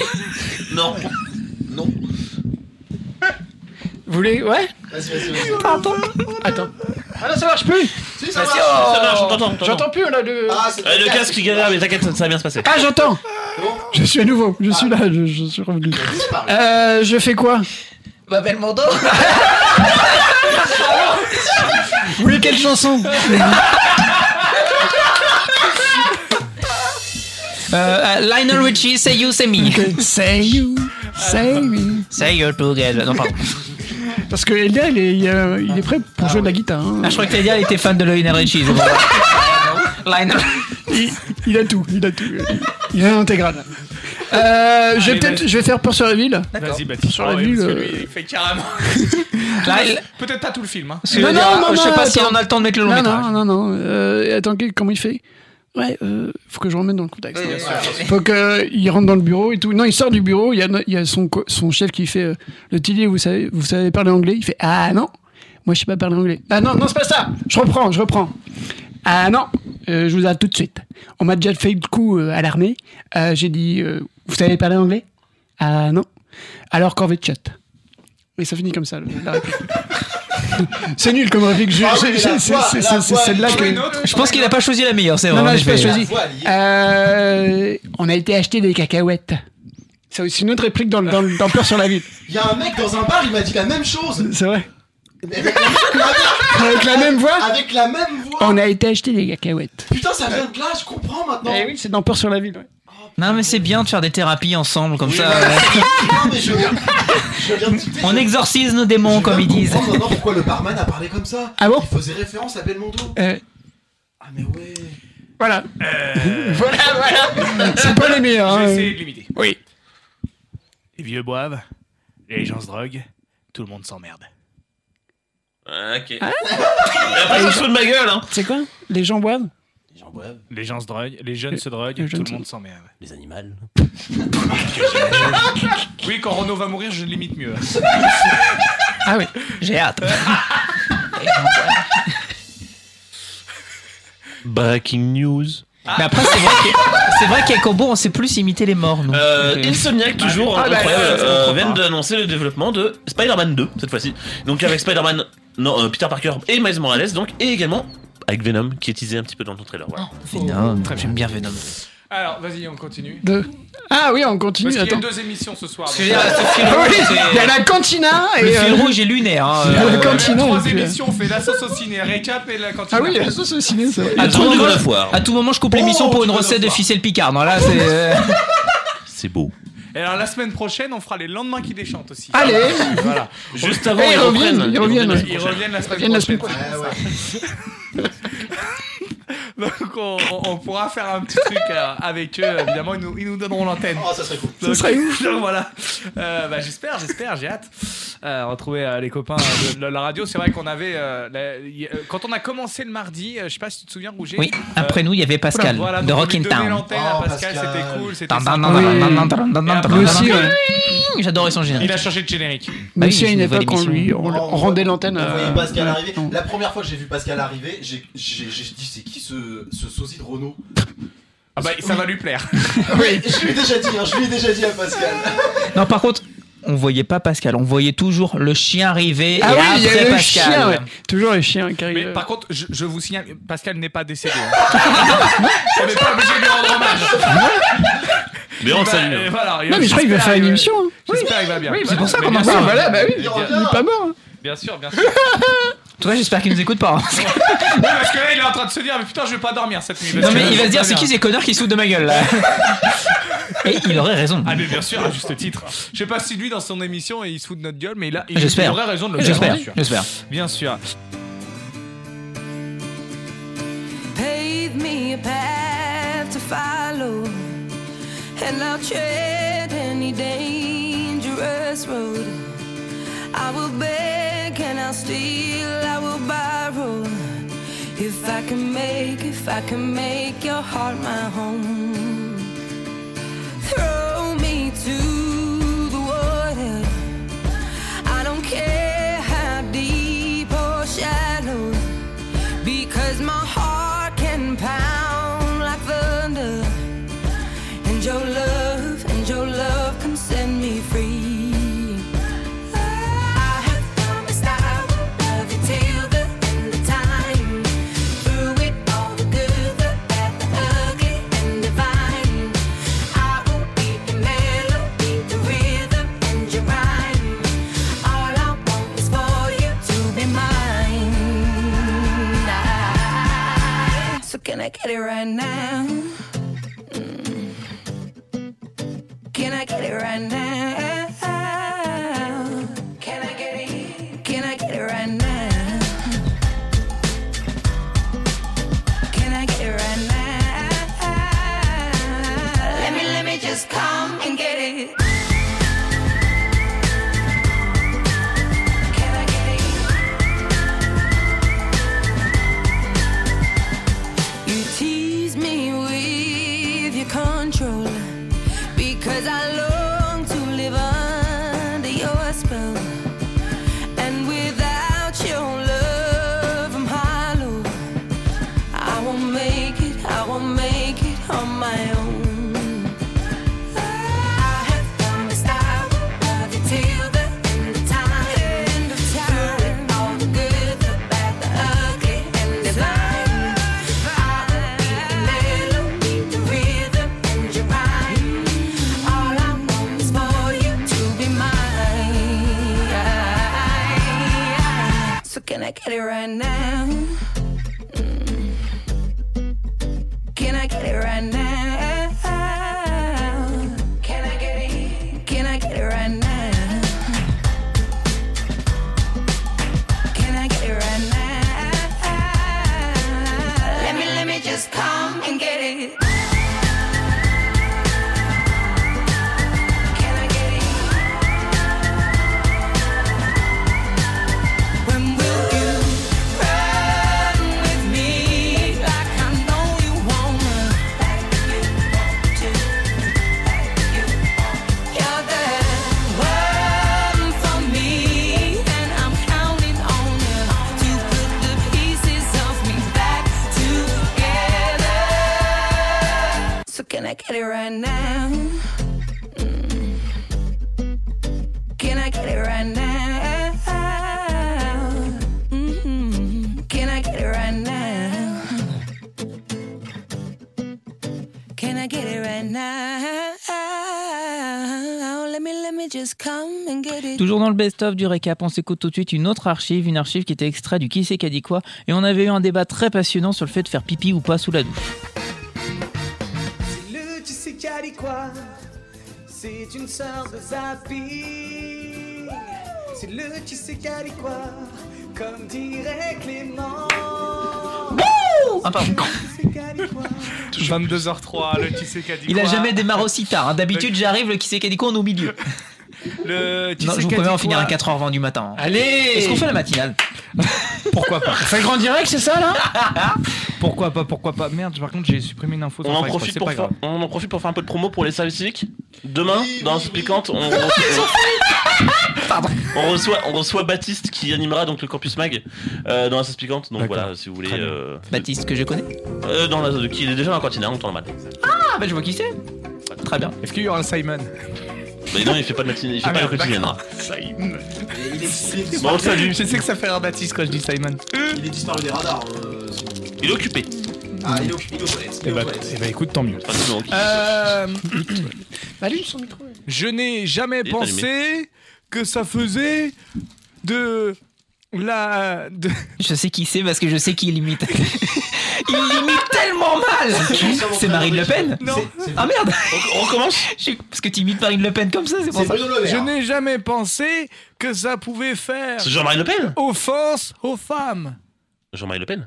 Non.
Vous voulez Ouais
Vas-y, vas-y, vas-y.
Attends. Attends. Ah non, ça marche plus
Si,
ça Bah si, marche. oh, ça marche, on t'entend, on t'entend.
J'entends plus, là, le.
Ah,
Euh, le casque qui galère, mais t'inquiète, ça va bien se passer.
Ah, j'entends Je suis à nouveau, je
Ah.
suis là, je, je suis revenu. Euh, je fais quoi
Bah, Belmondo
Vous voulez quelle chanson
Euh, euh, Lionel Richie, say you, say me.
Say you, say me.
Say you together. Non, pardon.
Parce que Elder, il est, il est- il est prêt pour jouer de la guitare. hein.
Ah, je crois que t'as dit, elle était fan de Lionel Richie. c'est bon. Lionel.
Il, il a tout, il a tout. Il a l'intégrale. Euh, je vais
Allez,
peut-être,
vas-y.
je vais faire peur sur la ville.
Vas-y, Baptiste.
Sur la
Ah ouais,
ville,
parce que
euh,
lui, il fait carrément.
Là, il-
Peut-être pas tout le film. Hein.
Ce que je veux dire, je sais pas si
attends.
on a le temps de mettre le long
non,
métrage.
Non, non, non. Euh, attends, que- comment il fait Ouais, euh, faut que je remette dans le contexte.
Oui, bien sûr.
Ouais. Faut qu'il rentre dans le bureau et tout. Non, il sort du bureau. Il y a, no- il y a son, co- son chef qui fait euh, le Tilly. Vous savez, vous savez parler anglais Il fait Ah non, moi je sais pas parler anglais. Ah non, non, c'est pas ça. Je reprends, je reprends. Ah non, euh, je vous arrête tout de suite. On m'a déjà fait le coup euh, à l'armée. Euh, J'ai dit euh, Vous savez parler anglais Ah non. Alors corvée de chat. Et ça finit comme ça. le- la réplique. c'est nul comme réplique. je-
Ah oui,
je-
mais
c'est-
la
c'est-
voix,
c'est-
la
c'est- c'est
voix,
celle-là
il faut
que.
une autre.
Je pense qu'il a pas choisi la meilleure, c'est vrai.
Non,
en
non, j'ai pas
effet.
choisi. Euh, on a été acheter des cacahuètes. C'est aussi une autre réplique dans, le- dans, le- dans Peur sur la ville.
Il y a un mec dans un bar, il m'a dit la même chose.
C'est vrai.
Mais Avec la,
Avec la même voix
avec la même voix.
On a été acheter des cacahuètes.
Putain, ça vient de là, je comprends maintenant.
Eh oui, c'est dans Peur sur la ville. ouais.
Non, mais c'est bien de faire des thérapies ensemble, comme
Oui,
ça.
voilà.
euh,
Non, mais je viens, je viens de quitter.
On exorcise nos démons, comme ils disent.
comprendre maintenant pourquoi le barman a parlé comme ça.
Ah bon
Il faisait référence à Belmondo.
Euh,
Ah, mais ouais.
voilà. voilà, voilà. C'est pas les meilleurs.
Je
hein.
vais essayer Euh. de l'imiter.
Oui.
Les vieux boivent, les gens se droguent, tout le monde s'emmerde.
Ah, ok. Après, ça se fout de ma gueule, hein.
C'est quoi Les gens boivent
Les gens boivent,
Les gens se droguent, les jeunes se droguent,
les
tout
jeunes
le
se-
monde s'emmerde.
les animaux.
Oui, quand Renaud va mourir, je l'imite mieux.
Ah oui.
J'ai hâte.
Breaking news.
Ah. Mais après, c'est vrai que- c'est vrai qu'avec Combo, on sait plus imiter les morts, nous.
Euh,
Donc, euh,
Insomniac, toujours
Ah, bah,
incroyable,
ouais, ouais,
euh,
c'est
vient
bon,
d'annoncer le développement de Spider-Man 2, cette fois-ci. Donc avec Spider-Man, non, euh, Peter Parker et Miles Morales, donc, et également avec Venom, qui est teasé un petit peu dans ton trailer. Voilà.
Oh, Venom, j'aime bien Venom.
Alors, vas-y, on continue.
Deux. Ah oui, on continue.
Parce qu'il y a
attends.
deux émissions ce soir. euh,
que là, ce fil
Ah oui,
rouge, c'est-
il y a la cantina et.
Le fil
euh,
rouge est lunaire. hein,
Il y a la
euh,
cantina.
Trois
et puis, euh,
émissions, on fait la sauce au ciné, récap et la cantine.
Ah oui, il y a la sauce au ciné, c'est vrai.
À tout, moment,
la foire.
à tout moment, je coupe l'émission pour une recette de ficelle Picard. Non, là, c'est. euh,
C'est beau.
Et alors, la semaine prochaine, on fera les lendemains qui déchantent aussi.
Allez.
Voilà.
Juste avant,
Et
ils reviennent.
Ils
Ils
reviennent,
reviennent la
ils
semaine
reviennent la
prochaine. Ils
semaine
reviennent
prochaine. Ah Donc on, on- on pourra faire un petit truc euh, avec eux, évidemment, ils nous, ils nous donneront l'antenne. Oh, ça serait cool.
Ça serait ouf.
voilà. Euh, bah, j'espère, j'espère, j'ai hâte. Euh, retrouver euh, les copains euh, de, de la radio, c'est vrai qu'on avait... euh, la- y- euh, quand on a commencé le mardi, euh, je sais pas si tu te souviens, Rouget.
Oui, après nous, il y avait Pascal,
Voilà,
de
donc on lui
Rockin'
donnait
Town.
l'antenne à Oh, Pascal, c'était cool, c'était
Tan, tan,
sympa.
tan, tan, tan, tan, tan,
Et après,
tan,
on a-
tan, tan. J'adorais son générique.
Il a Ah changé de générique.
Bah,
Même si
c'est
à une
une nouvelle
époque, on lui
émission.
on, on rendait l'antenne.
Vous voyez
euh,
Ah Pascal
ouais.
arriver. La première fois que j'ai vu Pascal arriver, j'ai j'ai- j'ai dit c'est qui ce, ce sosie de Renault
Ah bah, ça va lui plaire.
Oui, je lui ai déjà dit, hein, je lui ai déjà dit à Pascal.
Non, par contre, on voyait pas Pascal, on voyait toujours le chien arriver.
Ah
et
oui, il y
après
a le
Pascal.
chien, ouais. Toujours le chien qui
Mais
arrive.
par contre, je, je vous signale, Pascal n'est pas décédé. hein. on n'est pas obligé de lui rendre hommage.
Mais
bah,
Il
on
va-
salue.
euh, voilà,
Non, mais je crois qu'il va
j'espère
faire une
qu'il-
émission. hein.
J'espère qu'il va bien.
Oui, c'est pour ça qu'on
Mais
en
bien
parle.
sûr.
Voilà, bah oui,
Mais
il
bien-
est pas mort. hein.
Bien sûr, bien sûr. Ouais,
En tout cas, j'espère qu'il nous écoute pas. hein.
parce que là, il est en train de se dire, mais putain, je vais pas dormir cette nuit. parce
Non,
que
mais
je
il va
vais
se
pas
dire, c'est
bien.
qui ces connards qui sautent de ma gueule là Et il aurait raison.
Ah, mais bien sûr, à juste titre. Je sais pas si lui, dans son émission, il se fout de notre gueule, mais là, il, il
J'espère.
aurait raison de le faire.
J'espère.
bien sûr.
J'espère.
Bien sûr.
Pave me a path to follow, and I'll tread any dangerous road. I will beg and I'll steal, I will borrow. If I can make, if I can make your heart my home, throw me to the water. I don't care how deep or shallow. Because my heart can pound like thunder, and your love, and your love can set me free. I have promised I will love you till the end of time, through it all the good, the bad, the ugly, and divine. I will be your melody, the rhythm, and your rhyme. All I want is for you to be mine. I- Ah. So can I get it right now? Mm. Can I get it right now? Can I get it? Can I get it right now? Can I get it right now? Let me, let me just come and get it. Can I get it? You tease me with your control because I long to live under your spell. And without your love, I'm hollow. I won't make it, I won't make it on my own. I have promised I will love you till the end of time. End of time. All the good, the bad, the ugly, and divine. Can I get it right now? Mm. Can I get it right now? Can I get it? Can I get it right now? Can I get it right now? Let me, let me just come and get it. Can I get it? When will you run with me like I know you wanna? Like
Mm. Mm-hmm. just come and get it.
Toujours dans le best-of du récap, on s'écoute tout de suite une autre archive, une archive qui était extrait du Qui c'est qui a dit quoi, et on avait eu un débat très passionnant sur le fait de faire pipi ou pas sous la douche.
C'est le tu sais qu'a dit quoi C'est une sorte de zapping. C'est le tu sais qu'a dit quoi Comme dirait Clément.
Ah, pardon.
22h03, le qui c'est qu'a dit
Il a
quoi Euh,
jamais démarré aussi tard. hein. D'habitude, j'arrive, le Qui c'est qui a dit quoi, on est au milieu.
Le qui
non,
c'est
je vous
qu'a
promets,
dit
on finira à
quoi
4h20 du matin. hein.
Allez
Est-ce qu'on fait la matinale
Pourquoi pas
Fait grand direct, c'est ça là
Pourquoi pas, pourquoi pas Merde, par contre, j'ai supprimé une info. sans
On en,
faire
profite
exprès,
pour
c'est pas
faire,
grave.
on en profite pour faire un peu de promo pour les services civiques. Demain, dans Spicante, on, reçoit- on reçoit, on reçoit Baptiste qui animera donc le Campus Mag euh, dans la sauce piquante. Donc voilà, si vous voulez. euh,
Baptiste, que je connais
euh, dans la qui est déjà dans la cantine, hein, on tourne mal.
Ah, bah je vois qui c'est. Très bien.
Est-ce qu'il y aura un Simon
Mais non, il fait pas de matinée, il fait
Ah,
pas de
merde,
quotidienne.
d'accord.
hein.
Simon.
Il est
Bon, on le salue.
Je sais que ça fait un Baptiste quand je dis Simon.
Il est disparu des radars. euh,
Il est occupé.
Ah, il est occupé. il est aux toilettes, il est
Eh
aux
bah,
toilettes.
eh bah, écoute, tant mieux.
Euh,
Allume son micro.
Je n'ai jamais
Il est
pensé que ça faisait de la. de-
Je sais qui c'est parce que je sais qui il imite. il imite tellement mal C'est Marine Le Pen
Non.
Ah merde
On recommence
Parce que tu imites Marine Le Pen comme ça, c'est pour ça.
Je n'ai jamais pensé que ça pouvait faire.
C'est Jean-Marie Le Pen
Offense aux femmes.
Jean-Marie Le Pen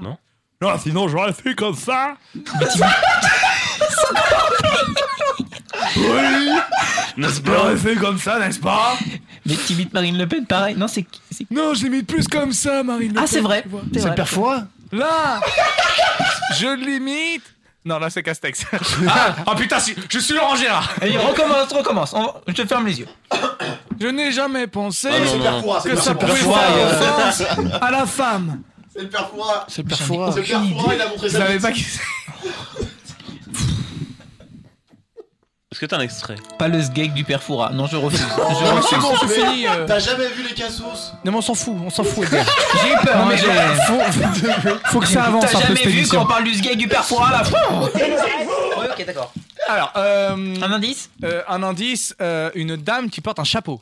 Non
Oh.
Bah,
Non, sinon j'aurais fait comme ça.
N'est-ce
J'aurais fait comme ça, n'est-ce pas
Mais t'imites Marine Le Pen pareil Non, c'est. c'est-
Non, je l'imite plus comme ça, Marine Le
Ah,
Pen,
c'est vrai.
tu vois.
C'est vrai.
Là Je l'imite Non, là c'est Castex. Ah, oh putain, si- je suis Laurent Gérard
Allez, recommence, recommence. On- Je te ferme les yeux.
Je n'ai jamais pensé
Ah, non, non, non.
que
C'est
ça
Perfora,
pouvait
Perfora,
faire offense
euh.
à la femme.
C'est le père Fouras.
C'est le
père
Fouras.
C'est le père Fouras, il a montré Oh,
Vous
ça.
savez pas qui
Est-ce que t'as un extrait
Pas le sgeg du père Foura. Non, je refuse. Je
non,
refuse.
c'est bon, c'est fini, euh.
T'as jamais vu les cassos
Non, mais on s'en fout, on s'en fout. Edgar.
J'ai eu peur,
Non,
hein,
mais
j'ai-
faut, faut que ça avance
T'as
un peu
jamais
cette
vu
émission.
qu'on parle du sgeg du père Foura là Ouais, ok, d'accord.
Alors, euh,
un indice
Un indice, euh, une dame qui porte un chapeau.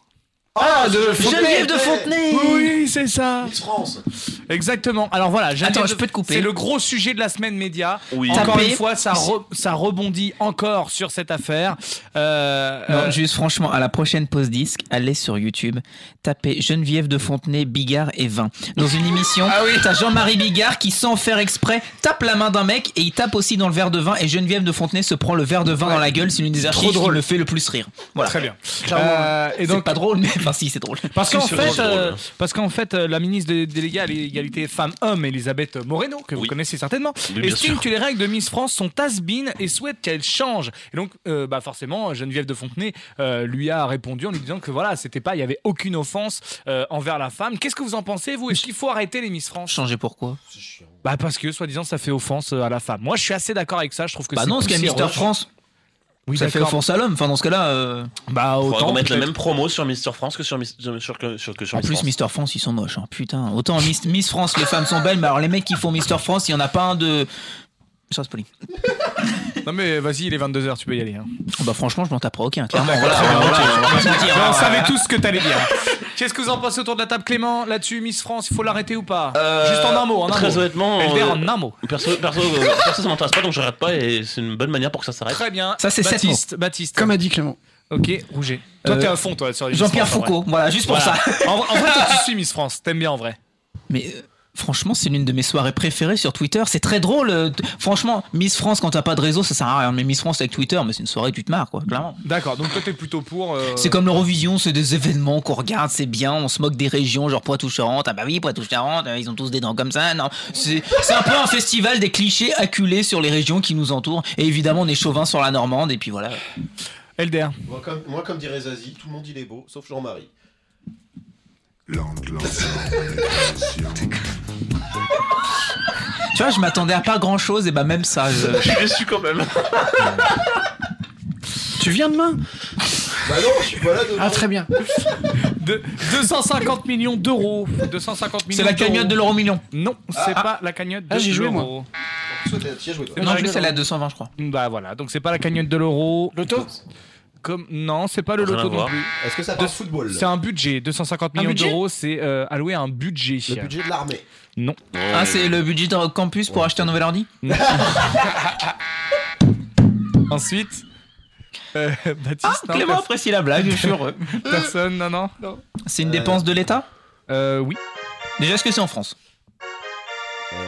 Ah, de Fontenay. Geneviève de Fontenay.
Oui, c'est ça
Miss France
Exactement. Alors voilà, Geneviève
Attends,
de-
je peux te couper.
C'est le gros sujet de la semaine média.
Oui.
Encore
Tapez.
une fois, ça, re- ça rebondit encore sur cette affaire. Euh,
Non,
euh,
juste franchement, à la prochaine pause disque, allez sur YouTube, tapez Geneviève de Fontenay, Bigard et Vin. Dans une émission, t'as Jean-Marie Bigard qui, sans faire exprès, tape la main d'un mec et il tape aussi dans le verre de vin. Et Geneviève de Fontenay se prend le verre de vin dans la gueule. C'est l'une des archives qui me fait le plus rire. Voilà.
Très bien.
Clairement,
Euh,
c'est
et donc-
pas drôle, mais enfin si, c'est drôle.
Parce qu'en
C'est drôle,
fait,
c'est drôle. hein.
euh, parce qu'en fait, euh, la ministre dé- déléguée à l'égalité femmes-hommes, Elisabeth Moreno, que vous connaissez certainement,
Oui, bien
estime
sûr.
que les règles de Miss France sont has-been et souhaite qu'elles changent. Et donc, euh, bah forcément, Geneviève de Fontenay euh, lui a répondu en lui disant que voilà, c'était pas, il y avait aucune offense euh, envers la femme. Qu'est-ce que vous en pensez vous Est-ce qu'il faut arrêter les Miss France
Changer pourquoi
Bah parce que soi-disant ça fait offense euh, à la femme. Moi, je suis assez d'accord avec ça. Je trouve que
Bah
c'est
non, parce qu'il y a
poussiéreux.
Mister France.
Oui,
ça fait
d'accord.
offense à l'homme. Enfin, dans ce cas-là, euh,
Bah
Faudra
autant.
qu'on mette la
peut-être.
même promo sur Mister France que sur, Miss- sur, sur- que sur, que sur
En
Miss
plus,
France.
Mister France, ils sont moches. hein. Putain, autant Miss, Miss France, les femmes sont belles, mais alors les mecs qui font Mister France, il y en a pas un de. Charles Poli.
Non mais vas-y, il est 22h, tu peux y aller. hein.
Bah franchement, je m'en taperai aucun, clairement.
D'accord,
Voilà,
très bien,
voilà,
ok.
on va pas se mentir,
Mais
hein.
On savait tous ce que t'allais dire. Qu'est-ce que vous en pensez autour de la table, Clément Là-dessus, Miss France, il faut l'arrêter ou pas
Euh,
Juste en un mot, en un
Très
mot.
honnêtement.
LDR
euh,
en un mot.
Perso, perso, euh, perso, ça m'intéresse pas donc je rate pas et c'est une bonne manière pour que ça s'arrête.
Très bien.
Ça, c'est sept
Baptiste. Baptiste.
Comme a dit Clément.
Ok, Rouget. Toi,
Euh,
t'es à fond, toi, sur les Miss
Jean-Pierre
France, en vrai.
Foucault, voilà, juste pour
Voilà.
ça.
En, en vrai, toi, tu suis Miss France. T'aimes bien en vrai.
Mais euh, franchement, c'est l'une de mes soirées préférées sur Twitter. C'est très drôle. euh, t- Franchement, Miss France, quand t'as pas de réseau, ça sert à rien. Mais Miss France avec Twitter, mais c'est une soirée, tu te marres, quoi, clairement.
D'accord, donc toi, t'es plutôt pour. euh,
C'est comme l'Eurovision, c'est des événements qu'on regarde, c'est bien, on se moque des régions, genre Poitou-Charentes, ah bah oui, Poitou-Charentes, euh, ils ont tous des dents comme ça, non. C'est c'est un peu un festival des clichés acculés sur les régions qui nous entourent, et évidemment on est chauvin sur la Normande, et puis voilà.
LDR.
Moi comme, moi, comme dirait Zazie, tout le monde il est beau, sauf Jean-Marie.
Tu vois, je m'attendais à pas grand chose, et bah même ça, je...
Je suis déçu quand même.
Tu viens demain
Bah non, je suis pas là demain.
Ah, très bien.
de- 250 millions d'euros. 250 millions
C'est la cagnotte de
d'euros.
l'euro million.
Non, c'est
Ah,
pas la cagnotte de
Ah, j'ai joué, moi.
l'euro.
Toi, t'as- tu y as joué toi.
Non, je sais, elle est à 220, je crois.
Bah voilà, donc c'est pas la cagnotte de l'euro.
L'auto
Comme non, c'est pas le
Rien à
loto non
voir.
plus.
Est-ce que ça
De-
parle football
C'est un budget, 250
Un
millions
budget
d'euros, c'est euh, alloué à un budget.
Le budget de l'armée.
Non.
Ah, c'est le budget de Rock Campus pour acheter un nouvel ordi
Ensuite, euh, Baptiste.
Ah,
non,
Clément
personne-
apprécie la blague, je suis heureux.
Personne, non, non.
C'est une dépense de l'État
Euh, oui.
Déjà, est-ce que c'est en France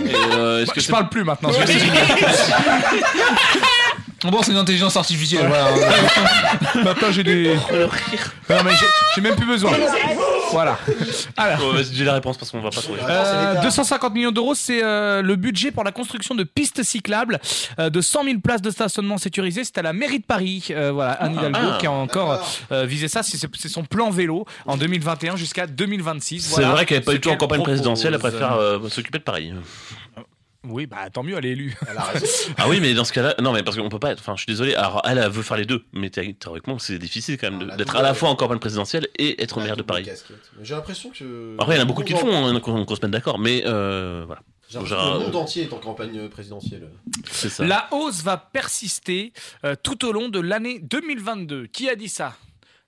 euh, est-ce
Bah,
que
je
c'est-
parle plus maintenant.
Oui.
je
Bon, c'est une intelligence artificielle,
Maintenant, j'ai des. Non, mais j'ai- j'ai même plus besoin. Voilà.
Oh, vas-y, J'ai la réponse parce qu'on va pas trouver.
Euh, 250 millions d'euros, c'est euh, le budget pour la construction de pistes cyclables, euh, de 100 000 places de stationnement sécurisées. C'est à la mairie de Paris. Euh, voilà, Anne Hidalgo
Ah.
qui a encore euh, visé ça. C'est c'est son plan vélo en 2021 jusqu'à 2026.
C'est
Voilà
vrai qu'elle n'est pas
ce
du tout en
qu'elle
campagne
propose.
présidentielle, elle préfère euh, s'occuper de Paris.
Oui, bah tant mieux, elle est élue.
Ah oui, mais dans ce cas-là, non, mais parce qu'on peut pas être. Enfin, je suis désolé. Alors, elle, elle veut faire les deux, mais thé- théoriquement, c'est difficile quand même
Ah,
de-
bah,
d'être à la fois en campagne présidentielle et être maire de Paris.
J'ai l'impression que.
Après, il y en a beaucoup qui le
monde
font, hein, qu'on qu'on se mette d'accord, mais euh, voilà.
J'ai
Donc,
l'impression que
genre, euh,
le monde entier est en campagne euh, présidentielle.
C'est ça.
La hausse va persister euh, tout au long de l'année 2022. Qui a dit ça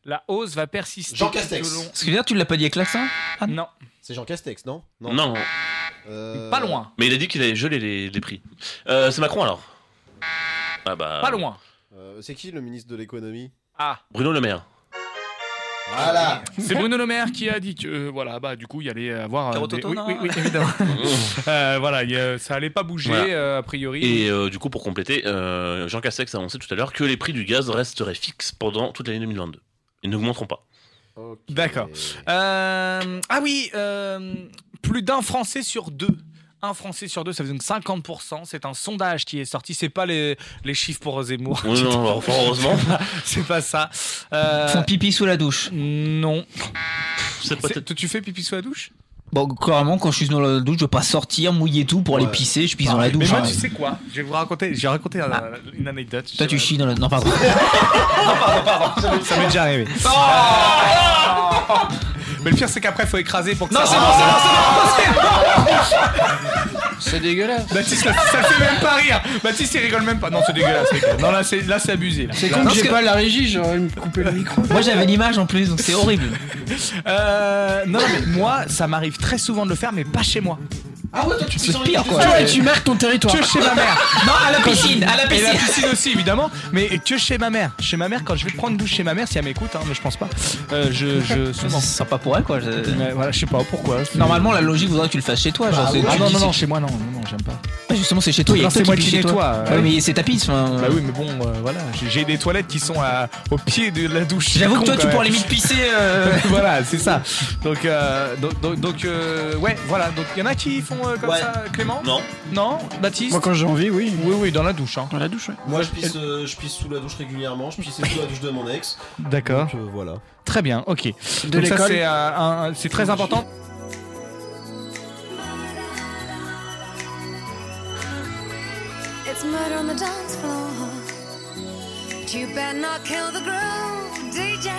La hausse va persister.
Jean
tout
Castex.
au long-
Ce que je veux dire, tu l'as pas dit avec l'accent
Ah non.
C'est Jean Castex, non
Non.
Euh,
Pas loin.
Mais il a dit qu'il allait geler les, les prix. Euh, c'est Macron alors Ah bah.
Euh, c'est qui le ministre de l'économie
Ah.
Bruno Le Maire.
Voilà.
C'est Bruno Le Maire qui a dit que euh, voilà bah du coup il allait avoir euh,
Carotte
des... oui,
autonome.
oui, oui, évidemment Euh, voilà il y a- ça allait pas bouger
Voilà.
euh, a priori
Et euh, du coup, pour compléter, euh, Jean Castex a annoncé tout à l'heure que les prix du gaz resteraient fixes pendant toute l'année 2022. Ils n'augmenteront pas.
d'accord Euh, ah oui euh, plus d'un Français sur deux un Français sur deux, ça fait donc 50%. C'est un sondage qui est sorti. C'est pas les, les chiffres pour Zemmour.
Oui, non, enfin, heureusement.
C'est pas ça. Euh,
Font pipi sous la douche.
Non.
C'est
c'est- tu- tu fais pipi sous la douche
Bon, clairement, quand je suis dans la douche, je veux pas sortir, mouiller tout pour aller
Ouais.
pisser, je pisse dans la douche.
Mais moi,
hein. Ah.
tu sais quoi Je vais vous raconter. J'ai raconté un- une anecdote.
Toi, tu chies dans la. Non, pardon.
Ça m'est déjà arrivé. Mais le pire, c'est qu'après, faut écraser pour que ça.
C'est dégueulasse.
Baptiste, ça, ça fait même pas rire. Baptiste, il rigole même pas. Non, c'est dégueulasse. les gars. Non, là, c'est là, c'est abusé. là.
C'est
Là,
con que
parce
j'ai
que-
pas la régie, j'aurais me couper le micro.
Moi, j'avais l'image en plus, donc c'est horrible.
Euh, non, non, mais moi, ça m'arrive très souvent de le faire, mais pas chez moi.
Ah ouais, toi, tu
C'est pire quoi.
Ah ouais, tu marques ton territoire.
Que chez ma mère.
Non, à la
Quand je-
piscine, à la
Et la
piscine.
piscine aussi, évidemment. Mais que chez ma mère. Chez ma mère, quand je vais prendre une douche chez ma mère, si elle m'écoute, hein, mais je pense pas. Euh, je, je, souvent.
C'est sympa pour elle quoi. je-
Mais voilà, je sais pas pourquoi.
Normalement, la logique voudrait que tu le fasses chez toi. Genre, c'est-
Ah
tu
non,
dis
non,
c'est-
non, chez moi, non, non, non, j'aime pas.
Ah, Justement, c'est chez toi. Il y a
Non,
que toi
c'est moi
pisses
qui
chez
nettoie,
Ouais,
ouais.
mais c'est ta hein. pisse. enfin,
Bah oui, mais bon, euh, voilà, j'ai- j'ai des toilettes qui sont à- au pied de la douche. c'est
J'avoue que
con,
toi,
quand
tu pourras
même.
limite pisser. euh,
voilà, c'est ça. Donc, euh, donc, donc, donc, euh, ouais, voilà. Donc, il y en a qui font euh, comme
Ouais.
ça, Clément
Non
Non Baptiste
Moi, quand j'ai envie, oui.
Oui, oui, dans la douche. Hein.
Dans la douche, ouais.
Moi, je pisse, euh, je pisse sous la douche régulièrement. Je pissais sous la douche de mon ex.
D'accord.
Donc, euh, voilà.
Très bien, ok.
De
donc, ça,
l'école.
c'est euh, un- c'est très important.
It's murder on the dance floor. But you better not kill the groove, DJ.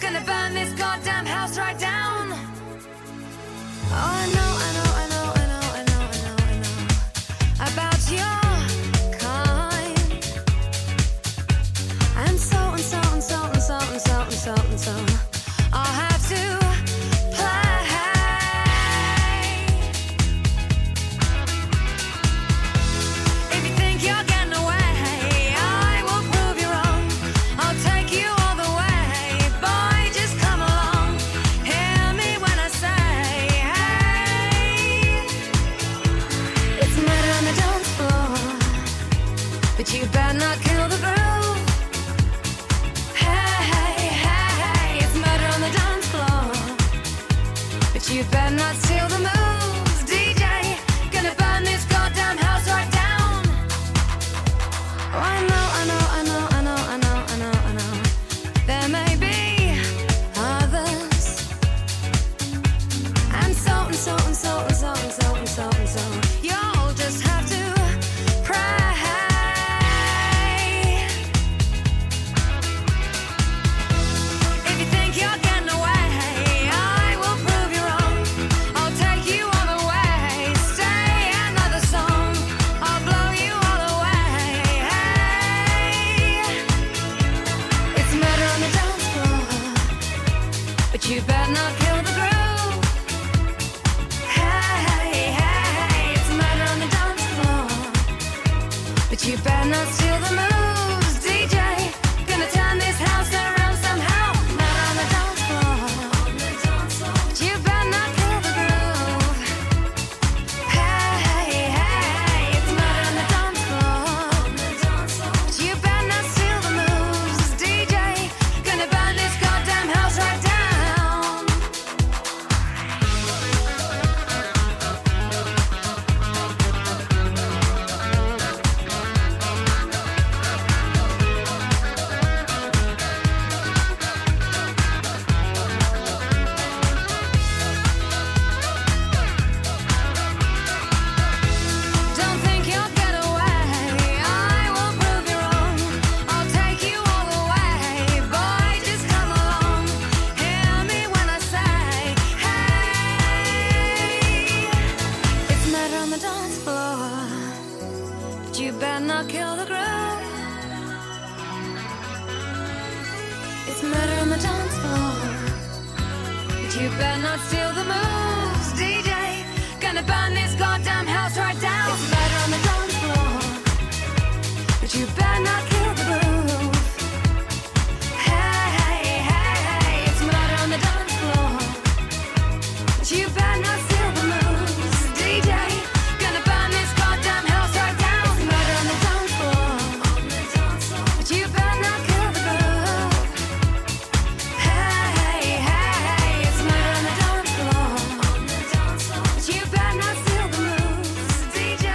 Gonna burn this goddamn house right down. Oh, I know, I know, I know, I know, I know, I know, I know about your kind. And so and so and so and so and so and so and so. I'll have to play. If you think you're getting away, I will prove you wrong. I'll take you all the way, boy. Just come along. Hear me when I say, hey. It's murder on the dance floor, but you better not kill the groove. Hey, hey, hey, it's murder on the dance floor. But you better not steal the moves, DJ. Gonna burn this goddamn house right down. Oh, I know, I know, I know, I know, I know, I know, I know. There may be others. And so and so and so and so and so and so and so. You'll just have to pray. If you think you're getting away, I will prove you wrong. I'll But you better not kill the groove. Hey, hey, hey, it's murder on the dance floor. But you better not steal the moves, DJ. Gonna turn this house around somehow. Murder on the dance floor. But you better not kill the groove. Hey, hey, hey, it's murder on the dance floor. But you better not steal the moves, DJ. Gonna burn this goddamn house right down. Don't think you'll get away. I will prove you wrong. I'll take you all the way, boy. Just come along. Hear me when I say, hey. It's murder on the dance floor, but you better not kill the groove. It's murder on the dance floor, but you better not steal the moves, DJ. Gonna burn this goddamn house right down. It's murder on the dance floor, but you better not kill the groove. Hey, hey, hey, hey, it's murder on the dance floor, but you better not steal the moves, DJ. Gonna burn this goddamn house right down. It's murder on the dance floor, but you better not kill the groove. Hey, hey, hey, hey, it's murder on the dance floor. But you better not steal the moves, DJ.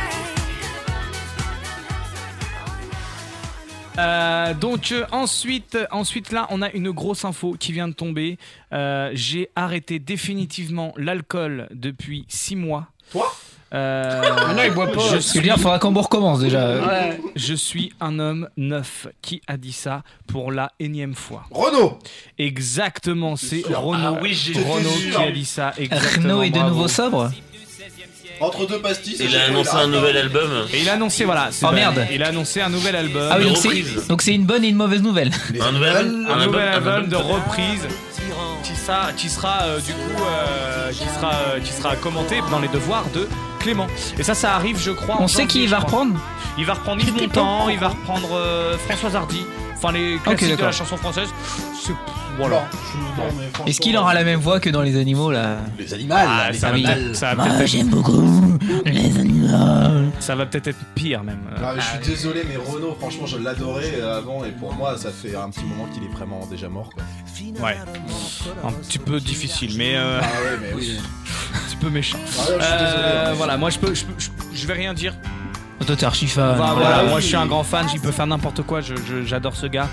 Euh, donc euh, ensuite, euh, ensuite là, on a une grosse info qui vient de tomber. Euh, J'ai arrêté définitivement l'alcool depuis 6 mois. Euh, Toi
Ah non, il boit pas. C'est bien, faudra qu'on me recommence déjà. Ouais.
Je suis un homme neuf qui a dit ça pour la énième fois. Renault Exactement, c'est Renault,
Ah oui, j'ai-
Renault
j'étais
qui
sûr.
a dit ça. Exactement,
Renault est de
bravo.
nouveau sobre
Entre deux pastilles.
Il a annoncé un nouvel album.
Et il a annoncé, voilà. c'est
Oh,
pas-
merde.
Il a annoncé un nouvel album.
Ah oui, donc c'est- donc c'est une bonne et une mauvaise nouvelle.
Un nouvel album,
un nouvel album, de
de-
reprise qui sera, qui sera euh, du coup euh, qui sera euh, qui sera commenté dans les devoirs de Clément. Et ça, ça arrive, je crois. en
On sait qui
janvier,
va
je crois.
reprendre
Il va reprendre Yves Montand, il va reprendre euh, Françoise Hardy. Enfin, les classiques de la
d'accord.
chanson française. C'est- Voilà.
Est-ce qu'il aura la même voix que dans les animaux là Les
animaux, Ah, les ça va animaux. peut-être- ça va
Moi
peut-être-
j'aime beaucoup les animaux.
Ça va peut-être être pire même. Euh,
Ah, je suis désolé, mais Renault, franchement, je l'adorais euh, avant et pour moi, ça fait un petit moment qu'il est vraiment déjà mort. Quoi.
Ouais. Un petit peu difficile, mais. euh,
Ah ouais, mais oui. Ah
Un petit peu méchant.
ouais, je suis
Euh,
désolé. hein.
voilà, moi je peux, je, peux- je- je vais rien dire.
Toi t'es archi fan.
Bah, voilà, moi je suis un grand fan, il peut faire n'importe quoi, je- je- j'adore ce gars,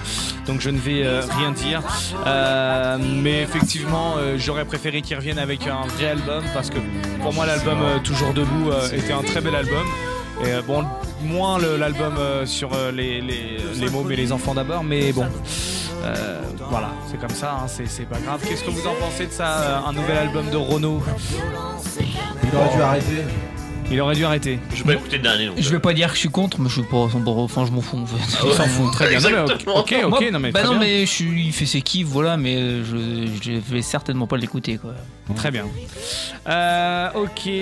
donc je ne vais euh, rien dire. Euh, mais effectivement, euh, j'aurais préféré qu'il revienne avec un vrai album parce que pour moi, l'album euh, Toujours Debout euh, était un très bel album. Et euh, bon, moins le- l'album euh, sur euh, les, les, les mômes et les enfants d'abord, mais bon. Euh, voilà, c'est comme ça, hein, c'est c'est pas grave. Qu'est-ce que vous en pensez de ça, euh, un nouvel album de Renault
Il aurait dû arrêter.
Il aurait dû arrêter.
Je vais pas écouter le dernier. donc.
Je vais pas dire que je suis contre, mais je suis pas enfin je m'en fous. en fait.
Ah ouais.
Je m'en fous.
Très bien. Non, mais ok, Exactement.
ok,
Moi,
non, mais
bah
très
non
bien.
mais je suis, il fait ses kiffs, voilà, mais euh, je, je vais certainement pas l'écouter quoi.
Très bien. Euh, ok.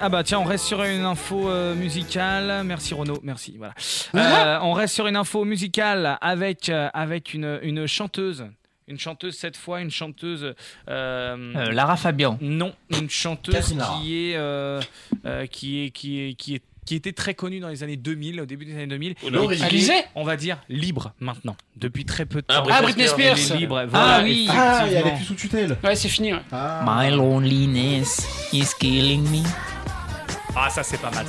Ah bah tiens, on reste sur une info euh, musicale. Merci Renaud, merci. Voilà. Euh, on reste sur une info musicale avec, euh, avec une, une chanteuse. Une chanteuse cette fois, une chanteuse... euh,
Euh, Lara Fabian.
Non, une chanteuse
Catherine Lara.
qui est, euh, euh, qui est... Qui est, qui est qui était très connue dans les années 2000, au début des années 2000.
Oula.
et qui est,
Alizée
on va dire, libre maintenant, depuis très peu de
Ah,
temps.
Britney Ah, Britney Spears. Spears.
Elle est libre,
Ah
voilà,
oui. Ah, elle est
effectivement.
plus Ah.
sous tutelle.
Ouais, c'est fini. Ouais.
My loneliness is killing me.
Ah, ça c'est pas mal.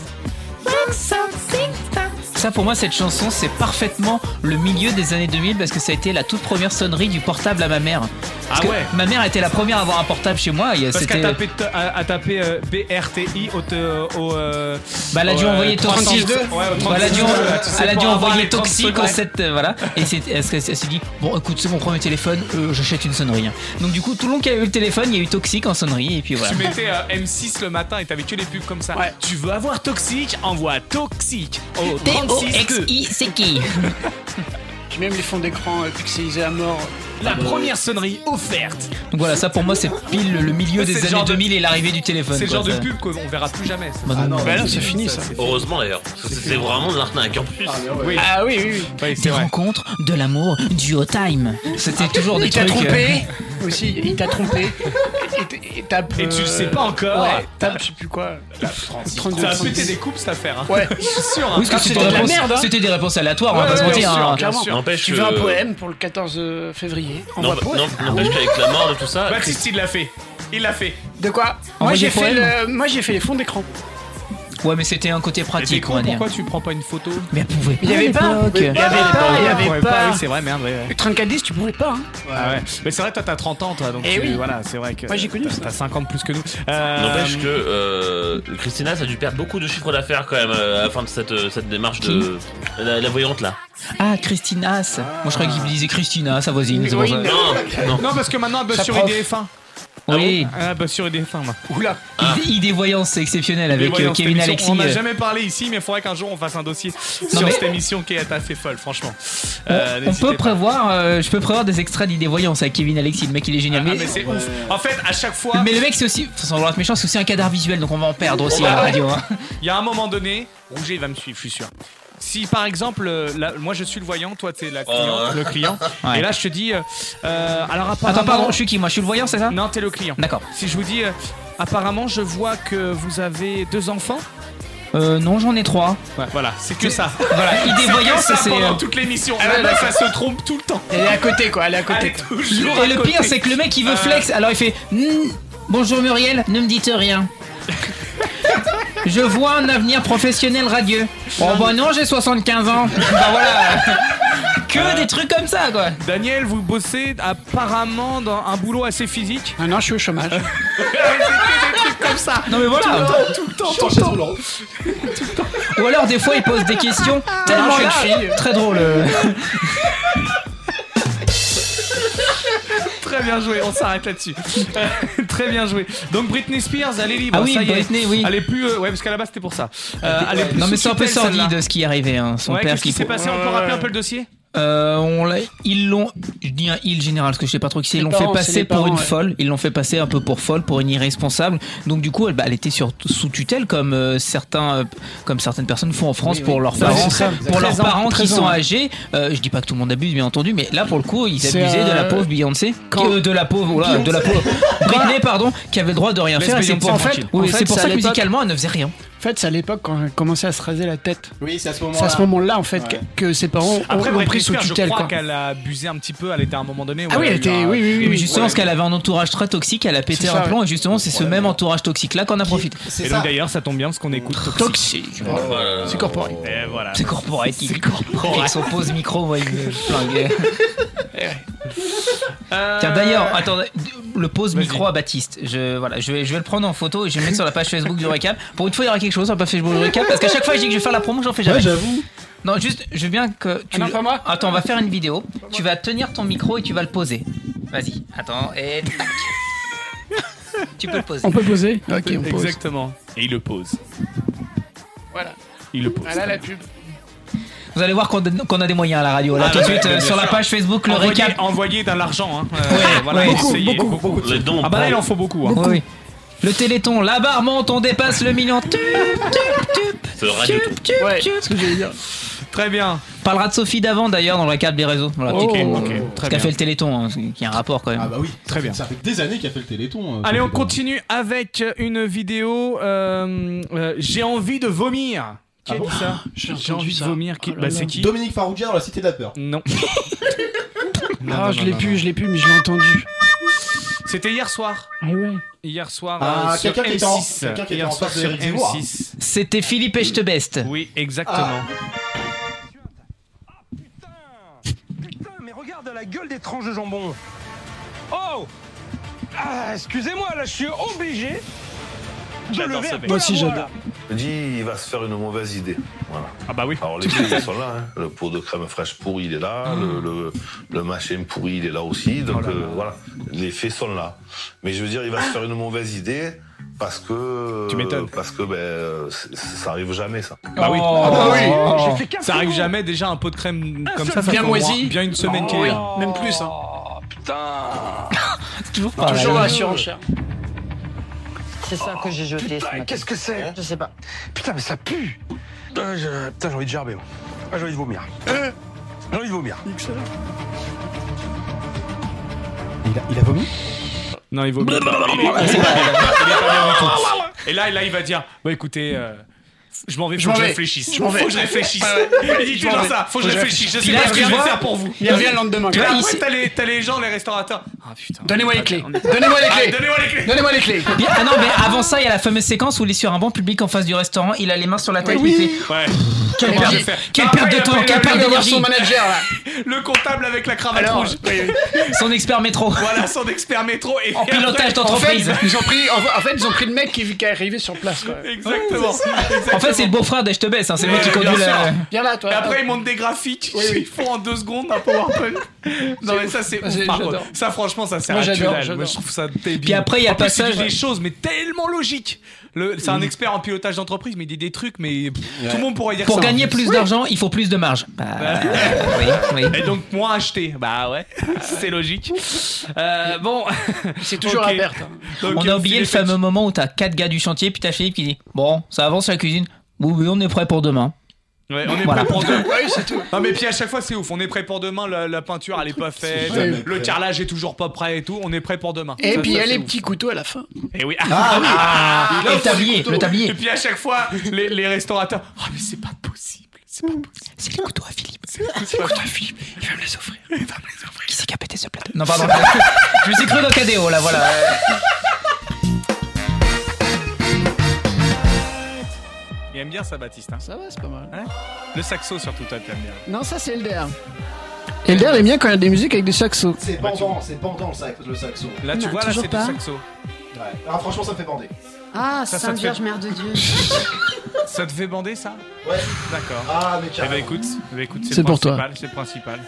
Ça pour moi cette chanson c'est parfaitement le milieu des années 2000 parce que ça a été la toute première sonnerie du portable à ma mère. Parce
Ah
que
ouais.
Ma mère était la première à avoir un portable chez moi. et
Parce qu'à
C'était
taper, t- à, à taper euh, BRTI au. te- au euh,
Bah, elle a dû
au, euh,
envoyer
36
toxique.
Ouais, au
Bah, elle a dû,
36, euh, tu sais,
elle a
pour
dû
avoir
envoyer
les 30
toxique au
secondes.
7. euh, voilà. Et c'est, est-ce qu'elle s'est dit, bon, écoute, c'est mon premier téléphone, euh, j'achète une sonnerie. Donc, du coup, tout le long qu'il y a eu le téléphone, il y a eu toxique en sonnerie. Et puis voilà.
Tu mettais euh, M6 le matin et t'avais que les pubs comme ça. Tu veux avoir toxique Envoie toxique au 36
T-O-X-I,
c'est qui
Puis même les fonds d'écran euh, pixelisés à mort.
La première sonnerie offerte.
Donc voilà, ça pour moi c'est pile le milieu
C'est
des
le genre
années
de-
2000 et l'arrivée du téléphone.
C'est le
quoi,
genre de
ça.
pub qu'on verra plus jamais. ça.
Bah non, non,
Bah non,
c'est
c'est
fini,
fini
ça.
ça.
Heureusement d'ailleurs, parce que c'est vraiment de l'arnaque en plus.
Ah oui, oui, Des rencontres, de l'amour, du haut time. C'était toujours des
Il t'a
trucs. euh,
trompé aussi, il t'a trompé. Et, tape,
euh.
euh,
Et tu le sais pas encore.
Ouais, tape, je sais plus quoi. Tape 32,
Ça a
36.
pété des coupes cette affaire. hein.
Ouais.
je suis sûr. hein.
Oui, parce que
Ah,
c'était des réponses- c'était des réponses aléatoires, on va
Ouais,
pas se
ouais,
mentir,
bien
hein.
sûr, bien
Clairement.
sûr.
N'empêche
tu veux un
que-
poème pour le 14 février
Non,
Envoie
bah,
poème.
non, N'empêche qu'avec la mort de tout ça.
Baptiste, Bah, il l'a fait. Il l'a fait.
Ah De quoi Moi
Envoie
j'ai
des
fait,
poèmes.
le- moi, j'ai fait les fonds d'écran.
Ouais, mais c'était un côté
Mais
pratique,
con,
on va dire.
pourquoi tu prends pas une photo
Mais elle pouvait
Il y avait
à
pas,
l'époque. Ah, bah
il y avait pas, il y
On
avait
pourrait
pas.
Oui, c'est vrai, merde. ouais, ouais.
Le 3410, tu pouvais pas. hein.
Ah ouais. Mais c'est vrai, toi, t'as 30 ans, toi. Donc
Eh
tu-
oui.
voilà, c'est vrai que.
Moi, j'ai connu
t'as-
ça.
T'as 50 plus que nous. Euh,
N'empêche que euh, Christina, ça a dû perdre beaucoup de chiffres d'affaires quand même euh, à la fin de cette, euh, cette démarche de la, la voyante là.
Ah, Christinas. Moi, je croyais qu'il disait Christina, sa voisine. c'est pour ça.
Non, parce Ah que maintenant, elle bosse
Sa
sur
prof.
IDF1.
Oui.
Elle bosse bah, sur IDF1, moi. Oula.
Idée, idée voyance, c'est exceptionnel
Mais
avec
voyons,
euh,
cette
Kevin
émission,
Alexis.
On n'a
euh,
jamais parlé ici, mais il faudrait qu'un jour on fasse un dossier sur
mais-
cette émission qui est assez folle, franchement.
on-
Euh,
on
n'hésitez
peut
pas.
prévoir, euh, je peux prévoir des extraits d'idée voyance avec Kevin Alexis. Le mec, il est génial.
Ah, mais c'est ouf. En fait, à chaque fois,
Mais le mec, c'est aussi, sans vouloir être méchant, c'est aussi un cadre visuel, donc on va en perdre aussi
Bah
à la
ouais.
radio. hein.
il y a un moment donné, Rouget il va me suivre, je suis sûr. Si par exemple, euh, là, moi je suis le voyant, toi t'es la cliente, le client,
Ouais.
et là je te dis, euh, euh, alors apparemment,
Attends, pardon, je suis qui Moi, je suis le voyant, c'est ça
Non, t'es le client.
D'accord.
Si je vous dis, euh, apparemment, je vois que vous avez deux enfants.
Euh, non, j'en ai trois.
voilà, c'est que ça.
Voilà, idée
C'est que
voyance,
ça
c'est,
pendant
euh,
toute l'émission.
Ah
La
ouais,
meuf,
ouais.
elle se trompe tout le temps.
Elle est à côté, quoi, elle est à côté.
Elle est toujours
Et
à
le
côté.
pire, c'est que le mec, il veut
Euh,
flex, alors il fait Hmm, Bonjour Muriel, ne me dites rien. Je vois un avenir professionnel radieux. Oh bah non, j'ai 75 ans. bah voilà. Que des trucs comme ça, quoi.
Daniel, vous bossez apparemment dans un boulot assez physique. Euh,
Ah non, je suis au chômage.
des trucs comme ça.
Non, mais voilà.
Tout le temps, tout le temps, tout le temps.
Ou alors, des fois, il pose des questions
Ah,
Non,
tellement
je suis une
larges.
fille.
Très drôle. euh.
Très bien joué, on s'arrête là-dessus. Très bien joué. Donc Britney Spears, elle est libre.
Ah oui,
ça y est.
Britney, oui.
Elle est plus. euh, ouais, parce qu'à la base c'était pour ça. Euh, elle est plus
Non, mais
sous
c'est un peu
tutelle, celle-là.
sordide ce qui est arrivé. hein. Son
Ouais,
père
qu'est-ce qui s'est passé On peut rappeler un peu le dossier
Euh, on l'a- ils l'ont, je dis un ils général parce que je sais pas trop qui c'est, ils
Les
l'ont fait
parents, c'est
passer
les
pour
parents,
une
ouais.
folle, ils l'ont fait passer un peu pour folle, pour une irresponsable. Donc du coup, elle, bah, elle était sur, sous tutelle comme euh, certains, euh, comme certaines personnes font en France pour leurs
Bah,
parents,
c'est ça.
pour leurs
13 ans,
parents qui
13 ans,
sont
ouais.
âgés. Euh, je dis pas que tout le monde abuse, bien entendu, mais là pour le coup, ils
C'est,
abusaient de la
euh,
pauvre Beyoncé,
quand- Bah,
qui- euh, de la pauvre, oh là, de la pauvre Britney, pardon, qui avait le droit de rien
Laisse
faire. et C'est
Beyoncé
pour, en fait,
tranquille.
oui,
En
c'est
fait,
pour
ça,
ça
à
que
l'époque-
musicalement, elle ne faisait rien.
En fait, c'est à l'époque quand elle commençait à se raser la tête.
Oui, c'est à ce
C'est à ce moment-là, en fait, que, que ses parents
Après,
ont, ont
Britney
pris sous
Spears, je
tutelle,
crois
quoi.
qu'elle a abusé un petit peu. Elle était à un moment donné. où
Ah oui,
a
elle
eu
était.
un-
Oui, oui, oui.
Mais
oui.
justement, parce qu'elle avait un entourage très toxique, elle a pété
C'est
un
ça,
plan, et justement, c'est ce même entourage toxique-là qu'on a profité. Oh,
Et donc d'ailleurs, ça tombe bien parce qu'on écoute Toxic.
Toxique.
Voilà.
C'est corporel.
Et Eh, voilà.
C'est corporate. C'est corporate. Avec son pose micro, moi, il me flingue.
Euh,
Tiens, d'ailleurs, attendez, le pose
Vas-y.
micro à Baptiste. Je, voilà, je, vais, je vais le prendre en photo et je vais le mettre sur la page Facebook du récap. Pour une fois, il y aura quelque chose sur la page Facebook du récap parce qu'à chaque fois, je dis que je vais faire la promo, j'en fais jamais.
Ouais, j'avoue.
non, juste, je veux bien que tu.
Ah non, pas moi.
Attends, on va faire une vidéo. Tu vas tenir ton micro et tu vas le poser. Vas-y, attends, et tac. tu peux le poser.
On peut poser Ok, on pose.
Exactement. Et il le pose.
Voilà.
Il le pose.
Voilà la pub.
Vous allez voir qu'on qu'on a des moyens à la radio. Là,
Ah,
tout de
bah,
suite,
bah,
euh,
bien
sur la
sûr.
page Facebook, le
Envoyez,
récap.
envoyez de l'argent. Hein. Euh, voilà,
ouais.
essayez.
Beaucoup, beaucoup, beaucoup.
Les dons.
Ah bah là, il en faut beaucoup. hein.
Oui, oui. Le téléthon, la barre monte, on dépasse le million. Tup, tup, tup,
C'est le radio
tup, tup,
Ouais,
tup.
ce que j'allais dire.
Très bien.
On parlera de Sophie d'avant d'ailleurs dans le cadre des réseaux. Voilà,
Oh.
qui-
Ok, ok.
qui
Très
a
bien.
fait le téléthon, hein, qui a un rapport quand même.
Ah bah oui,
Très bien.
Ça fait des années qu'il a fait le téléthon. euh,
Allez, on
Sophie Davant.
continue avec euh, une vidéo. euh, euh, J'ai envie de vomir. Qui a
Ah bon
dit ça
J'ai
J'ai
entendu
envie de
ça.
vomir. Qui...
Oh là
bah,
là.
c'est qui
Dominique Farrugia dans la Cité de la Peur.
Non.
Ah, je l'ai plus, je l'ai plus, mais je l'ai entendu.
C'était hier soir.
Ah ouais.
Hier soir.
Ah,
euh, sur
quelqu'un qui était en-
M6.
quelqu'un qui était
Hier
en
soir
face de
sur
Eric Zemmour.
M6.
C'était Philippe Echtebest.
Oui,
Ah.
exactement.
Putain, mais regarde la gueule des tranches de jambon. Oh Ah, excusez-moi, là, je suis obligé de
J'adore
lever
ce
un
mec.
peu
Moi
la
aussi,
voix,
j'adore.
là.
Je dis, il va se faire une mauvaise idée. Voilà.
Ah bah oui. Ah.
Alors les deux, ils sont là. hein. Le pot de crème fraîche pourri, il est là. Le, le, le machin pourri, il est là aussi. Donc
Oh
euh, voilà, les faits sont là. Mais je veux dire, il va se faire une mauvaise idée parce que
Tu m'étonnes.
parce que ben euh, c'est- ça arrive jamais ça.
Bah oui.
Ah bah oui.
J'ai fait qu'un
Ça arrive
second.
jamais déjà un pot de crème comme
seul
ça, ça
bien
fait au moins
moisi.
Bien une semaine
Oh
qu'il est
oui,
là.
même plus. Hein.
Oh,
Putain
Toujours
par la
la
ligne.
surenchère. C'est ça que j'ai jeté. Putain, qu'est-ce que c'est Je sais pas. Putain, mais ça pue Putain, je- putain, j'ai envie de gerber. moi. Ah, j'ai envie de vomir. Euh, j'ai envie de vomir.
Il a, il a vomi
Non, il vaut mieux.
Ah, c'est vrai.
Et là, et là, il va dire Bah écoutez, euh, je m'en vais,
Je
faut
m'en
que je
vais.
réfléchisse.
Je m'en vais.
Faut que je réfléchisse.
Ouais, ouais.
Il dit
Je m'en
toujours
vais.
ça, faut que je réfléchisse. Je sais
Il
pas ce que je vais
revient-
faire pour vous.
il revient le lendemain.
Et là,
Il
après,
s'est-
t'as les, t'as les gens, les restaurateurs. Ah putain.
Donnez-moi les clés.
On est-
Donnez-moi les
Ah,
clés.
Donnez-moi les clés.
Donnez-moi les clés.
Puis- ah non, mais avant ça, il y a la fameuse séquence où il est sur un banc public en face du restaurant, il a les mains sur la tête,
Oui.
il fait.
Ouais.
Quelle
Comment
perte
je
de-
vais faire
quelle
Ah,
perte
il
de
a
temps,
pas eu
quelle
le
perte
temps de voir
d'énergie.
son manager, là. Le comptable avec la cravate
Alors,
rouge.
Son expert métro.
Voilà, son expert métro. Et
En
puis après-
pilotage d'entreprise.
En fait, ils ont pris, en, en fait, ils ont pris le mec qui, qui est arrivé sur place. Quoi.
Exactement.
En fait, c'est le beau-frère de Je te baisse, hein, c'est lui qui conduit la.
Viens là, toi.
Et après, ils montent des graphiques. Ils font en deux secondes un PowerPoint. Non, mais ça, c'est
Ah, c'est-
ouf. Par
j'adore.
contre, ça, franchement, ça sert
Moi,
à que
j'adore,
dalle.
j'adore.
Moi, je trouve ça débile.
Puis après, il y a
En
le
plus,
passage-
dit des choses, mais tellement logiques. Le-
Mm.
C'est un expert en pilotage d'entreprise, mais il dit des trucs, mais pff, tout le monde pourrait dire
Pour
ça.
gagner plus
Oui.
d'argent, il faut plus de marge. Bah,
Et donc moins acheté, bah ouais, c'est logique. Euh, bon, euh, c'est
toujours à perte, hein.
on a oublié le fameux moment où t'as quatre gars du chantier, puis t'as Philippe qui dit Bon, ça avance la cuisine. Oui, oui, on est prêt pour demain.
Ouais, on est
Voilà.
prêt pour demain. Non mais puis à chaque fois c'est ouf, on est prêt pour demain, la, la peinture elle est pas faite,
jamais
le
prêt.
carrelage est toujours pas prêt et tout, on est prêt pour demain.
Et
Ça,
puis il y
ça,
a
c'est
les
ouf.
petits couteaux à la fin.
Et oui.
Ah oui.
Ah,
Le tablier, le tablier.
Et puis à chaque fois, les, les restaurateurs. Oh, mais c'est pas possible, c'est pas possible.
C'est les couteaux à Philippe.
C'est les couteaux à Philippe.
Il va me les offrir. Qui c'est qui a pété ce plateau Non, pardon. je me suis cru dans KDO là, voilà.
Il aime bien ça, Baptiste. hein.
Ça va, c'est pas mal.
le saxo surtout, toi, t'aimes bien.
Non, ça c'est Elder. Elder aime bien quand il y a des musiques avec des saxos.
C'est pendant, c'est pendant le, sac- le saxo.
Bah, Là, tu
Non,
vois, là,
toujours
c'est
pas.
du saxo.
Ouais. Ah, franchement, ça me fait bander.
Ah,
Ça, ça
Sainte
te
Vierge
fait-
Mère de Dieu.
Ça te fait bander, ça
Ouais.
D'accord.
Ah, mais
Eh ben
carrément.
écoute, eh ben, écoute
C'est
c'est
pour toi.
principal, c'est principal.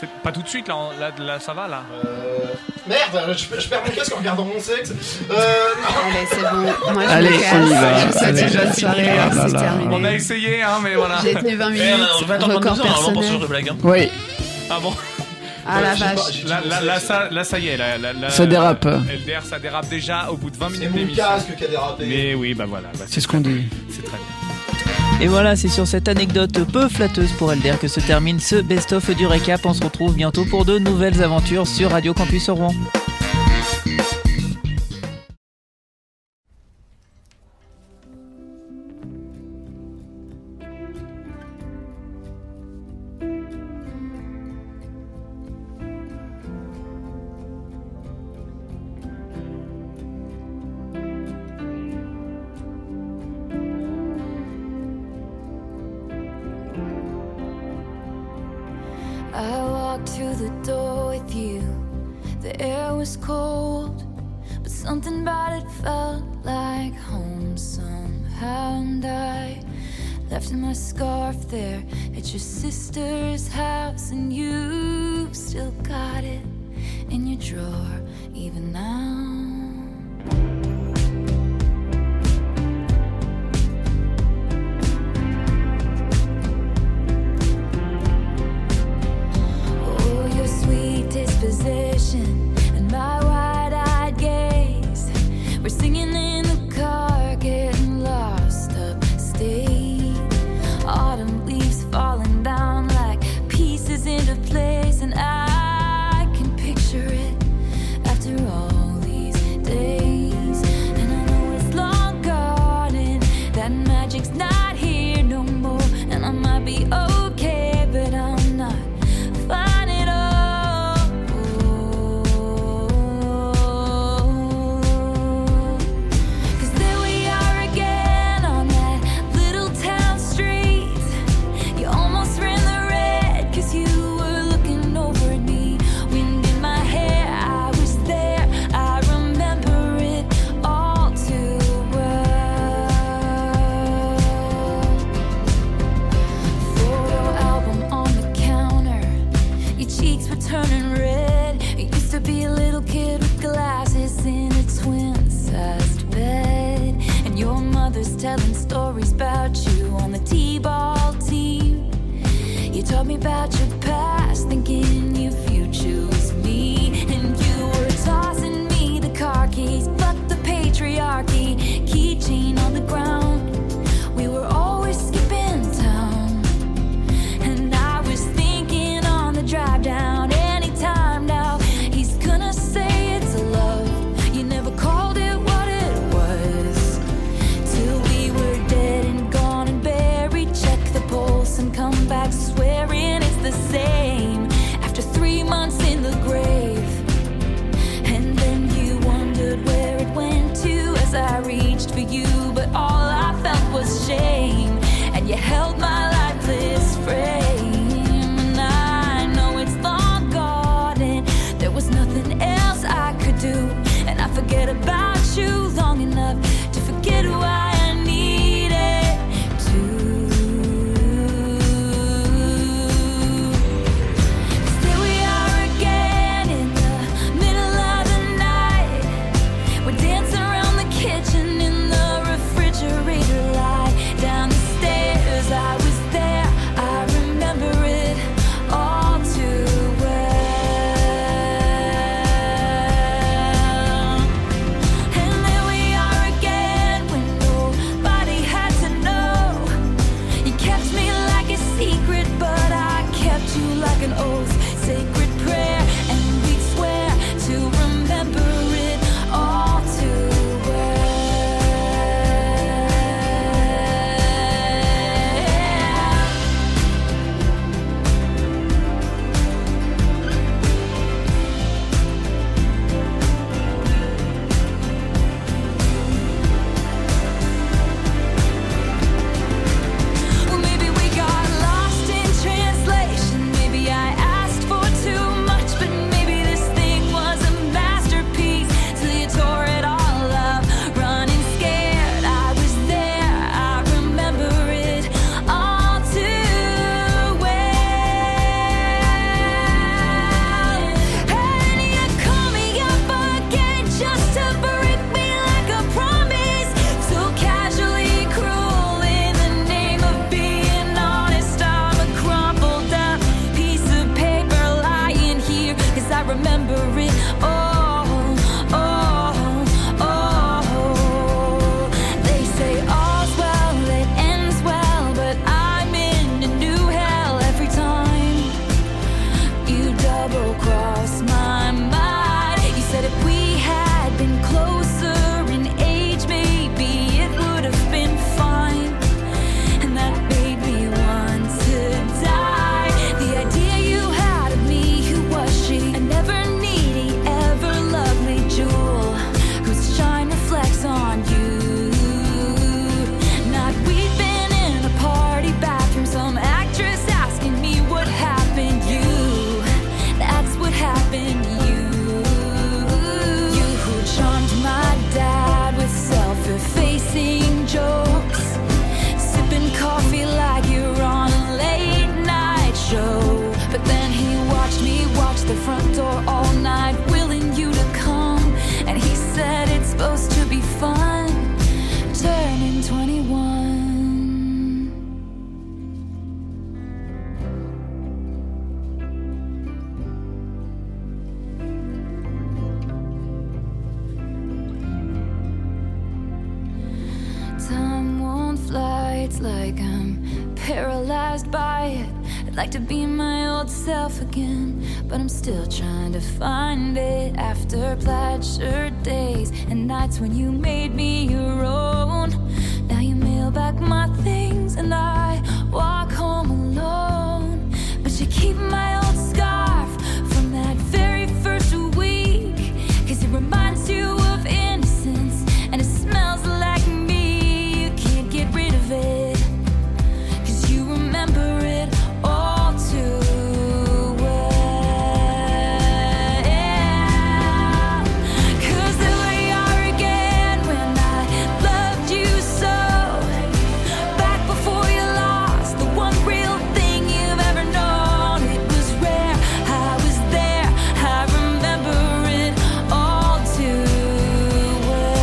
C'est pas tout de suite, là, on- là, là, ça va, là
Euh, Merde, je, je perds mon casque en regardant mon sexe. Euh...
Allez, c'est bon. Moi, je
Allez,
me casse.
on y va.
C'est
Allez.
déjà une soirée.
Ah là
c'est
là.
terminé.
On a essayé, hein, mais voilà.
J'ai tenu 20
Eh,
minutes.
on va attendre
record
22 heures, avant pour ce
personnel.
genre de blague, hein.
Oui.
Ah bon
Ah la vache.
Là, là, là, ça, là, ça y est, là, là, là-
Ça dérape.
LDR, ça dérape déjà au bout de 20 minutes
mon
d'émission.
casque qui a dérapé.
Mais oui, bah voilà. bah,
C'est ce qu'on dit.
C'est très bien.
Et voilà, c'est sur cette anecdote peu flatteuse pour Elder que se termine ce best-of du récap. On se retrouve bientôt pour de nouvelles aventures sur Radio Campus Rouen.
I walked through the door with you. The air was cold, but something about it felt like home somehow. And I left my scarf there at your sister's house, and you still got it in your drawer even now. Oh, your sweet disposition and my wide-eyed gaze. We're singing in the car, getting lost upstate. Autumn leaves falling down like pieces into place, and I can picture it after all these days. And I know it's long gone, and that magic's not here no more. And I might be okay, but I'm not. Find it all. 'Cause there we are again on that little town street. You almost ran the red 'cause you were looking over at me. Wind in my hair, I was there. I remember it all too well. Photo album on the counter. Your cheeks were turning red. You used to be a little kid with glasses in a twin sized bed. And your mother's telling stories about you on the T ball team. You taught me about your past, thinking your future was me. And It's like I'm paralyzed by it. I'd like to be my old self again, but I'm still trying to find it after plaid shirt days and nights when you made me your own. Now you mail back my things and I walk home alone. But you keep my old scarf from that very first week. Cause it reminds you of innocence and it smells like me. You can't get rid of it. Cause you remember it all too well. Cause there we are again when I loved you so. Back before you lost the one real thing you've ever known. It was rare. I was there. I remember it all too well.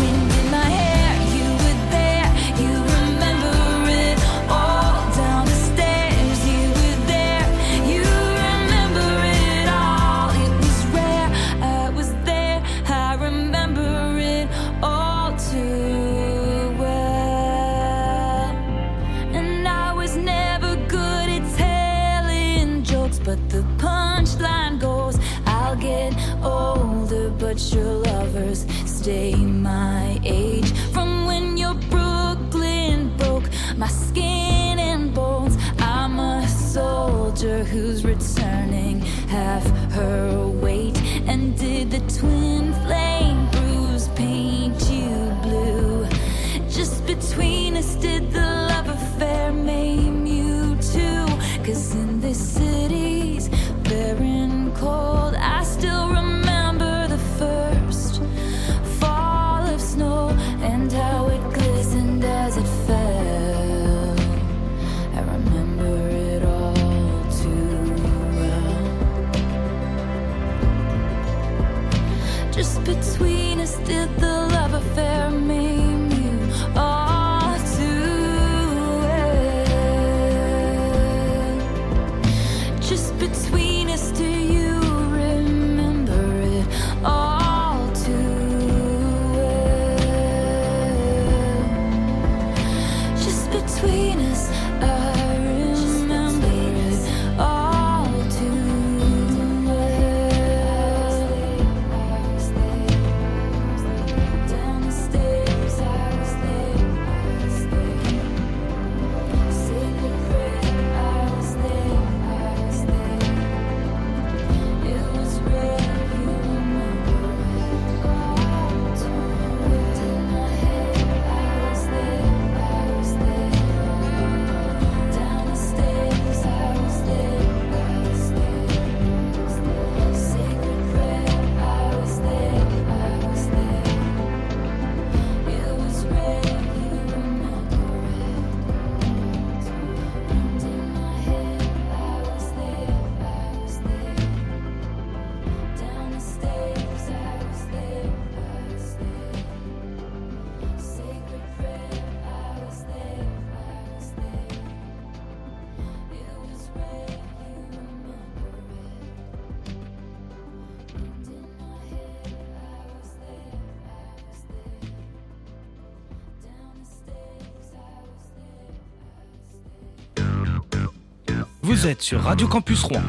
Wind in my hair, you were there. You remember it all down the stairs. You were there. You remember it all. It was rare. I was there. I remember it all too well. And I was never good at telling jokes, but the punchline goes I'll get older, but your lovers stay my age. From when your Brooklyn broke my skin and bones, I'm a soldier who's returning half her weight. And did the twin flame bruise paint you blue? Just between us, did the love affair maim you too? Cause in this city's barren cold, I still remember the first fall of snow and how it glistened as it fell. I remember it all too well. Just between us, did the love affair maim you all too well? Just between us, do you remember it all too well? Just between us, I remember it all too well. Down the stairs, I was there, I was there. Sacred prayer, I was there, I was there. It was real, you remember it all too well. In my head, I was there, I was there. Down the stairs, I was there, I was there. Sacred prayer, I was there, I was there. It was real, you remember it. In my head, I was there, I was there. Down the stairs, I was there, I was there. Sacred prayer, I was there, I was there. It was red, you remember it. And in my head, I was there, I was there. Down the stairs, I was there.
Vous êtes sur Radio Campus Rouen.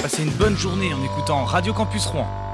Passez une bonne journée en écoutant Radio Campus Rouen.